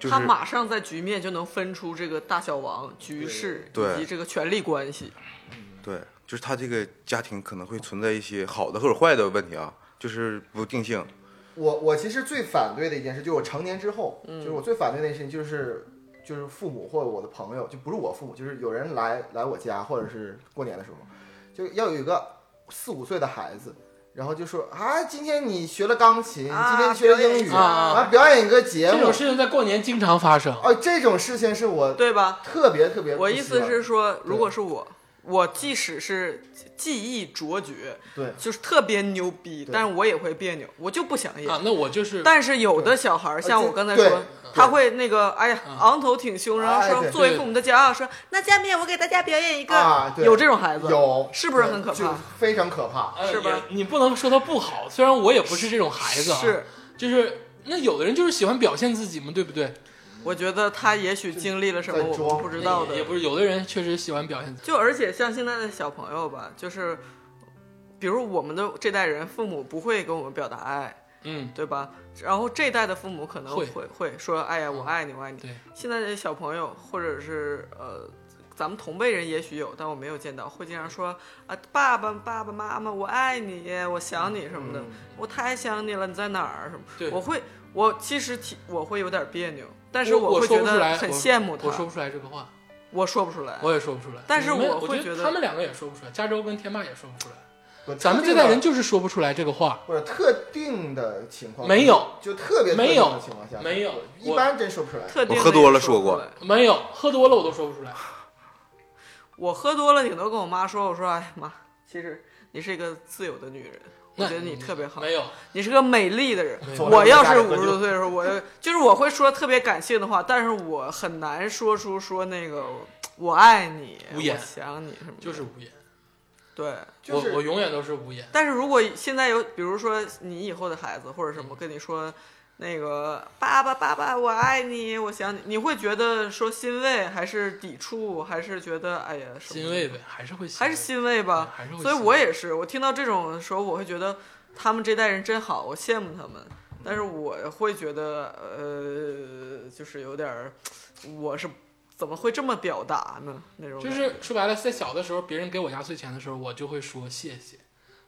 [SPEAKER 3] 就是
[SPEAKER 2] 他马上在局面就能分出这个大小王、局势
[SPEAKER 3] 对
[SPEAKER 2] 以及这个权力关系，
[SPEAKER 3] 对，就是他这个家庭可能会存在一些好的或者坏的问题啊，就是不定 性。
[SPEAKER 4] 我我其实最反对的一件事，就是我成年之后，
[SPEAKER 2] 嗯
[SPEAKER 4] 就是我最反对的一件事情就是。就是父母或者我的朋友，就不是我父母，就是有人来来我家，或者是过年的时候，就要有一个四五岁的孩子，然后就说啊，今天你学了钢琴，今天
[SPEAKER 2] 啊
[SPEAKER 4] 你学了英语，
[SPEAKER 1] 啊啊
[SPEAKER 4] 啊，表演一个节
[SPEAKER 1] 这
[SPEAKER 4] 目
[SPEAKER 1] 种，事情在过年经常发生。
[SPEAKER 4] 哦，这种事情是我
[SPEAKER 2] 对吧？
[SPEAKER 4] 特别特别不
[SPEAKER 2] 我
[SPEAKER 4] 希
[SPEAKER 2] 意
[SPEAKER 4] 望的。
[SPEAKER 2] 思是说，如果是我，我即使是技艺卓绝，
[SPEAKER 4] 对
[SPEAKER 2] 就是特别牛逼，
[SPEAKER 4] 对
[SPEAKER 2] 但是我也会别扭，我就不想演。
[SPEAKER 1] 啊，那我就是
[SPEAKER 2] 但是有的小孩儿，像
[SPEAKER 4] 这
[SPEAKER 2] 我刚才
[SPEAKER 4] 对
[SPEAKER 2] 说，他会那个，哎呀，昂头挺胸，然后
[SPEAKER 4] 哎
[SPEAKER 2] 说
[SPEAKER 4] 对
[SPEAKER 2] 作
[SPEAKER 1] 嗯
[SPEAKER 2] 为
[SPEAKER 1] 对
[SPEAKER 2] 父母的骄傲，说那下面我给大家表演一
[SPEAKER 4] 啊
[SPEAKER 2] 个，，
[SPEAKER 4] 对
[SPEAKER 2] 有这种孩子，
[SPEAKER 4] 有，
[SPEAKER 2] 是不是
[SPEAKER 4] 对
[SPEAKER 2] 很可
[SPEAKER 4] 就
[SPEAKER 2] 怕？
[SPEAKER 4] 非常可怕。
[SPEAKER 1] 哎
[SPEAKER 2] 是吧
[SPEAKER 1] 也你不能说他不好，虽然我也不是这种孩子啊，
[SPEAKER 2] 是，
[SPEAKER 1] 就是那有的人就是喜欢表现自己嘛，对不对？
[SPEAKER 2] 我觉得他也许经历了什么
[SPEAKER 4] 在
[SPEAKER 2] 我
[SPEAKER 4] 装
[SPEAKER 2] 们不知道的
[SPEAKER 1] 也，不是有的人确实喜欢表现自己。
[SPEAKER 2] 就而且像现在的小朋友吧，就是，比如我们的这代人，父母不会跟我们表达爱，
[SPEAKER 1] 嗯，
[SPEAKER 2] 对吧？然后这一代的父母可能
[SPEAKER 1] 会嗯
[SPEAKER 2] 会会说：“哎呀，我爱你，我爱你。
[SPEAKER 1] 对，
[SPEAKER 2] 现在的小朋友或者是呃，咱们同辈人也许有，但我没有见到，会经常说啊，爸爸、爸爸妈妈，我爱你，我想你什么的，我太想你了，你在哪儿啊什么？
[SPEAKER 1] 嗯对
[SPEAKER 2] 我会，我其实挺我会有点别扭，但是
[SPEAKER 1] 我
[SPEAKER 2] 会
[SPEAKER 1] 说
[SPEAKER 2] 觉
[SPEAKER 1] 不出
[SPEAKER 2] 得
[SPEAKER 1] 来，
[SPEAKER 2] 很
[SPEAKER 1] 我
[SPEAKER 2] 羡慕他，
[SPEAKER 1] 我说不出来这个话，
[SPEAKER 2] 我说不出来，
[SPEAKER 1] 我也说不出来。
[SPEAKER 2] 但是
[SPEAKER 1] 你们
[SPEAKER 2] 我
[SPEAKER 1] 我
[SPEAKER 2] 会觉
[SPEAKER 1] 得
[SPEAKER 2] 得
[SPEAKER 1] 他们两个也说不出来，加州跟天霸也说不出来，
[SPEAKER 4] 不
[SPEAKER 1] 咱们
[SPEAKER 4] 特
[SPEAKER 1] 这
[SPEAKER 4] 定
[SPEAKER 1] 代
[SPEAKER 4] 的
[SPEAKER 1] 人就是说不出来这个话。
[SPEAKER 4] 或者特定的情况
[SPEAKER 1] 没有，
[SPEAKER 4] 就特别特
[SPEAKER 1] 没
[SPEAKER 4] 定
[SPEAKER 1] 有
[SPEAKER 4] 的情况下
[SPEAKER 1] 没有
[SPEAKER 4] 一
[SPEAKER 1] 我
[SPEAKER 4] 般真说不出来。
[SPEAKER 2] 特定
[SPEAKER 3] 我
[SPEAKER 2] 的
[SPEAKER 3] 喝多
[SPEAKER 2] 也
[SPEAKER 3] 了
[SPEAKER 2] 说
[SPEAKER 3] 说
[SPEAKER 2] 不
[SPEAKER 3] 过
[SPEAKER 2] 出来
[SPEAKER 1] 没有，喝多了我都说不出来。
[SPEAKER 2] 我喝多了，顶多跟我妈说，我说哎妈，其实你是一个自由的女人，我
[SPEAKER 1] 那
[SPEAKER 2] 觉得你特别好。
[SPEAKER 1] 没有，
[SPEAKER 2] 你是个美丽的人。
[SPEAKER 4] 错
[SPEAKER 2] 我要是
[SPEAKER 4] 我
[SPEAKER 2] 五
[SPEAKER 4] 们家里
[SPEAKER 2] 十
[SPEAKER 4] 多
[SPEAKER 2] 多岁的时候，我要就是 我会说特别感性的话，但是我很难说出说那个我爱你，
[SPEAKER 1] 无言
[SPEAKER 2] 我想你什么的，
[SPEAKER 1] 就是无言。
[SPEAKER 2] 对。
[SPEAKER 4] 就
[SPEAKER 1] 我我
[SPEAKER 4] 是
[SPEAKER 1] 永远都是无言。
[SPEAKER 2] 但是如果现在有，比如说你以后的孩子或者什么跟你说。那个爸爸，爸爸，我爱你，我想你，你会觉得说欣慰，还是抵触，还是觉得哎呀，什么
[SPEAKER 1] 欣慰呗，还是会欣慰
[SPEAKER 2] 还是欣慰吧
[SPEAKER 1] 嗯还是会，
[SPEAKER 2] 所以
[SPEAKER 1] 欣慰
[SPEAKER 2] 我也是，我听到这种的时候，我会觉得他们这代人真好，我羡慕他们。
[SPEAKER 1] 嗯
[SPEAKER 2] 但是我会觉得，呃，就是有点儿，我是怎么会这么表达呢？那种
[SPEAKER 1] 就
[SPEAKER 2] 感觉
[SPEAKER 1] 是说白了，在小的时候，别人给我压岁钱的时候，我就会说谢谢，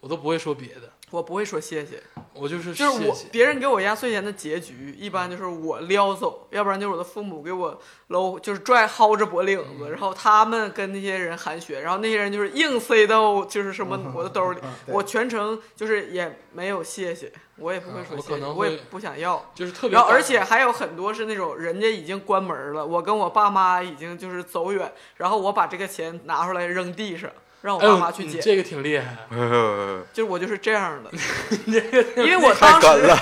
[SPEAKER 1] 我都不会说别的，
[SPEAKER 2] 我不会说谢谢，
[SPEAKER 1] 我就是谢
[SPEAKER 2] 就是
[SPEAKER 1] 谢。
[SPEAKER 2] 我别人给我压岁钱的结局，一般就是我撩走，要不然就是我的父母给我搂，就是拽薅着脖领
[SPEAKER 1] 嗯
[SPEAKER 2] 子，然后他们跟那些人寒暄，然后那些人就是硬塞到就是什么我的兜里
[SPEAKER 4] 嗯嗯嗯，对
[SPEAKER 2] 我全程就是也没有谢谢，我也不会
[SPEAKER 1] 嗯
[SPEAKER 2] 说
[SPEAKER 1] 我
[SPEAKER 2] 谢
[SPEAKER 1] 可
[SPEAKER 2] 谢，
[SPEAKER 1] 能
[SPEAKER 2] 我也
[SPEAKER 1] 会
[SPEAKER 2] 不想要。
[SPEAKER 1] 就是特别
[SPEAKER 2] 然
[SPEAKER 1] 感
[SPEAKER 2] 后，
[SPEAKER 1] 动，
[SPEAKER 2] 而且还有很多是那种人家已经关门了，我跟我爸妈已经就是走远，然后我把这个钱拿出来扔地上，让我
[SPEAKER 1] 哎
[SPEAKER 2] 爸
[SPEAKER 1] 呦，
[SPEAKER 2] 妈去嗯
[SPEAKER 1] 你
[SPEAKER 2] 捡，
[SPEAKER 1] 这个挺厉害。
[SPEAKER 2] 就是我就是这样的，
[SPEAKER 1] 你这个
[SPEAKER 2] 因为我
[SPEAKER 3] 太
[SPEAKER 2] 当
[SPEAKER 3] 干
[SPEAKER 2] 时
[SPEAKER 3] 了，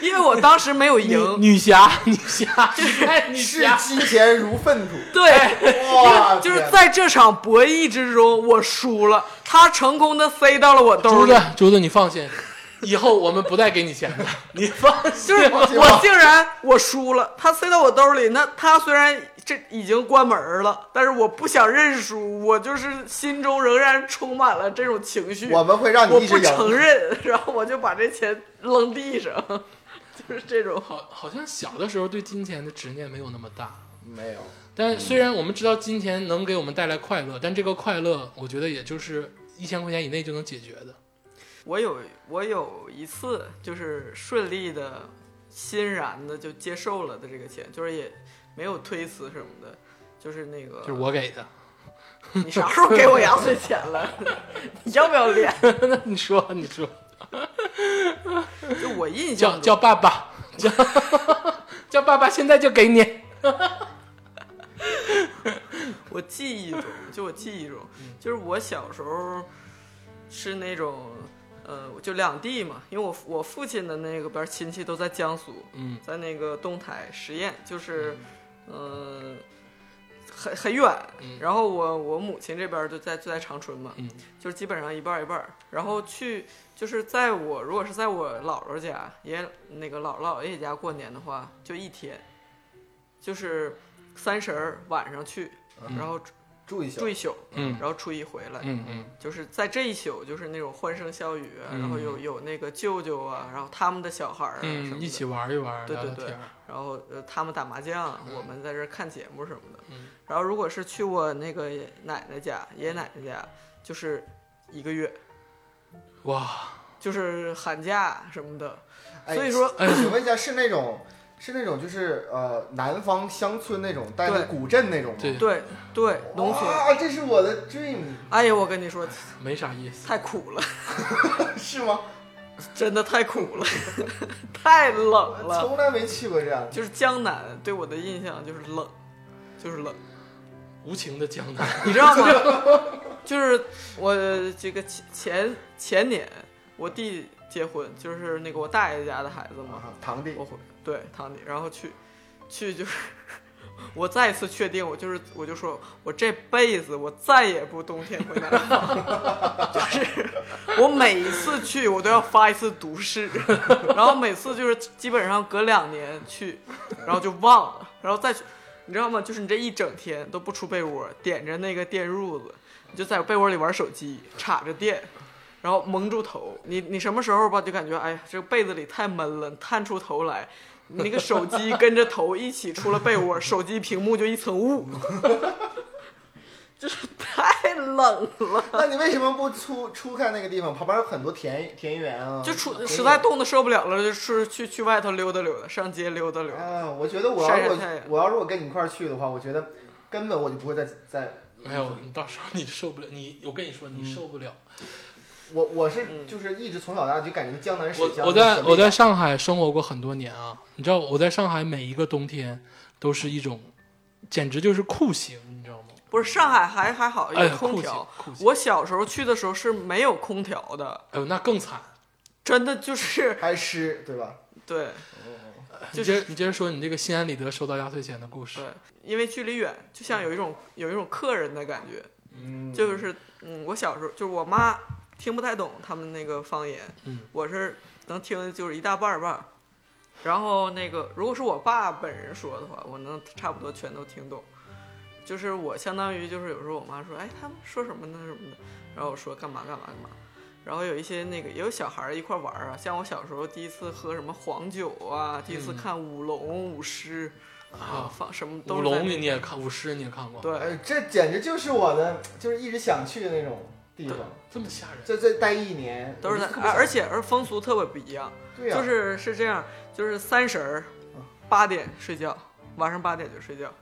[SPEAKER 2] 因为我当时没有赢，
[SPEAKER 1] 女女侠， 女侠，哎，女
[SPEAKER 4] 视
[SPEAKER 1] 侠，
[SPEAKER 4] 金钱如粪土，
[SPEAKER 2] 对，
[SPEAKER 4] 哇，
[SPEAKER 2] 就是
[SPEAKER 4] 天
[SPEAKER 2] 在这场博弈之中，我输了，他成功的塞到了我兜
[SPEAKER 1] 竹
[SPEAKER 2] 里
[SPEAKER 1] 子。，竹子，你放心，以后我们不再给你钱了， 你放心
[SPEAKER 2] 就是
[SPEAKER 1] 吧。
[SPEAKER 2] 我竟然我输了，他塞到我兜里，那他虽然这已经关门了，但是我不想认输，我就是心中仍然充满了这种情绪。
[SPEAKER 4] 我们会让
[SPEAKER 2] 我
[SPEAKER 4] 你一
[SPEAKER 2] 不
[SPEAKER 4] 直
[SPEAKER 2] 承
[SPEAKER 4] 赢。
[SPEAKER 2] 认，然后我就把这钱扔地上， 就是这种。
[SPEAKER 1] 好，好像小的时候对金钱的执念没有那么大，
[SPEAKER 4] 没有，
[SPEAKER 1] 但虽然我们知道金钱能给我们带来快乐，但这个快乐我觉得也就是一千块钱以内就能解决的。
[SPEAKER 2] 我有我有一次就是 顺利的、欣然的就接受了的这个钱，就是也没有推辞什么的，就是那个
[SPEAKER 1] 就是我给的，
[SPEAKER 2] 你啥时候 给我压岁钱了？ 你要不要脸？
[SPEAKER 1] 那 你说，你说，
[SPEAKER 2] 就我印象
[SPEAKER 1] 叫
[SPEAKER 2] 中
[SPEAKER 1] 叫爸 爸，叫叫爸爸，现在就给你。
[SPEAKER 2] 我记忆中，就我记忆中，
[SPEAKER 1] 嗯
[SPEAKER 2] 就是我小时候是那种，呃，就两地嘛，因为我我父亲的那个边儿亲戚都在江苏，
[SPEAKER 1] 嗯
[SPEAKER 2] 在那个东台实验，就是，
[SPEAKER 1] 嗯
[SPEAKER 2] 呃，很很远。然后我我母亲这边儿就在就在长春嘛，
[SPEAKER 1] 嗯
[SPEAKER 2] 就是基本上一半儿一半儿。然后去就是在我如果是在我姥姥家、爷那个姥姥姥爷家过年的话，就一天，就是三十儿晚上去，然后
[SPEAKER 4] 注意小
[SPEAKER 2] 住一宿，
[SPEAKER 1] 嗯
[SPEAKER 2] 然后初一回来，
[SPEAKER 1] 嗯嗯
[SPEAKER 2] 就是在这一宿就是那种欢声笑语啊，
[SPEAKER 1] 嗯
[SPEAKER 2] 然后有有那个舅舅啊，然后他们的小孩儿啊什么
[SPEAKER 1] 嗯，
[SPEAKER 2] 的
[SPEAKER 1] 一起玩一玩，
[SPEAKER 2] 对
[SPEAKER 1] 聊
[SPEAKER 2] 对
[SPEAKER 1] 聊
[SPEAKER 2] 对
[SPEAKER 1] 天儿。
[SPEAKER 2] 然后呃他们打麻将，我们在这儿看节目什么的。
[SPEAKER 1] 嗯
[SPEAKER 2] 然后如果是去我那个奶奶家、爷爷奶奶家，就是一个月，
[SPEAKER 1] 哇，
[SPEAKER 2] 就是寒假什么的。
[SPEAKER 4] 哎
[SPEAKER 2] 所以说，
[SPEAKER 4] 请问一下，是那种是那种就是呃南方乡村那种带着
[SPEAKER 2] 对
[SPEAKER 4] 古镇那种吗？
[SPEAKER 1] 对
[SPEAKER 2] 对对，农村。
[SPEAKER 4] 啊，这是我的 dream，
[SPEAKER 2] 哎呀，我跟你说，
[SPEAKER 1] 没啥意思。
[SPEAKER 2] 太苦了，
[SPEAKER 4] 是吗？
[SPEAKER 2] 真的太苦了， 太冷
[SPEAKER 4] 我
[SPEAKER 2] 了。
[SPEAKER 4] 从来没去过这样。
[SPEAKER 2] 就是江南对我的印象就是冷，就是冷。
[SPEAKER 1] 无情的江南，
[SPEAKER 2] 你知道吗？就是我这个前前前年我弟结婚，就是那个我大爷家的孩子嘛，
[SPEAKER 4] 啊堂弟
[SPEAKER 2] 我，回对堂弟，然后去去就是 我再一次确定，我就是我就说我这辈子我再也不冬天回南方，就是 我每一次去我都要发一次毒誓， 然后每次就是基本上隔两年去，然后就忘了，然后再去。你知道吗？就是你这一整天都不出被窝，点着那个电褥子，你就在被窝里玩手机，插着电，然后蒙住头。你你什么时候吧，就感觉哎呀，这个被子里太闷了，探出头来，你那个手机跟着头一起出了被窝，手机屏幕就一层雾， 就是太冷了，
[SPEAKER 4] 那你为什么不出出看那个地方？旁边有很多田田园啊，
[SPEAKER 2] 就出
[SPEAKER 4] 田野
[SPEAKER 2] 实在冻得受不了了，就是去去外头溜达溜达，上街溜达溜达。
[SPEAKER 4] 啊！我觉得我要是
[SPEAKER 2] 晒晒太阳
[SPEAKER 4] 我我要是我跟你一块儿去的话，我觉得根本我就不会再再
[SPEAKER 1] 没有，你到时候你受不了，你我跟你说，你受不了。
[SPEAKER 4] 我我
[SPEAKER 2] 嗯
[SPEAKER 4] 是就是一直从小到大就感觉江南水乡
[SPEAKER 1] 我我在
[SPEAKER 4] 什么
[SPEAKER 1] 我在上海生活过很多年啊，你知道我在上海每一个冬天都是一种，简直就是酷刑，你知道吗？
[SPEAKER 2] 不是上海还还好
[SPEAKER 1] 哎
[SPEAKER 2] 有
[SPEAKER 1] 呀
[SPEAKER 2] 空
[SPEAKER 1] 酷
[SPEAKER 2] 调
[SPEAKER 1] 极酷，极
[SPEAKER 2] 我小时候去的时候是没有空调的，
[SPEAKER 1] 哎呦，那更惨。
[SPEAKER 2] 真的就是
[SPEAKER 4] 还湿对吧？
[SPEAKER 2] 对
[SPEAKER 1] 你接着你接着说你这个心安理得收到压岁钱的故事
[SPEAKER 2] 对。，因为距离远，就像有一种有一种客人的感觉，
[SPEAKER 4] 嗯，
[SPEAKER 2] 就是嗯，我小时候就是我妈听不太懂他们那个方言，
[SPEAKER 1] 嗯
[SPEAKER 2] 我是能听就是一大半儿吧。然后那个如果是我爸本人说的话，我能差不多全都听懂。就是我相当于就是有时候我妈说，哎，他们说什么呢什么的，然后我说干嘛干嘛干嘛。然后有一些那个也有小孩儿一块儿玩儿啊，像我小时候第一次喝什么黄酒啊，第一
[SPEAKER 4] 嗯
[SPEAKER 2] 次看舞龙舞狮啊，放什么都
[SPEAKER 1] 舞
[SPEAKER 2] 是在
[SPEAKER 1] 龙
[SPEAKER 2] 那
[SPEAKER 1] 你你也看，舞狮你也看过，，
[SPEAKER 2] 对
[SPEAKER 4] 哎，这简直就是我的，就是一直想去的那种地方。
[SPEAKER 1] 这么吓人。
[SPEAKER 4] 这这待一年
[SPEAKER 2] 都是在
[SPEAKER 4] 我就，特别
[SPEAKER 2] 而
[SPEAKER 4] 想
[SPEAKER 2] 而且而风俗特别不一样。
[SPEAKER 4] 对呀、啊
[SPEAKER 2] 就是是这样，就是三十儿
[SPEAKER 4] 嗯
[SPEAKER 2] 八点睡觉，晚上八点就睡觉，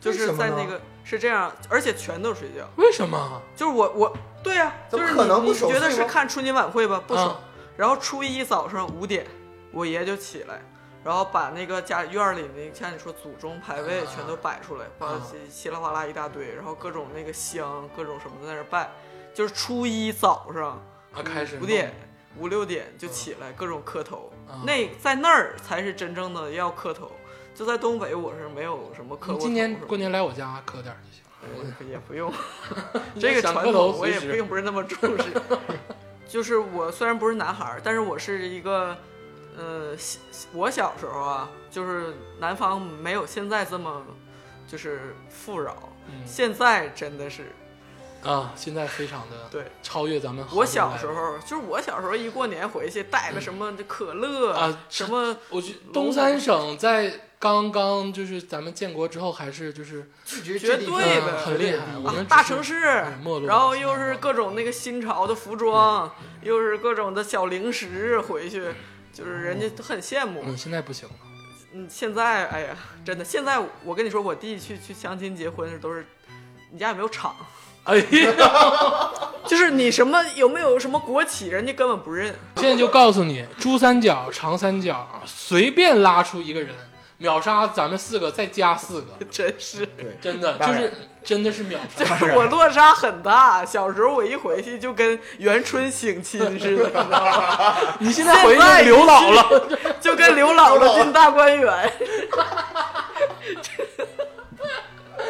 [SPEAKER 2] 就
[SPEAKER 4] 为什
[SPEAKER 2] 是
[SPEAKER 4] 么
[SPEAKER 2] 在
[SPEAKER 4] 呢
[SPEAKER 2] 那个是这样，而且全都睡觉。
[SPEAKER 1] 为什么？啊
[SPEAKER 2] 就是我我对呀、
[SPEAKER 4] 怎
[SPEAKER 2] 就
[SPEAKER 4] 么
[SPEAKER 2] 是
[SPEAKER 4] 可
[SPEAKER 2] 你
[SPEAKER 4] 能不
[SPEAKER 2] 你
[SPEAKER 4] 守
[SPEAKER 2] 觉得
[SPEAKER 4] 岁
[SPEAKER 2] 是
[SPEAKER 4] 吗
[SPEAKER 2] 看春节晚会吧？不守
[SPEAKER 1] 啊。
[SPEAKER 2] 然后初一早上五点，我爷就起来，然后把那个家院儿里那像你说祖宗牌
[SPEAKER 4] 啊
[SPEAKER 2] 位全都摆出来，把
[SPEAKER 1] 啊
[SPEAKER 2] 稀稀里哗啦一大堆，然后各种那个香，各种什么的在那儿拜。就是初一早上
[SPEAKER 1] 啊，开始
[SPEAKER 2] 五点五六点就起来，各种磕头。
[SPEAKER 1] 啊
[SPEAKER 2] 那在那儿才是真正的要磕头，就在东北我是没有什么磕
[SPEAKER 1] 你
[SPEAKER 2] 过头。
[SPEAKER 1] 今年
[SPEAKER 2] 是吧
[SPEAKER 1] 过年来我家磕点儿就行。 ，
[SPEAKER 2] 我也不用
[SPEAKER 1] 你
[SPEAKER 2] 这个
[SPEAKER 1] 想
[SPEAKER 2] 传
[SPEAKER 1] 磕头
[SPEAKER 2] 统我也
[SPEAKER 1] 随时
[SPEAKER 2] 并不是那么重视。就是我虽然不是男孩儿，但是我是一个，呃，小我小时候啊，就是南方没有现在这么就是富饶，
[SPEAKER 1] 嗯
[SPEAKER 2] 现在真的是
[SPEAKER 1] 啊，现在非常的
[SPEAKER 2] 对。
[SPEAKER 1] 超越咱们好多
[SPEAKER 2] 我
[SPEAKER 1] 代
[SPEAKER 2] 小
[SPEAKER 1] 了嗯
[SPEAKER 2] 时候就是我小时候一过年回去带了什么可乐
[SPEAKER 1] 啊
[SPEAKER 2] 什么
[SPEAKER 1] 我觉得东三省在刚刚就是咱们建国之后，还是就是
[SPEAKER 4] 拒绝
[SPEAKER 2] 绝对的
[SPEAKER 1] 嗯很厉害。我
[SPEAKER 2] 啊
[SPEAKER 1] 们
[SPEAKER 2] 大
[SPEAKER 1] 只是
[SPEAKER 2] 城市
[SPEAKER 1] 嗯没落了
[SPEAKER 2] 然后又是各种那个新潮的服装，
[SPEAKER 1] 嗯
[SPEAKER 2] 又是各种的小零食，回去就是人家都很羡慕。
[SPEAKER 1] 嗯，现在不行了。
[SPEAKER 2] 嗯，现在哎呀，真的，现在我跟你说，我弟去去相亲结婚时都是，你家有没有厂？
[SPEAKER 1] 哎呀，
[SPEAKER 2] 就是你什么有没有什么国企，人家根本不认。
[SPEAKER 1] 现在就告诉你，珠三角、长三角，随便拉出一个人，秒杀咱们四个，再加四个，
[SPEAKER 2] 真是，
[SPEAKER 1] 真的
[SPEAKER 4] 当
[SPEAKER 1] 就
[SPEAKER 4] 然
[SPEAKER 1] 是真的是秒杀。
[SPEAKER 2] 就是我落差很大。小时候我一回去就跟袁春 省亲似的，你知道吗
[SPEAKER 1] 你现
[SPEAKER 2] 在
[SPEAKER 1] 在回去刘姥姥，
[SPEAKER 2] 就跟刘姥姥进大观园，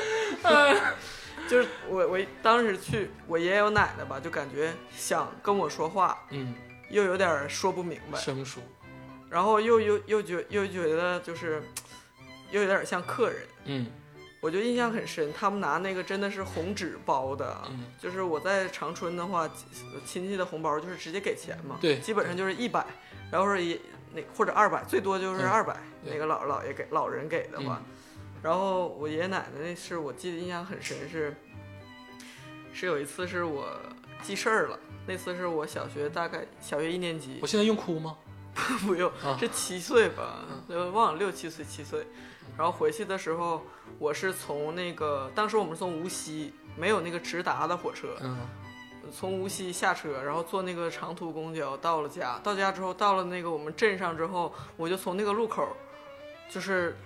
[SPEAKER 2] 就是我我当时去我爷爷我奶奶吧，就感觉想跟我说话，
[SPEAKER 1] 嗯，
[SPEAKER 2] 又有点儿说不明白，
[SPEAKER 1] 生疏，
[SPEAKER 2] 然后又又又觉又觉得就是又有点儿像客人。
[SPEAKER 1] 嗯
[SPEAKER 2] 我就印象很深，他们拿那个真的是红纸包的，
[SPEAKER 1] 嗯
[SPEAKER 2] 就是我在长春的话，亲戚的红包就是直接给钱嘛，
[SPEAKER 1] 对
[SPEAKER 2] 基本上就是一百，然后是一那或者二百，最多就是
[SPEAKER 1] 嗯
[SPEAKER 2] 二百、
[SPEAKER 1] 对
[SPEAKER 2] 那个老老爷给老人给的话，
[SPEAKER 1] 嗯
[SPEAKER 2] 然后我爷爷奶奶那是我记得印象很深是，是有一次是我记事儿了，那次是我小学大概小学一年级
[SPEAKER 1] 我，现在用哭吗？
[SPEAKER 2] 不用
[SPEAKER 1] 啊，嗯
[SPEAKER 2] 是七岁吧，呃忘了六七岁七岁。然后回去的时候，我是从那个当时我们是从无锡，没有那个直达的火车，
[SPEAKER 1] 嗯
[SPEAKER 2] 从无锡下车，然后坐那个长途公交到了家。到家之后，到了那个我们镇上之后，我就从那个路口，就是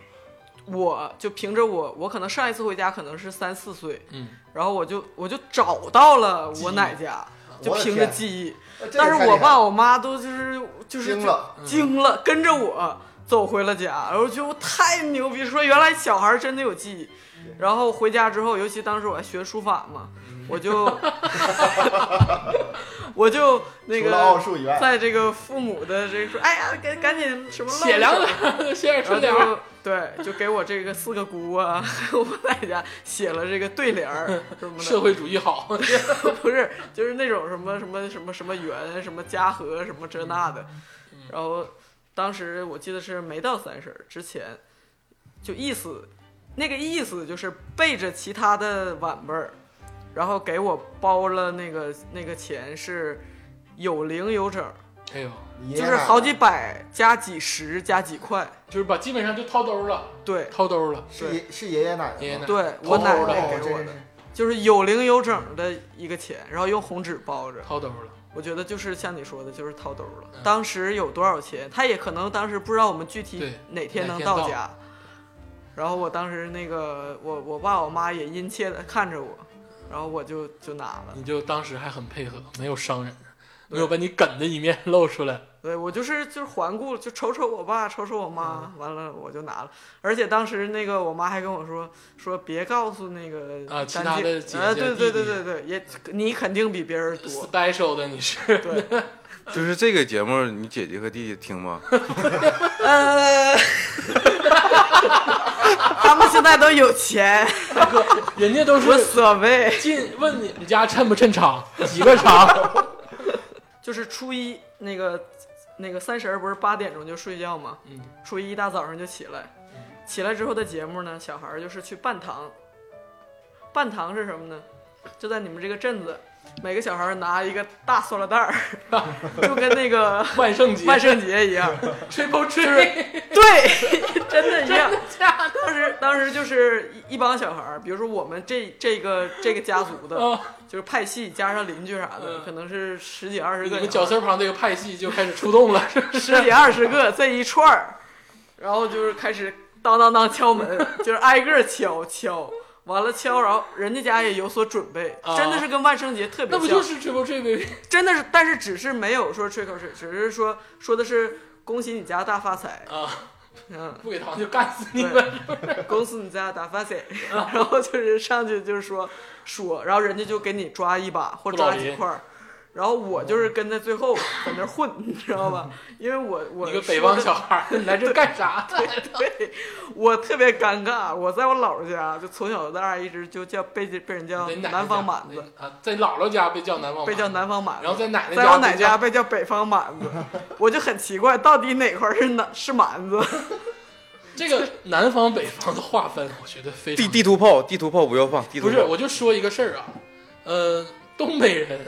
[SPEAKER 2] 我就凭着我，我可能上一次回家可能是三四岁，
[SPEAKER 1] 嗯，
[SPEAKER 2] 然后我就我就找到了我奶家，就
[SPEAKER 4] 啊我的
[SPEAKER 2] 凭着
[SPEAKER 4] 天
[SPEAKER 2] 记忆。
[SPEAKER 4] 呃这个
[SPEAKER 2] 但
[SPEAKER 4] 太
[SPEAKER 2] 是
[SPEAKER 4] 厉
[SPEAKER 2] 我
[SPEAKER 4] 害
[SPEAKER 2] 爸
[SPEAKER 4] 了
[SPEAKER 2] 我妈都就是就是
[SPEAKER 4] 惊了
[SPEAKER 1] 嗯
[SPEAKER 2] 惊了，跟着我走回了家，然后就太牛逼，说原来小孩真的有记忆。然后回家之后，尤其当时我还学书法嘛，我就 我就那
[SPEAKER 4] 除了奥
[SPEAKER 2] 个
[SPEAKER 4] 数以外
[SPEAKER 2] 在这个父母的这个说，哎呀，赶赶紧什么
[SPEAKER 1] 写两
[SPEAKER 2] 本。
[SPEAKER 1] 本，写点春
[SPEAKER 2] 然
[SPEAKER 1] 联
[SPEAKER 2] 后
[SPEAKER 1] 儿。
[SPEAKER 2] 就对，就给我这个四个姑啊， 还有我奶家写了这个对联儿什么的，
[SPEAKER 1] 社会主义好，
[SPEAKER 2] 不是，就是那种什么什么什么什么圆、什么家和、什么这那的。
[SPEAKER 1] 嗯
[SPEAKER 2] 然后当时我记得是没到三十儿之前，就意思，那个意思就是背着其他的晚辈儿，然后给我包了那个那个钱是有零有整儿，
[SPEAKER 1] 哎呦，
[SPEAKER 4] 你爷
[SPEAKER 2] 就
[SPEAKER 4] 爷
[SPEAKER 2] 是
[SPEAKER 4] 奶
[SPEAKER 2] 好
[SPEAKER 4] 奶
[SPEAKER 2] 几百加几十加几块，
[SPEAKER 1] 就是把基本上就掏兜儿了，
[SPEAKER 2] 对
[SPEAKER 1] 掏兜儿了。
[SPEAKER 4] 是爷是爷爷奶奶吗，
[SPEAKER 1] 爷爷奶奶
[SPEAKER 2] 对，
[SPEAKER 1] 偷
[SPEAKER 2] 我
[SPEAKER 1] 偷
[SPEAKER 2] 奶
[SPEAKER 1] 的
[SPEAKER 2] 奶
[SPEAKER 4] 哦
[SPEAKER 2] 给我
[SPEAKER 4] 真
[SPEAKER 2] 的
[SPEAKER 4] 是。
[SPEAKER 2] 就是有零有整儿的一个钱，然后用红纸包着，
[SPEAKER 1] 掏兜儿了，
[SPEAKER 2] 我觉得就是像你说的，就是掏兜了。
[SPEAKER 1] 嗯
[SPEAKER 2] 当时有多少钱，他也可能当时不知道我们具体
[SPEAKER 1] 对
[SPEAKER 2] 哪天能
[SPEAKER 1] 哪天到
[SPEAKER 2] 家。然后我当时那个我我爸我妈也殷切的看着我，然后我就就拿了。
[SPEAKER 1] 你就当时还很配合，没有伤人，没有把你梗的一面露出来。
[SPEAKER 2] 对我就是就是环顾，就瞅瞅我爸，瞅瞅我妈，
[SPEAKER 1] 嗯
[SPEAKER 2] 完了我就拿了。而且当时那个我妈还跟我说说别告诉那个
[SPEAKER 1] 啊其
[SPEAKER 2] 丹
[SPEAKER 1] 他
[SPEAKER 2] 静
[SPEAKER 1] 的姐
[SPEAKER 2] 啊
[SPEAKER 1] 姐
[SPEAKER 2] 对对
[SPEAKER 1] 弟
[SPEAKER 2] 对
[SPEAKER 1] 弟
[SPEAKER 2] 对对，也你肯定比别人多。
[SPEAKER 1] special 的你是，
[SPEAKER 2] 对，
[SPEAKER 3] 就是这个节目，你姐姐和弟弟 听吗？
[SPEAKER 2] 呃， 他们现在都有钱，
[SPEAKER 1] 人家 都
[SPEAKER 2] 无
[SPEAKER 1] 是
[SPEAKER 2] 所谓。
[SPEAKER 1] 进问你你家衬不衬场，几个场？
[SPEAKER 2] 就是初一那个那个三十儿不是八点钟就睡觉吗？
[SPEAKER 1] 嗯，
[SPEAKER 2] 初一一大早上就起来，起来之后的节目呢，小孩儿就是去办堂。办堂是什么呢？就在你们这个镇子，每个小孩儿拿一个大塑料袋儿，就跟那个
[SPEAKER 1] 万圣节，
[SPEAKER 2] 万圣节一样。
[SPEAKER 1] triple 啊 tree，
[SPEAKER 2] 对，真的一样。当时当时就是一一帮小孩儿，比如说我们这这个这个家族的，
[SPEAKER 1] 啊，
[SPEAKER 2] 就是派系加上邻居啥的，
[SPEAKER 1] 嗯
[SPEAKER 2] 可能是十几二十
[SPEAKER 1] 你
[SPEAKER 2] 个
[SPEAKER 1] 们角
[SPEAKER 2] 小孩
[SPEAKER 1] 色旁这个派系就开始出动了，是不
[SPEAKER 2] 儿，
[SPEAKER 1] 是？
[SPEAKER 2] 十几二十个这一串儿，然后就是开始当当当敲门，就是挨个儿敲敲。完了敲，然后人家家也有所准备，
[SPEAKER 1] 啊
[SPEAKER 2] 真的是跟万圣节特 别
[SPEAKER 1] 那
[SPEAKER 2] 像。
[SPEAKER 1] 不就是 triple tree baby？
[SPEAKER 2] 真的是，但是只是没有说 trick or treat，只是说说的是恭喜你家大发财，
[SPEAKER 1] 啊，
[SPEAKER 2] 嗯，
[SPEAKER 1] 不给糖就干死你
[SPEAKER 2] 对
[SPEAKER 1] 们，是不是？
[SPEAKER 2] 公司你家打 发谁？然后就是上去就是说说，然后人家就给你抓一把或
[SPEAKER 1] 不
[SPEAKER 2] 抓
[SPEAKER 1] 老
[SPEAKER 2] 几
[SPEAKER 1] 林
[SPEAKER 2] 块儿，然后我就是跟在最后在那儿混，你知道吧？因为我我
[SPEAKER 1] 你个
[SPEAKER 2] 说
[SPEAKER 1] 北方
[SPEAKER 2] 的
[SPEAKER 1] 小孩儿，你来这干啥？
[SPEAKER 2] 对，我特别尴尬。我在我姥姥家，就从小到大一直就叫被被人叫
[SPEAKER 1] 你奶奶
[SPEAKER 2] 南方
[SPEAKER 1] 家
[SPEAKER 2] 满子，
[SPEAKER 1] 啊，在姥姥家被叫南方，
[SPEAKER 2] 被叫，南方满子。
[SPEAKER 1] 然后在奶奶
[SPEAKER 2] 在我
[SPEAKER 1] 被
[SPEAKER 2] 奶
[SPEAKER 1] 叫
[SPEAKER 2] 家被叫北方满子，我就很奇怪，到底哪块儿是南是满子？
[SPEAKER 1] 这个南方北方的划分，我觉得非常
[SPEAKER 3] 地地图炮，地图炮不要放，地图
[SPEAKER 1] 不是，
[SPEAKER 3] 炮
[SPEAKER 1] 我就说一个事儿啊，呃，东北人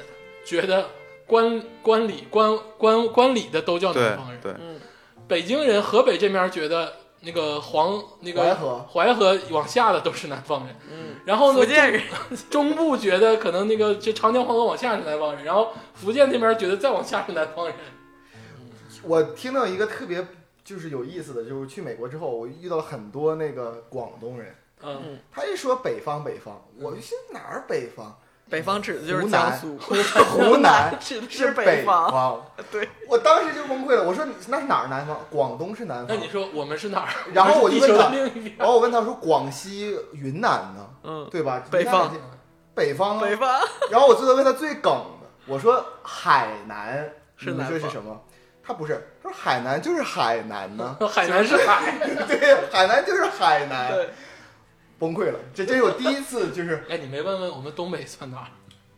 [SPEAKER 1] 觉得关关里关关关里的都叫南
[SPEAKER 3] 对
[SPEAKER 1] 方人，
[SPEAKER 3] 对，
[SPEAKER 1] 北京人河北这面觉得那个黄那个
[SPEAKER 4] 淮河
[SPEAKER 1] 淮河往下的都是南方人，
[SPEAKER 2] 嗯，
[SPEAKER 1] 然后呢
[SPEAKER 2] 福建人
[SPEAKER 1] 中部觉得可能那个这长江黄河往下是南方人，然后福建那边觉得再往下是南方人，
[SPEAKER 4] 我听到一个特别就是有意思的，就是去美国之后，我遇到很多那个广东人，
[SPEAKER 1] 嗯，
[SPEAKER 4] 他一说北方北方，我就寻思哪儿北方？
[SPEAKER 2] 北方指的就是
[SPEAKER 4] 湖
[SPEAKER 2] 江
[SPEAKER 4] 南
[SPEAKER 2] 苏，
[SPEAKER 4] 湖南
[SPEAKER 2] 指的
[SPEAKER 4] 是
[SPEAKER 2] 是
[SPEAKER 4] 北
[SPEAKER 2] 方。
[SPEAKER 4] 方。
[SPEAKER 2] 对，
[SPEAKER 4] 我当时就崩溃了，我说你那是哪儿南方？广东是南
[SPEAKER 1] 那
[SPEAKER 4] 方。
[SPEAKER 1] 你说我们是哪儿？
[SPEAKER 4] 然后
[SPEAKER 1] 我
[SPEAKER 4] 我
[SPEAKER 1] 们
[SPEAKER 4] 就
[SPEAKER 1] 地
[SPEAKER 4] 是
[SPEAKER 1] 球的
[SPEAKER 4] 问他，
[SPEAKER 1] 另一边。
[SPEAKER 4] 然后我问他说广西、云南呢，
[SPEAKER 2] 嗯，
[SPEAKER 4] 对吧？
[SPEAKER 2] 北方
[SPEAKER 4] 云南也，北方啊。
[SPEAKER 2] 北方
[SPEAKER 4] 然后我最后问他最梗的，我说海南，
[SPEAKER 2] 是
[SPEAKER 4] 你们
[SPEAKER 2] 南
[SPEAKER 4] 这是
[SPEAKER 2] 方
[SPEAKER 4] 什么？他不是，他说海南就是海南呢，
[SPEAKER 1] 海南是海，
[SPEAKER 4] 对，海南就是海南，
[SPEAKER 2] 对，
[SPEAKER 4] 崩溃了。这这是我第一次，就是
[SPEAKER 1] 哎，你没问问我们东北算哪儿？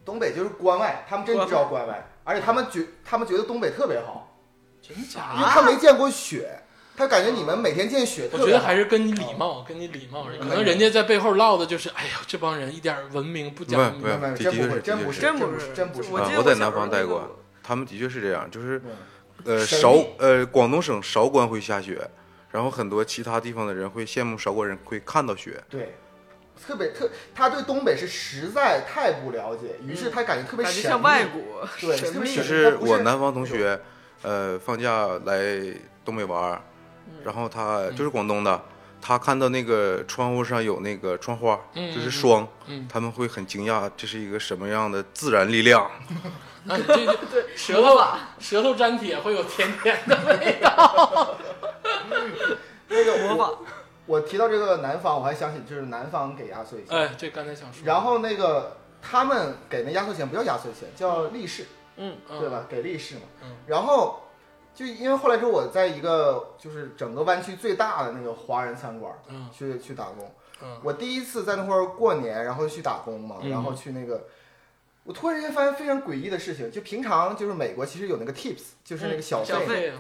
[SPEAKER 4] 东北就是关外，他们真不知道关外，而且他们觉他们觉得东北特别好，
[SPEAKER 1] 真假
[SPEAKER 4] 因为他没见过雪，他感觉你们每天见雪
[SPEAKER 1] 我
[SPEAKER 4] 特
[SPEAKER 1] 觉
[SPEAKER 4] 别
[SPEAKER 1] 得
[SPEAKER 4] 好。
[SPEAKER 1] 还是跟你礼貌，跟你礼貌而已。可
[SPEAKER 4] 嗯
[SPEAKER 1] 能人家在背后唠的就是，哎呀，这帮人一点文明不讲文
[SPEAKER 3] 不
[SPEAKER 1] 明
[SPEAKER 3] 是。
[SPEAKER 4] 没有没
[SPEAKER 3] 这
[SPEAKER 4] 有，真
[SPEAKER 3] 的
[SPEAKER 4] 不
[SPEAKER 3] 确是
[SPEAKER 4] 会，真
[SPEAKER 3] 的
[SPEAKER 4] 不
[SPEAKER 3] 确
[SPEAKER 4] 是，
[SPEAKER 2] 真
[SPEAKER 4] 真
[SPEAKER 2] 不
[SPEAKER 4] 不是，真不
[SPEAKER 2] 是
[SPEAKER 4] 是。
[SPEAKER 2] 我记
[SPEAKER 3] 啊
[SPEAKER 2] 得
[SPEAKER 3] 我在南
[SPEAKER 2] 小时候
[SPEAKER 3] 方待
[SPEAKER 2] 那个
[SPEAKER 3] 过，他们的确是这样，就是
[SPEAKER 4] 嗯
[SPEAKER 3] 呃
[SPEAKER 4] 神
[SPEAKER 3] 韶
[SPEAKER 4] 秘
[SPEAKER 3] 呃广东省韶关会下雪，然后很多其他地方的人会羡慕韶关人会看到雪，
[SPEAKER 4] 对，特别特，他对东北是实在太不了解，于是他感觉特别
[SPEAKER 2] 嗯感
[SPEAKER 4] 神
[SPEAKER 2] 觉
[SPEAKER 4] 秘，
[SPEAKER 2] 像外国，
[SPEAKER 4] 对
[SPEAKER 2] 神
[SPEAKER 4] 特别
[SPEAKER 2] 秘
[SPEAKER 3] 就
[SPEAKER 4] 神秘
[SPEAKER 3] 是
[SPEAKER 4] 它不是
[SPEAKER 3] 我南方同学，呃，放假来东北玩儿，然后他就是广东的，他看到那个窗户上有那个窗花，
[SPEAKER 1] 嗯
[SPEAKER 3] 就是霜，
[SPEAKER 1] 嗯，
[SPEAKER 3] 他们会很惊讶，这是一个什么样的自然力量？
[SPEAKER 1] 那你啊这对舌头舌头粘铁会有甜甜的味道。
[SPEAKER 4] 那个
[SPEAKER 2] 模
[SPEAKER 4] 我
[SPEAKER 2] 仿
[SPEAKER 4] 我提到这个南方，我还想起就是南方给压岁钱，
[SPEAKER 1] 哎，这刚才想说，
[SPEAKER 4] 然后那个他们给那压岁钱不叫压岁钱，叫利是，
[SPEAKER 1] 嗯
[SPEAKER 4] 对？吧？给利是嘛
[SPEAKER 1] 嗯。
[SPEAKER 4] 然后就因为后来之后我在一个就是整个湾区最大的那个华人餐馆
[SPEAKER 1] 嗯
[SPEAKER 4] 去去打工，
[SPEAKER 1] 嗯，
[SPEAKER 4] 我第一次在那块儿过年，然后去打工嘛，
[SPEAKER 1] 嗯
[SPEAKER 4] 然后去那个，我突然间发现非常诡异的事情，就平常就是美国其实有那个 tips，就是那个小费，嗯
[SPEAKER 2] 小费
[SPEAKER 1] 啊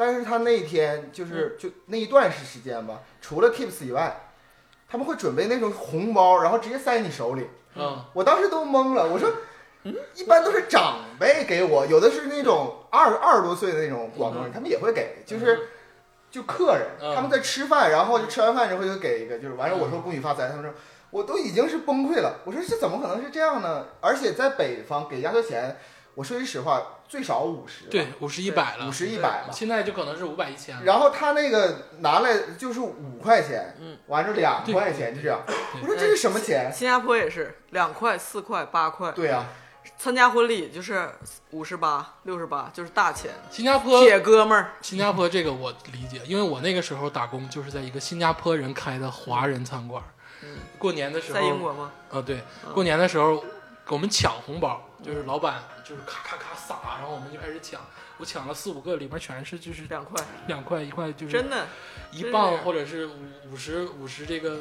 [SPEAKER 4] 但是他那天就
[SPEAKER 1] 嗯
[SPEAKER 4] 是、就那一段时时间吧，除了 tips 以外，他们会准备那种红包，然后直接塞你手里，
[SPEAKER 1] 嗯
[SPEAKER 4] 我当时都懵了，我说。一般都是长辈给我，有的是那种二二十多岁的那种广东人，他们也会给，就是就客人，
[SPEAKER 1] 嗯
[SPEAKER 4] 他们在吃饭，然后就吃完饭之后就给一个，就是完了我说恭喜发财，他们说我都已经是崩溃了，我说这怎么可能是这样呢？而且在北方给压岁钱，我说句实话，最少五十，
[SPEAKER 1] 对，，五十一百了
[SPEAKER 4] 五，十一百吧。
[SPEAKER 1] 现在就可能是五百一千了。
[SPEAKER 4] 然后他那个拿来就是五块钱，嗯，完了两块钱就这样，我说这是什么钱？
[SPEAKER 2] 新加坡也是两块、四块、八块。
[SPEAKER 4] 对啊呀、
[SPEAKER 2] 参加婚礼就是五十八、六十八，就是大钱。
[SPEAKER 1] 新加坡，
[SPEAKER 2] 铁哥们儿，
[SPEAKER 1] 新加坡这个我理解，因为我那个时候打工就是在一个新加坡人开的华人餐馆儿。
[SPEAKER 4] 嗯
[SPEAKER 1] 过年的时候，
[SPEAKER 2] 在英国吗？
[SPEAKER 1] 啊，对，过年的时候给我们抢红包，就是老板就是咔咔咔撒，然后我们就开始抢，我抢了四五个，里面全是就是
[SPEAKER 2] 两块，
[SPEAKER 1] 两块一块，就是
[SPEAKER 2] 真的。
[SPEAKER 1] 一
[SPEAKER 2] 真
[SPEAKER 1] 磅
[SPEAKER 2] 是
[SPEAKER 1] 或者是五五十五十这个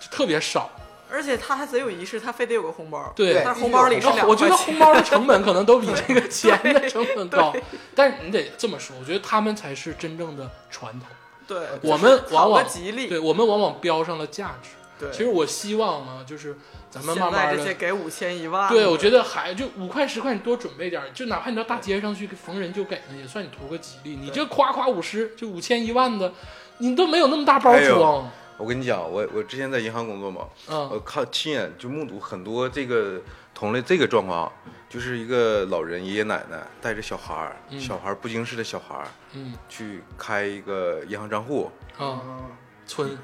[SPEAKER 1] 就特别少。
[SPEAKER 2] 而且他还贼有仪式，他非得有个红包。
[SPEAKER 1] 对
[SPEAKER 4] 对
[SPEAKER 2] 但是红包里是
[SPEAKER 1] 然后
[SPEAKER 2] 两
[SPEAKER 1] 我觉得
[SPEAKER 2] 块
[SPEAKER 1] 红
[SPEAKER 2] 钱
[SPEAKER 1] 包的成本可能都比这 个钱的成本高，但是你得这么说，我觉得他们才是真正的传统。
[SPEAKER 2] 对，
[SPEAKER 1] 我们
[SPEAKER 2] 就是
[SPEAKER 1] 往
[SPEAKER 2] 讨个
[SPEAKER 1] 往
[SPEAKER 2] 吉利。
[SPEAKER 1] 对我们往往标上了价值。
[SPEAKER 2] 对，
[SPEAKER 1] 其实我希望呢，就是咱们慢
[SPEAKER 2] 现在
[SPEAKER 1] 慢
[SPEAKER 2] 这
[SPEAKER 1] 的
[SPEAKER 2] 些给五千一万，
[SPEAKER 1] 对，我觉得还就五块十块，你多准备点儿，就哪怕你到大街上去给逢人就给呢，也算你图个吉利。你这夸夸五十就五千一万的，你都没有那么大包
[SPEAKER 3] 哎呦
[SPEAKER 1] 装。
[SPEAKER 3] 我跟你讲，我我之前在银行工作嘛，我
[SPEAKER 1] 嗯
[SPEAKER 3] 呃看亲眼就目睹很多这个同类这个状况，啊就是一个老人爷爷奶奶带着小孩儿，
[SPEAKER 1] 嗯
[SPEAKER 3] 小孩儿不经事的小孩儿
[SPEAKER 1] 嗯
[SPEAKER 3] 去开一个银行账户
[SPEAKER 1] 啊，
[SPEAKER 4] 嗯
[SPEAKER 1] 存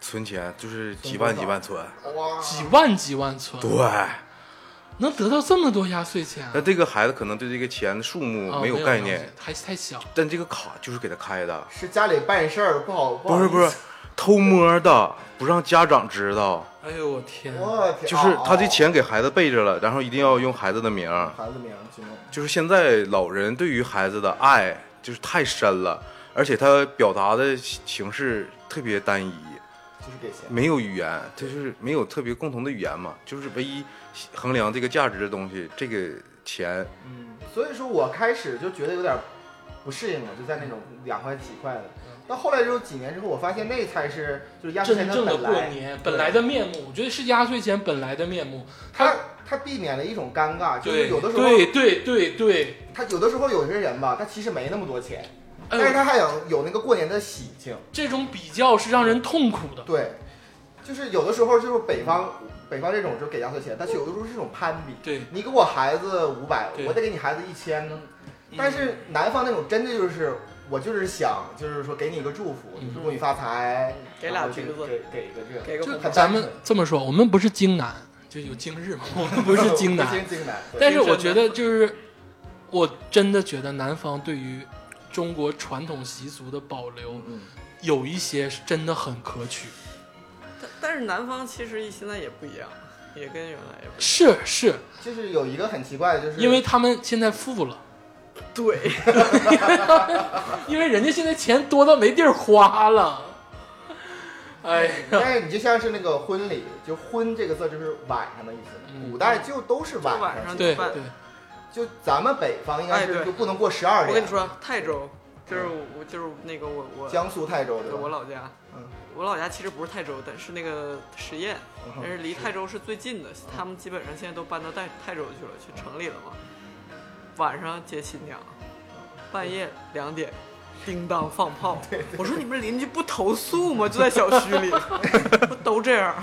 [SPEAKER 3] 存钱，就是几万
[SPEAKER 4] 存多少嗯
[SPEAKER 3] 几万存。
[SPEAKER 4] 哇，
[SPEAKER 1] 几万几万存，
[SPEAKER 3] 对，
[SPEAKER 1] 能得到这么多压岁钱啊？
[SPEAKER 3] 那这个孩子可能对这个钱的数目
[SPEAKER 4] 哦
[SPEAKER 1] 啊
[SPEAKER 3] 没
[SPEAKER 1] 有
[SPEAKER 3] 有概念
[SPEAKER 1] 了，解还太小。
[SPEAKER 3] 但这个卡就是给他开的，
[SPEAKER 4] 是家里办事儿不好，
[SPEAKER 3] 不是
[SPEAKER 4] 好
[SPEAKER 3] 不是，偷摸的，不让家长知道，
[SPEAKER 1] 哎呦我天，
[SPEAKER 4] 我天，
[SPEAKER 3] 就是他这
[SPEAKER 4] 哦
[SPEAKER 3] 钱给孩子备着了，然后一定要用孩子的名儿。
[SPEAKER 4] 孩子名去弄，
[SPEAKER 3] 就是现在老人对于孩子的爱就是太深了，而且他表达的形式特别单一，
[SPEAKER 4] 就是给钱。
[SPEAKER 3] 没有语言，他就是没有特别共同的语言嘛，就是唯一衡量这个价值的东西，这个钱
[SPEAKER 4] 嗯，所以说我开始就觉得有点不适应了，就在那种两块几块的。到后来就几年之后，我发现那才是就是压岁钱
[SPEAKER 1] 真正的
[SPEAKER 4] 本
[SPEAKER 1] 过
[SPEAKER 4] 来。
[SPEAKER 1] 年本来的面目，我觉得是压岁钱本来的面目。
[SPEAKER 4] 他
[SPEAKER 1] 他
[SPEAKER 4] 他避免了一种尴尬，就是
[SPEAKER 1] 对
[SPEAKER 4] 有的时候
[SPEAKER 1] 对对对对，
[SPEAKER 4] 他有的时候有些人吧，他其实没那么多钱，
[SPEAKER 1] 哎
[SPEAKER 4] 但是
[SPEAKER 1] 呦，
[SPEAKER 4] 他还有有那个过年的喜庆。
[SPEAKER 1] 这种比较是让人痛苦的。
[SPEAKER 4] 对，就是有的时候就是北方北方这种就给压岁钱，但是有的时候是一种攀比。
[SPEAKER 1] 对，
[SPEAKER 4] 你给我孩子五百，
[SPEAKER 1] 对嗯
[SPEAKER 4] 我得给你孩子一千呢。但是南方那种真的就是，我就是想，就是说给你一个祝福，
[SPEAKER 1] 嗯
[SPEAKER 4] 祝你发财，
[SPEAKER 2] 给俩
[SPEAKER 4] 然后
[SPEAKER 2] 橘
[SPEAKER 4] 就
[SPEAKER 2] 子
[SPEAKER 4] 给给一个这个。
[SPEAKER 2] 给个红
[SPEAKER 4] 很
[SPEAKER 1] 咱
[SPEAKER 4] 单
[SPEAKER 1] 们
[SPEAKER 4] 纯
[SPEAKER 1] 这么说，我们不是京南，就有京日嘛，我们不是京 南。
[SPEAKER 4] 京南，对
[SPEAKER 1] 但是我觉得就是，我真的觉得南方对于中国传统习俗的保留，
[SPEAKER 4] 嗯
[SPEAKER 1] 有一些是真的很可取。
[SPEAKER 2] 但但是南方其实现在也不一样，也跟原来也不一样。
[SPEAKER 1] 是是，
[SPEAKER 4] 就是有一个很奇怪的，就是
[SPEAKER 1] 因为他们现在富了，
[SPEAKER 2] 对，
[SPEAKER 1] 因为人家现在钱多到没地儿花了。哎呀，
[SPEAKER 4] 但是你就像是那个婚礼，就婚这个字就是晚上的意思，
[SPEAKER 1] 嗯
[SPEAKER 4] 古代就都是晚
[SPEAKER 2] 就晚上
[SPEAKER 4] 上，
[SPEAKER 1] 对
[SPEAKER 2] 怎么办
[SPEAKER 1] 对，
[SPEAKER 4] 就咱们北方应该
[SPEAKER 2] 哎
[SPEAKER 4] 是
[SPEAKER 2] 对
[SPEAKER 4] 就不能过十二
[SPEAKER 2] 我
[SPEAKER 4] 点。
[SPEAKER 2] 跟你说，泰州就是我就是那个我我
[SPEAKER 4] 江苏泰州对
[SPEAKER 2] 对我
[SPEAKER 4] 吧？
[SPEAKER 2] 老家，
[SPEAKER 4] 嗯
[SPEAKER 2] 我老家其实不是泰州，但是那个实验，
[SPEAKER 4] 嗯
[SPEAKER 2] 但是离泰州是最近的。他们基本上现在都搬到泰泰州去了，去城里了嘛。晚上接新娘，半夜两点，叮当放 炮。我说你们邻居不投诉吗？就在小区里，不都这样？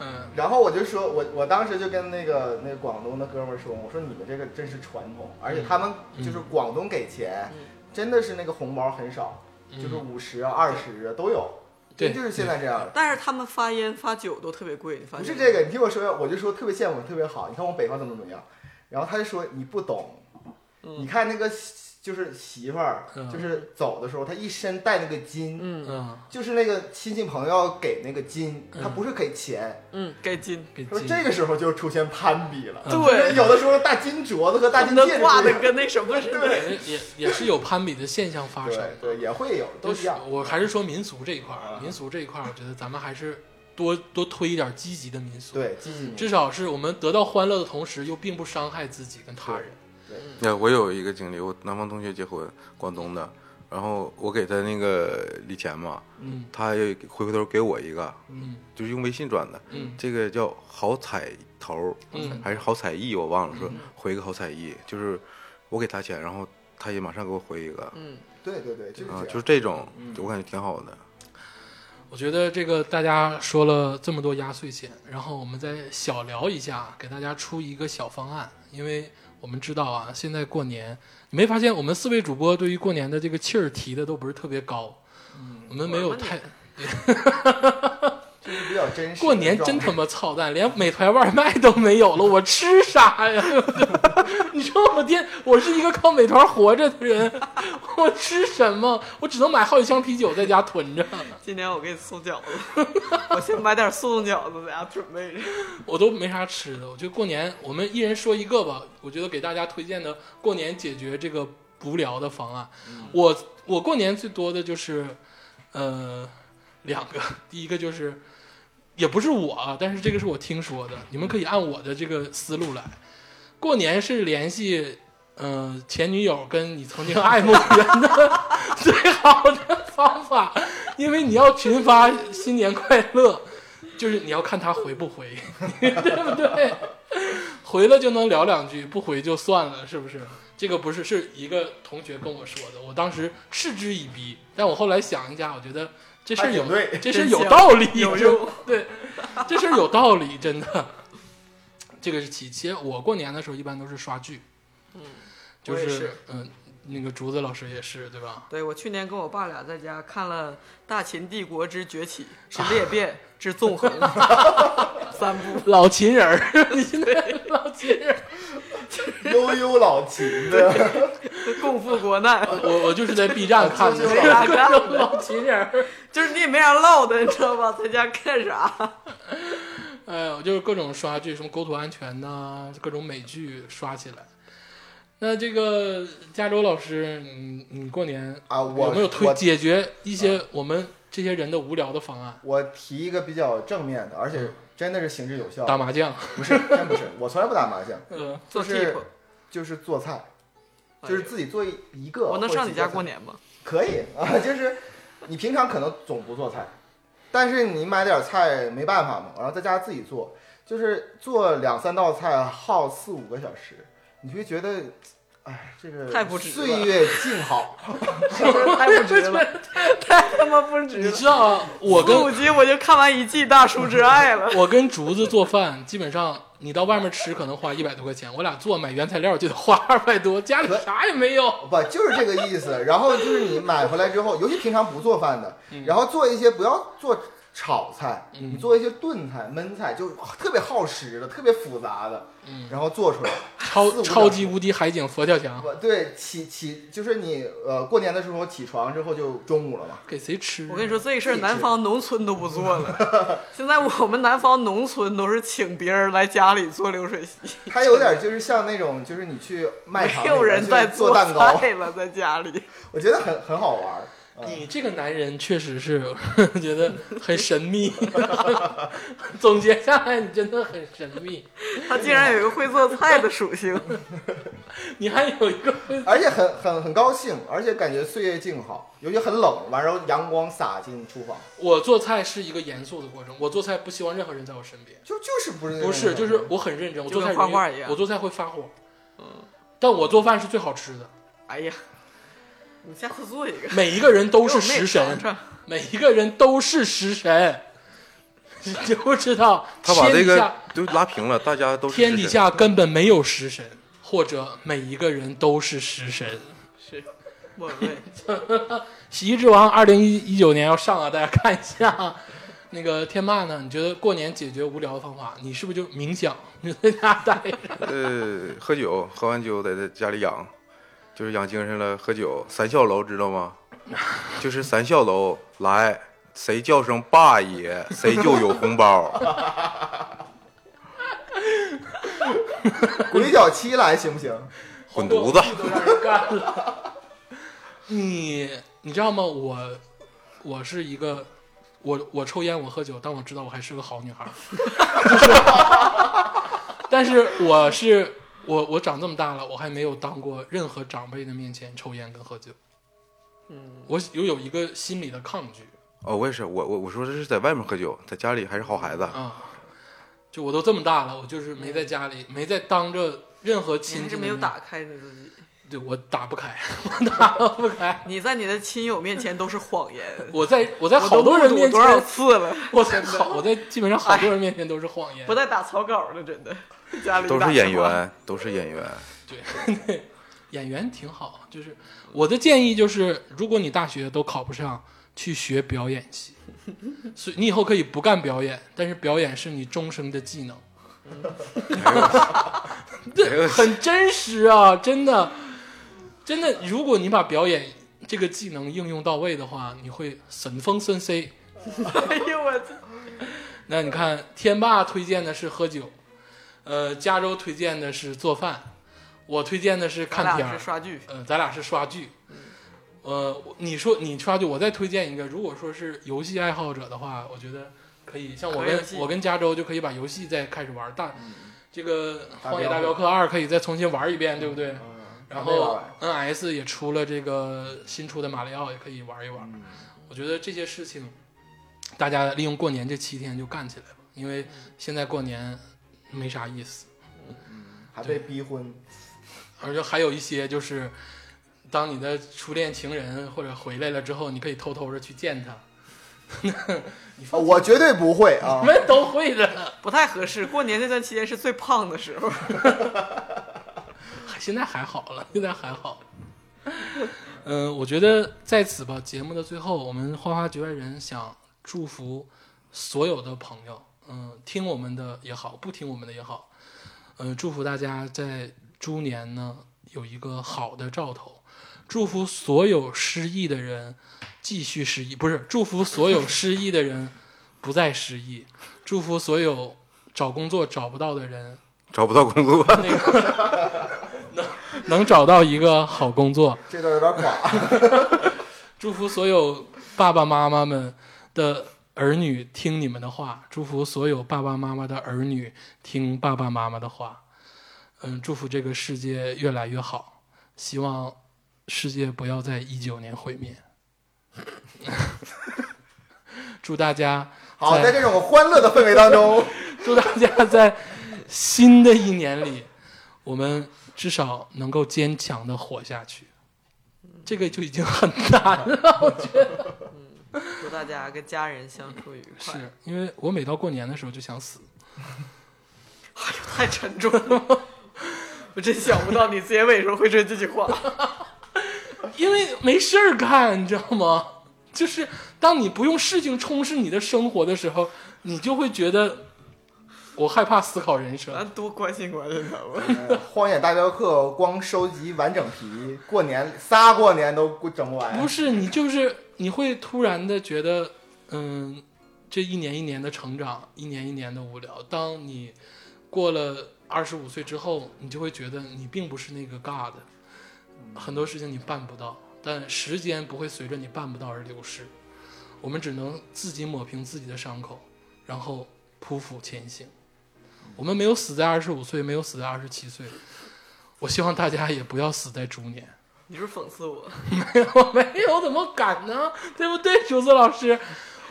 [SPEAKER 1] 嗯，
[SPEAKER 4] 然后我就说，我我当时就跟那个那个广东的哥们儿说，我说你们这个真是传统，而且他们
[SPEAKER 1] 嗯
[SPEAKER 4] 就是广东给钱，
[SPEAKER 2] 嗯
[SPEAKER 4] 真的是那个红包很少，就是五十啊、二十啊都有，
[SPEAKER 1] 嗯对
[SPEAKER 4] 就是现在这样。
[SPEAKER 2] 但是他们发烟发酒都特别贵，你发
[SPEAKER 4] 不
[SPEAKER 2] 现
[SPEAKER 4] 是
[SPEAKER 2] 没
[SPEAKER 4] 这个，你听我说，我就说特别羡慕，特别好。你看我们北方怎么怎么样，然后他就说你不懂，
[SPEAKER 2] 嗯
[SPEAKER 4] 你看那个媳就是媳妇儿，
[SPEAKER 1] 嗯
[SPEAKER 4] 就是走的时候，她一身带那个金，
[SPEAKER 2] 嗯
[SPEAKER 1] 嗯，
[SPEAKER 4] 就是那个亲戚朋友给那个金，他不是给钱。
[SPEAKER 2] 嗯，给金，
[SPEAKER 1] 给
[SPEAKER 4] 说
[SPEAKER 1] 金
[SPEAKER 4] 这个时候就出现攀比了，
[SPEAKER 2] 对
[SPEAKER 4] 就是 有的时候大金镯子和嗯大金戒指
[SPEAKER 2] 那
[SPEAKER 4] 不
[SPEAKER 2] 挂
[SPEAKER 4] 一
[SPEAKER 2] 的
[SPEAKER 4] 样，
[SPEAKER 2] 跟那什么似的。
[SPEAKER 1] 也也也是有攀比的现象发生。
[SPEAKER 4] 对对也会有，都
[SPEAKER 1] 都
[SPEAKER 4] 一
[SPEAKER 1] 是
[SPEAKER 4] 样。
[SPEAKER 1] 我还是说民俗这一块儿
[SPEAKER 4] 啊，
[SPEAKER 1] 民俗这一块儿，我觉得咱们还是多多推一点积极的民俗，
[SPEAKER 4] 对，积极
[SPEAKER 1] 至少是我们得到欢乐的同时，又并不伤害自己跟他人。
[SPEAKER 3] 哎，我有一个经历，我南方同学结婚，广东的，然后我给他那个礼钱嘛，
[SPEAKER 1] 嗯
[SPEAKER 3] 他也回头给我一个，
[SPEAKER 1] 嗯
[SPEAKER 3] 就是用微信转的，
[SPEAKER 1] 嗯
[SPEAKER 3] 这个叫好彩头，
[SPEAKER 1] 嗯
[SPEAKER 3] 还是好彩艺，我忘了，说回个好彩艺，就是我给他钱，然后他也马上给我回一个，
[SPEAKER 2] 嗯，
[SPEAKER 4] 对对对，就是这
[SPEAKER 3] 啊，
[SPEAKER 4] 样。
[SPEAKER 3] 就是这种，
[SPEAKER 1] 嗯
[SPEAKER 3] 我感觉挺好的。
[SPEAKER 1] 我觉得这个大家说了这么多压岁钱，然后我们再小聊一下，给大家出一个小方案，因为我们知道啊，现在过年，你没发现我们四位主播对于过年的这个气儿提的都不是特别高，嗯我们没有
[SPEAKER 2] 我们
[SPEAKER 1] 太
[SPEAKER 4] 就是比较真实。
[SPEAKER 1] 过年真 他，妈操蛋，连美团外卖都没有了，我吃啥呀？ 你说我天，我是一个靠美团活着的人，我吃什么？我只能买好几箱啤酒在家囤着，
[SPEAKER 2] 今年我给你送饺子， 我先买点速冻饺子，在家准备着。
[SPEAKER 1] 我都没啥吃的。我觉得过年我们一人说一个吧，我觉得给大家推荐的过年解决这个无聊的方案，我我过年最多的就是，呃，两个，第一个就是。也不是我啊，但是这个是我听说的，你们可以按我的这个思路来。过年是联系，呃，前女友跟你曾经爱慕的人的最好的方法，因为你要群发新年快乐，就是你要看他回不回， 对不对？回了就能聊两句，不回就算了，是不是？这个不是是一个同学跟我说的，我当时嗤之以鼻，但我后来想一下，我觉得这事儿
[SPEAKER 4] 还
[SPEAKER 1] 有
[SPEAKER 4] 挺对
[SPEAKER 1] 这事儿
[SPEAKER 2] 真
[SPEAKER 1] 有
[SPEAKER 2] 香
[SPEAKER 1] 道理，
[SPEAKER 2] 有
[SPEAKER 1] 就
[SPEAKER 2] 用
[SPEAKER 1] 对，这事儿有道理，真的。这个是其次，我过年的时候一般都是刷剧，就
[SPEAKER 2] 嗯我也是
[SPEAKER 1] 嗯、那个竹子老师也是对吧？
[SPEAKER 2] 对，我去年跟我爸俩在家看了《大秦帝国之崛起》，是裂 变之纵横三部。
[SPEAKER 1] 老秦人儿，你现在老秦人儿，
[SPEAKER 4] 悠悠老秦的，
[SPEAKER 2] 共赴国 难，
[SPEAKER 1] 我我就是在 B 站看的，
[SPEAKER 4] 就 是
[SPEAKER 2] 啊
[SPEAKER 1] 各种老秦人儿，
[SPEAKER 2] 就是你也没啥唠的，你知道吧？在家干啥？
[SPEAKER 1] 哎呦，就是各种刷剧，什么《国土安全》呐，各种美剧刷起来。那这个加州老师，你你过年
[SPEAKER 4] 啊，我
[SPEAKER 1] 有没有推
[SPEAKER 4] 我啊
[SPEAKER 1] 解决一些我们这些人的无聊的方案？
[SPEAKER 4] 我提一个比较正面的，而且真的是行之有效。
[SPEAKER 1] 打麻将，
[SPEAKER 4] 不是，真不是，我从来不打麻将，
[SPEAKER 1] 呃，
[SPEAKER 2] 做
[SPEAKER 4] 就
[SPEAKER 2] t
[SPEAKER 4] 是
[SPEAKER 2] i
[SPEAKER 4] 就是做菜，就是自己做一个。
[SPEAKER 2] 我能上你家过
[SPEAKER 4] 年？
[SPEAKER 2] 年吗？
[SPEAKER 4] 可以啊， 就是你平常可能总不做菜，但是你买点菜没办法嘛，然后在家自己做，就是做两三道菜耗四五个小时，你会觉得。哎，这个
[SPEAKER 2] 太不值了
[SPEAKER 4] 岁月静好，
[SPEAKER 2] 太不值了， 太他妈不 值
[SPEAKER 1] 你
[SPEAKER 2] 了！
[SPEAKER 1] 知道啊我跟
[SPEAKER 2] 四五集我就看完一季《大叔之爱》了，
[SPEAKER 1] 我跟竹子做饭，基本上你到外面吃可能花一百多块钱，我俩做买原材料就得花二百多，家里啥也没有。
[SPEAKER 4] 哦不就是这个意思。然后就是你买回来之后，尤其平常不做饭的，
[SPEAKER 2] 嗯
[SPEAKER 4] 然后做一些不要做炒菜，你做一些炖菜、焖菜，就特别耗时的、特别复杂的，
[SPEAKER 2] 嗯
[SPEAKER 4] 然后做出来，
[SPEAKER 1] 超
[SPEAKER 4] 四五
[SPEAKER 1] 超
[SPEAKER 4] 小
[SPEAKER 1] 级
[SPEAKER 4] 时
[SPEAKER 1] 无敌海景佛跳墙，
[SPEAKER 4] 我对起起就是你呃过年的时候起床之后就中午了嘛，
[SPEAKER 1] 给谁吃？
[SPEAKER 2] 我跟你说，这事儿南方农村都不做了。现在我们南方农村都是请别人来家里做流水席，
[SPEAKER 4] 它有点就是像那种就是你去卖场
[SPEAKER 2] 没
[SPEAKER 4] 那种
[SPEAKER 2] 有人在
[SPEAKER 4] 就是做蛋糕，
[SPEAKER 2] 菜了，在家里。
[SPEAKER 4] 我觉得很很好玩儿。
[SPEAKER 1] 你这个男人确实是， 觉得很神秘。 总结下来，你真的很神秘，
[SPEAKER 2] 他竟然有一个会做菜的 属性，
[SPEAKER 1] 你还有一个
[SPEAKER 4] 而且很很很高兴，而且感觉岁月静好，尤其很冷，完然后阳光洒进厨房，
[SPEAKER 1] 我做菜是一个严肃的过程，我做菜不希望任何人在我身边。
[SPEAKER 4] 就就是不是那
[SPEAKER 1] 不是，
[SPEAKER 4] 种
[SPEAKER 1] 就是我很认真，我做菜
[SPEAKER 2] 就跟
[SPEAKER 1] 容易
[SPEAKER 2] 画画一样嗯
[SPEAKER 1] 我做菜会发火。但我做饭是最好吃的。
[SPEAKER 2] 哎呀，你下次做一个，
[SPEAKER 1] 每一个人都
[SPEAKER 2] 不
[SPEAKER 1] 是食神
[SPEAKER 2] 尝，尝
[SPEAKER 1] 每一个人都是食神， 你就不知道
[SPEAKER 3] 他把这
[SPEAKER 1] 天底
[SPEAKER 3] 个
[SPEAKER 1] 下
[SPEAKER 3] 都拉平了，大家都是
[SPEAKER 1] 天
[SPEAKER 3] 食
[SPEAKER 1] 底
[SPEAKER 3] 神
[SPEAKER 1] 下根本没有食神，或者每一个人都是食神。
[SPEAKER 2] 是，莫文蔚，
[SPEAKER 1] 洗衣之王二零一一九年要上啊，大家看一下 啊。那个天霸呢？你觉得过年解决无聊的方法，你是不是就冥想？ 你在家待着？
[SPEAKER 3] 呃，喝酒，喝完酒在在家里养，就是养精神了。喝酒，三笑楼知道吗？就是三笑楼来，谁叫声爸爷，谁就有红包。
[SPEAKER 4] 鬼脚七来行不行？
[SPEAKER 3] 滚犊子
[SPEAKER 1] 都让人干了。 你你知道吗？我我是一个我我抽烟我喝酒，但我知道我还是个好女孩儿。 就是但是我是我我长这么大了，我还没有当过任何长辈的面前抽烟跟喝酒。嗯，我有有一个心理的抗拒
[SPEAKER 3] 哦，我也是，我我我说这是在外面喝酒，在家里还是好孩子。
[SPEAKER 2] 嗯
[SPEAKER 1] 啊，就我都这么大了，我就是没在家里，没在当着任何
[SPEAKER 2] 你还
[SPEAKER 1] 亲
[SPEAKER 2] 是
[SPEAKER 1] 戚
[SPEAKER 2] 没有
[SPEAKER 1] 的面
[SPEAKER 2] 打，开你自己，
[SPEAKER 1] 对我打不开， 我打不开。
[SPEAKER 2] 你在你的亲友面前都是 谎言，
[SPEAKER 1] 我在我在
[SPEAKER 2] 我
[SPEAKER 1] 好
[SPEAKER 2] 都
[SPEAKER 1] 多人
[SPEAKER 2] 目睹
[SPEAKER 1] 面前
[SPEAKER 2] 多，少次了，
[SPEAKER 1] 我在好我在基本上好多人面前都是谎言
[SPEAKER 2] 哎不。带打草稿的，真的，家里
[SPEAKER 3] 都
[SPEAKER 2] 打
[SPEAKER 3] 是演
[SPEAKER 2] 电话，
[SPEAKER 3] 员，都是演员。
[SPEAKER 1] 对，演员挺好，就是我的建议就是，如果你大学都考不上，去学表演系， 所以你以后可以不干表演，但是表演是你终生的技能。
[SPEAKER 3] 哎呦
[SPEAKER 1] 这很真实啊，真的，真的，如果你把表演这个技能应用到位的话，你会神风神 C。
[SPEAKER 2] 哎呦我操，
[SPEAKER 1] 那你看，天霸推荐的是喝酒，呃，加州推荐的是做饭，我推荐的是
[SPEAKER 2] 咱
[SPEAKER 1] 看片
[SPEAKER 2] 俩
[SPEAKER 1] 儿
[SPEAKER 2] 是，刷剧，
[SPEAKER 1] 呃，咱俩是刷剧。呃，我你说你刷剧，我再推荐一个。如果说是游戏爱好者的话，我觉得可以，像我
[SPEAKER 2] 玩
[SPEAKER 1] 跟
[SPEAKER 2] 游戏
[SPEAKER 1] 我跟加州就可以把游戏再开始玩，但这个《
[SPEAKER 4] 大
[SPEAKER 1] 荒野大镖
[SPEAKER 4] 镖客嗯
[SPEAKER 1] 客二》可以再重新玩一遍，对不对？然
[SPEAKER 4] 没
[SPEAKER 1] 后
[SPEAKER 4] 玩
[SPEAKER 1] NS 也出了这个新出的马里奥，也可以玩一玩。
[SPEAKER 4] 嗯
[SPEAKER 1] 我觉得这些事情，大家利用过年这七天就干起来吧，因为现在过年没啥意思，
[SPEAKER 4] 还被逼婚，
[SPEAKER 1] 而且还有一些就是，当你的初恋情人或者回来了之后，你可以偷偷的去见他，你放心
[SPEAKER 4] 我绝对不会 啊
[SPEAKER 1] 你！们都会的。
[SPEAKER 2] 不太合适。过年那段期间是最胖的时候，
[SPEAKER 1] 现在还好了，现在还好。嗯、我觉得在此吧，节目的最后，我们花花局外人想祝福所有的朋友，嗯、听我们的也好，不呃听我们的也好，嗯、祝福大家在猪年呢有一个好的兆头，祝福所有失意的人继续失意，不是祝福所有失意的人不再失意，祝福所有找工作找不到的人
[SPEAKER 3] 找不到工作，
[SPEAKER 1] 能找到一个好工作，
[SPEAKER 4] 这段有点垮。
[SPEAKER 1] 祝福所有爸爸妈妈们的儿女听你们的话，祝福所有爸爸妈妈的儿女听爸爸妈妈的话。嗯，祝福这个世界越来越好，希望世界不要在一九年毁灭。 祝大家
[SPEAKER 4] 好，
[SPEAKER 1] 在
[SPEAKER 4] 在这种欢乐的氛围当中，
[SPEAKER 1] 祝大家在新的一年里，我们至少能够坚强的活下去。这个就已经很难了。
[SPEAKER 2] 祝大家跟家人相处愉快。
[SPEAKER 1] 是因为我每到过年的时候就想死，
[SPEAKER 2] 太沉重了，我真想不到你结尾时候会说这句话。
[SPEAKER 1] 因为没事儿干，你知道吗？就是当你不用事情充斥你的生活的时候，你就会觉得我害怕思考人生。
[SPEAKER 2] 咱多关心关心他们。
[SPEAKER 4] 《哎荒野大镖客》光收集完整皮，过年仨过年都整不完
[SPEAKER 1] 不。是你，就是你会突然的觉得，嗯，这一年一年的成长，一年一年的无聊。当你过了二十五岁之后，你就会觉得你并不是那个 God，很多事情你办不到，但时间不会随着你办不到而流逝。我们只能自己抹平自己的伤口，然后匍匐前行。我们没有死在二十五岁，没有死在二十七岁。我希望大家也不要死在猪年。
[SPEAKER 2] 你是讽刺我？
[SPEAKER 1] 我没有，怎么敢呢？对不对，竹子老师？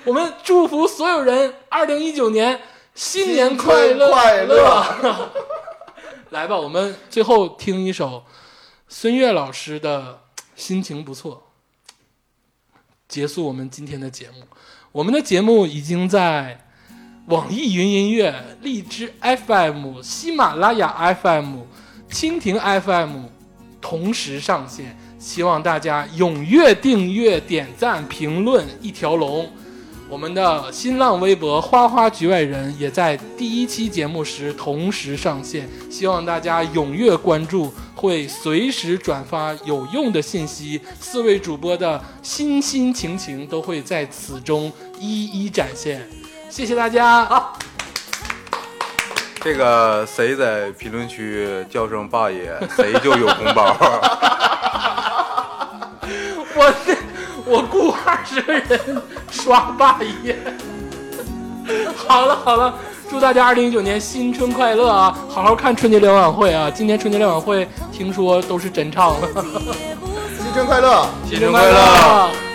[SPEAKER 1] 我们祝福所有人，二零一九年新年快
[SPEAKER 4] 新春快
[SPEAKER 1] 乐 来吧，我们最后听一首孙悦老师的《心情不错》，结束我们今天的节目。我们的节目已经在网易云音乐、荔枝 FM、喜马拉雅 FM、蜻蜓 FM 同时上线，希望大家踊跃订阅、点赞、评论，一条龙。我们的新浪微博“花花局外人”也在第一期节目时同时上线，希望大家踊跃关注，会随时转发有用的信息。四位主播的心心情情都会在此中一一展现。谢谢大家，好，
[SPEAKER 3] 这个谁在评论区叫声爸爷，谁就有红 包。
[SPEAKER 1] 我我雇二十个人刷霸业。好了好了，祝大家二零一九年新春快乐啊！好好看春节联欢晚会啊！今年春节联欢晚会听说都是真唱了，
[SPEAKER 4] 新春快乐！
[SPEAKER 1] 新
[SPEAKER 3] 春快乐！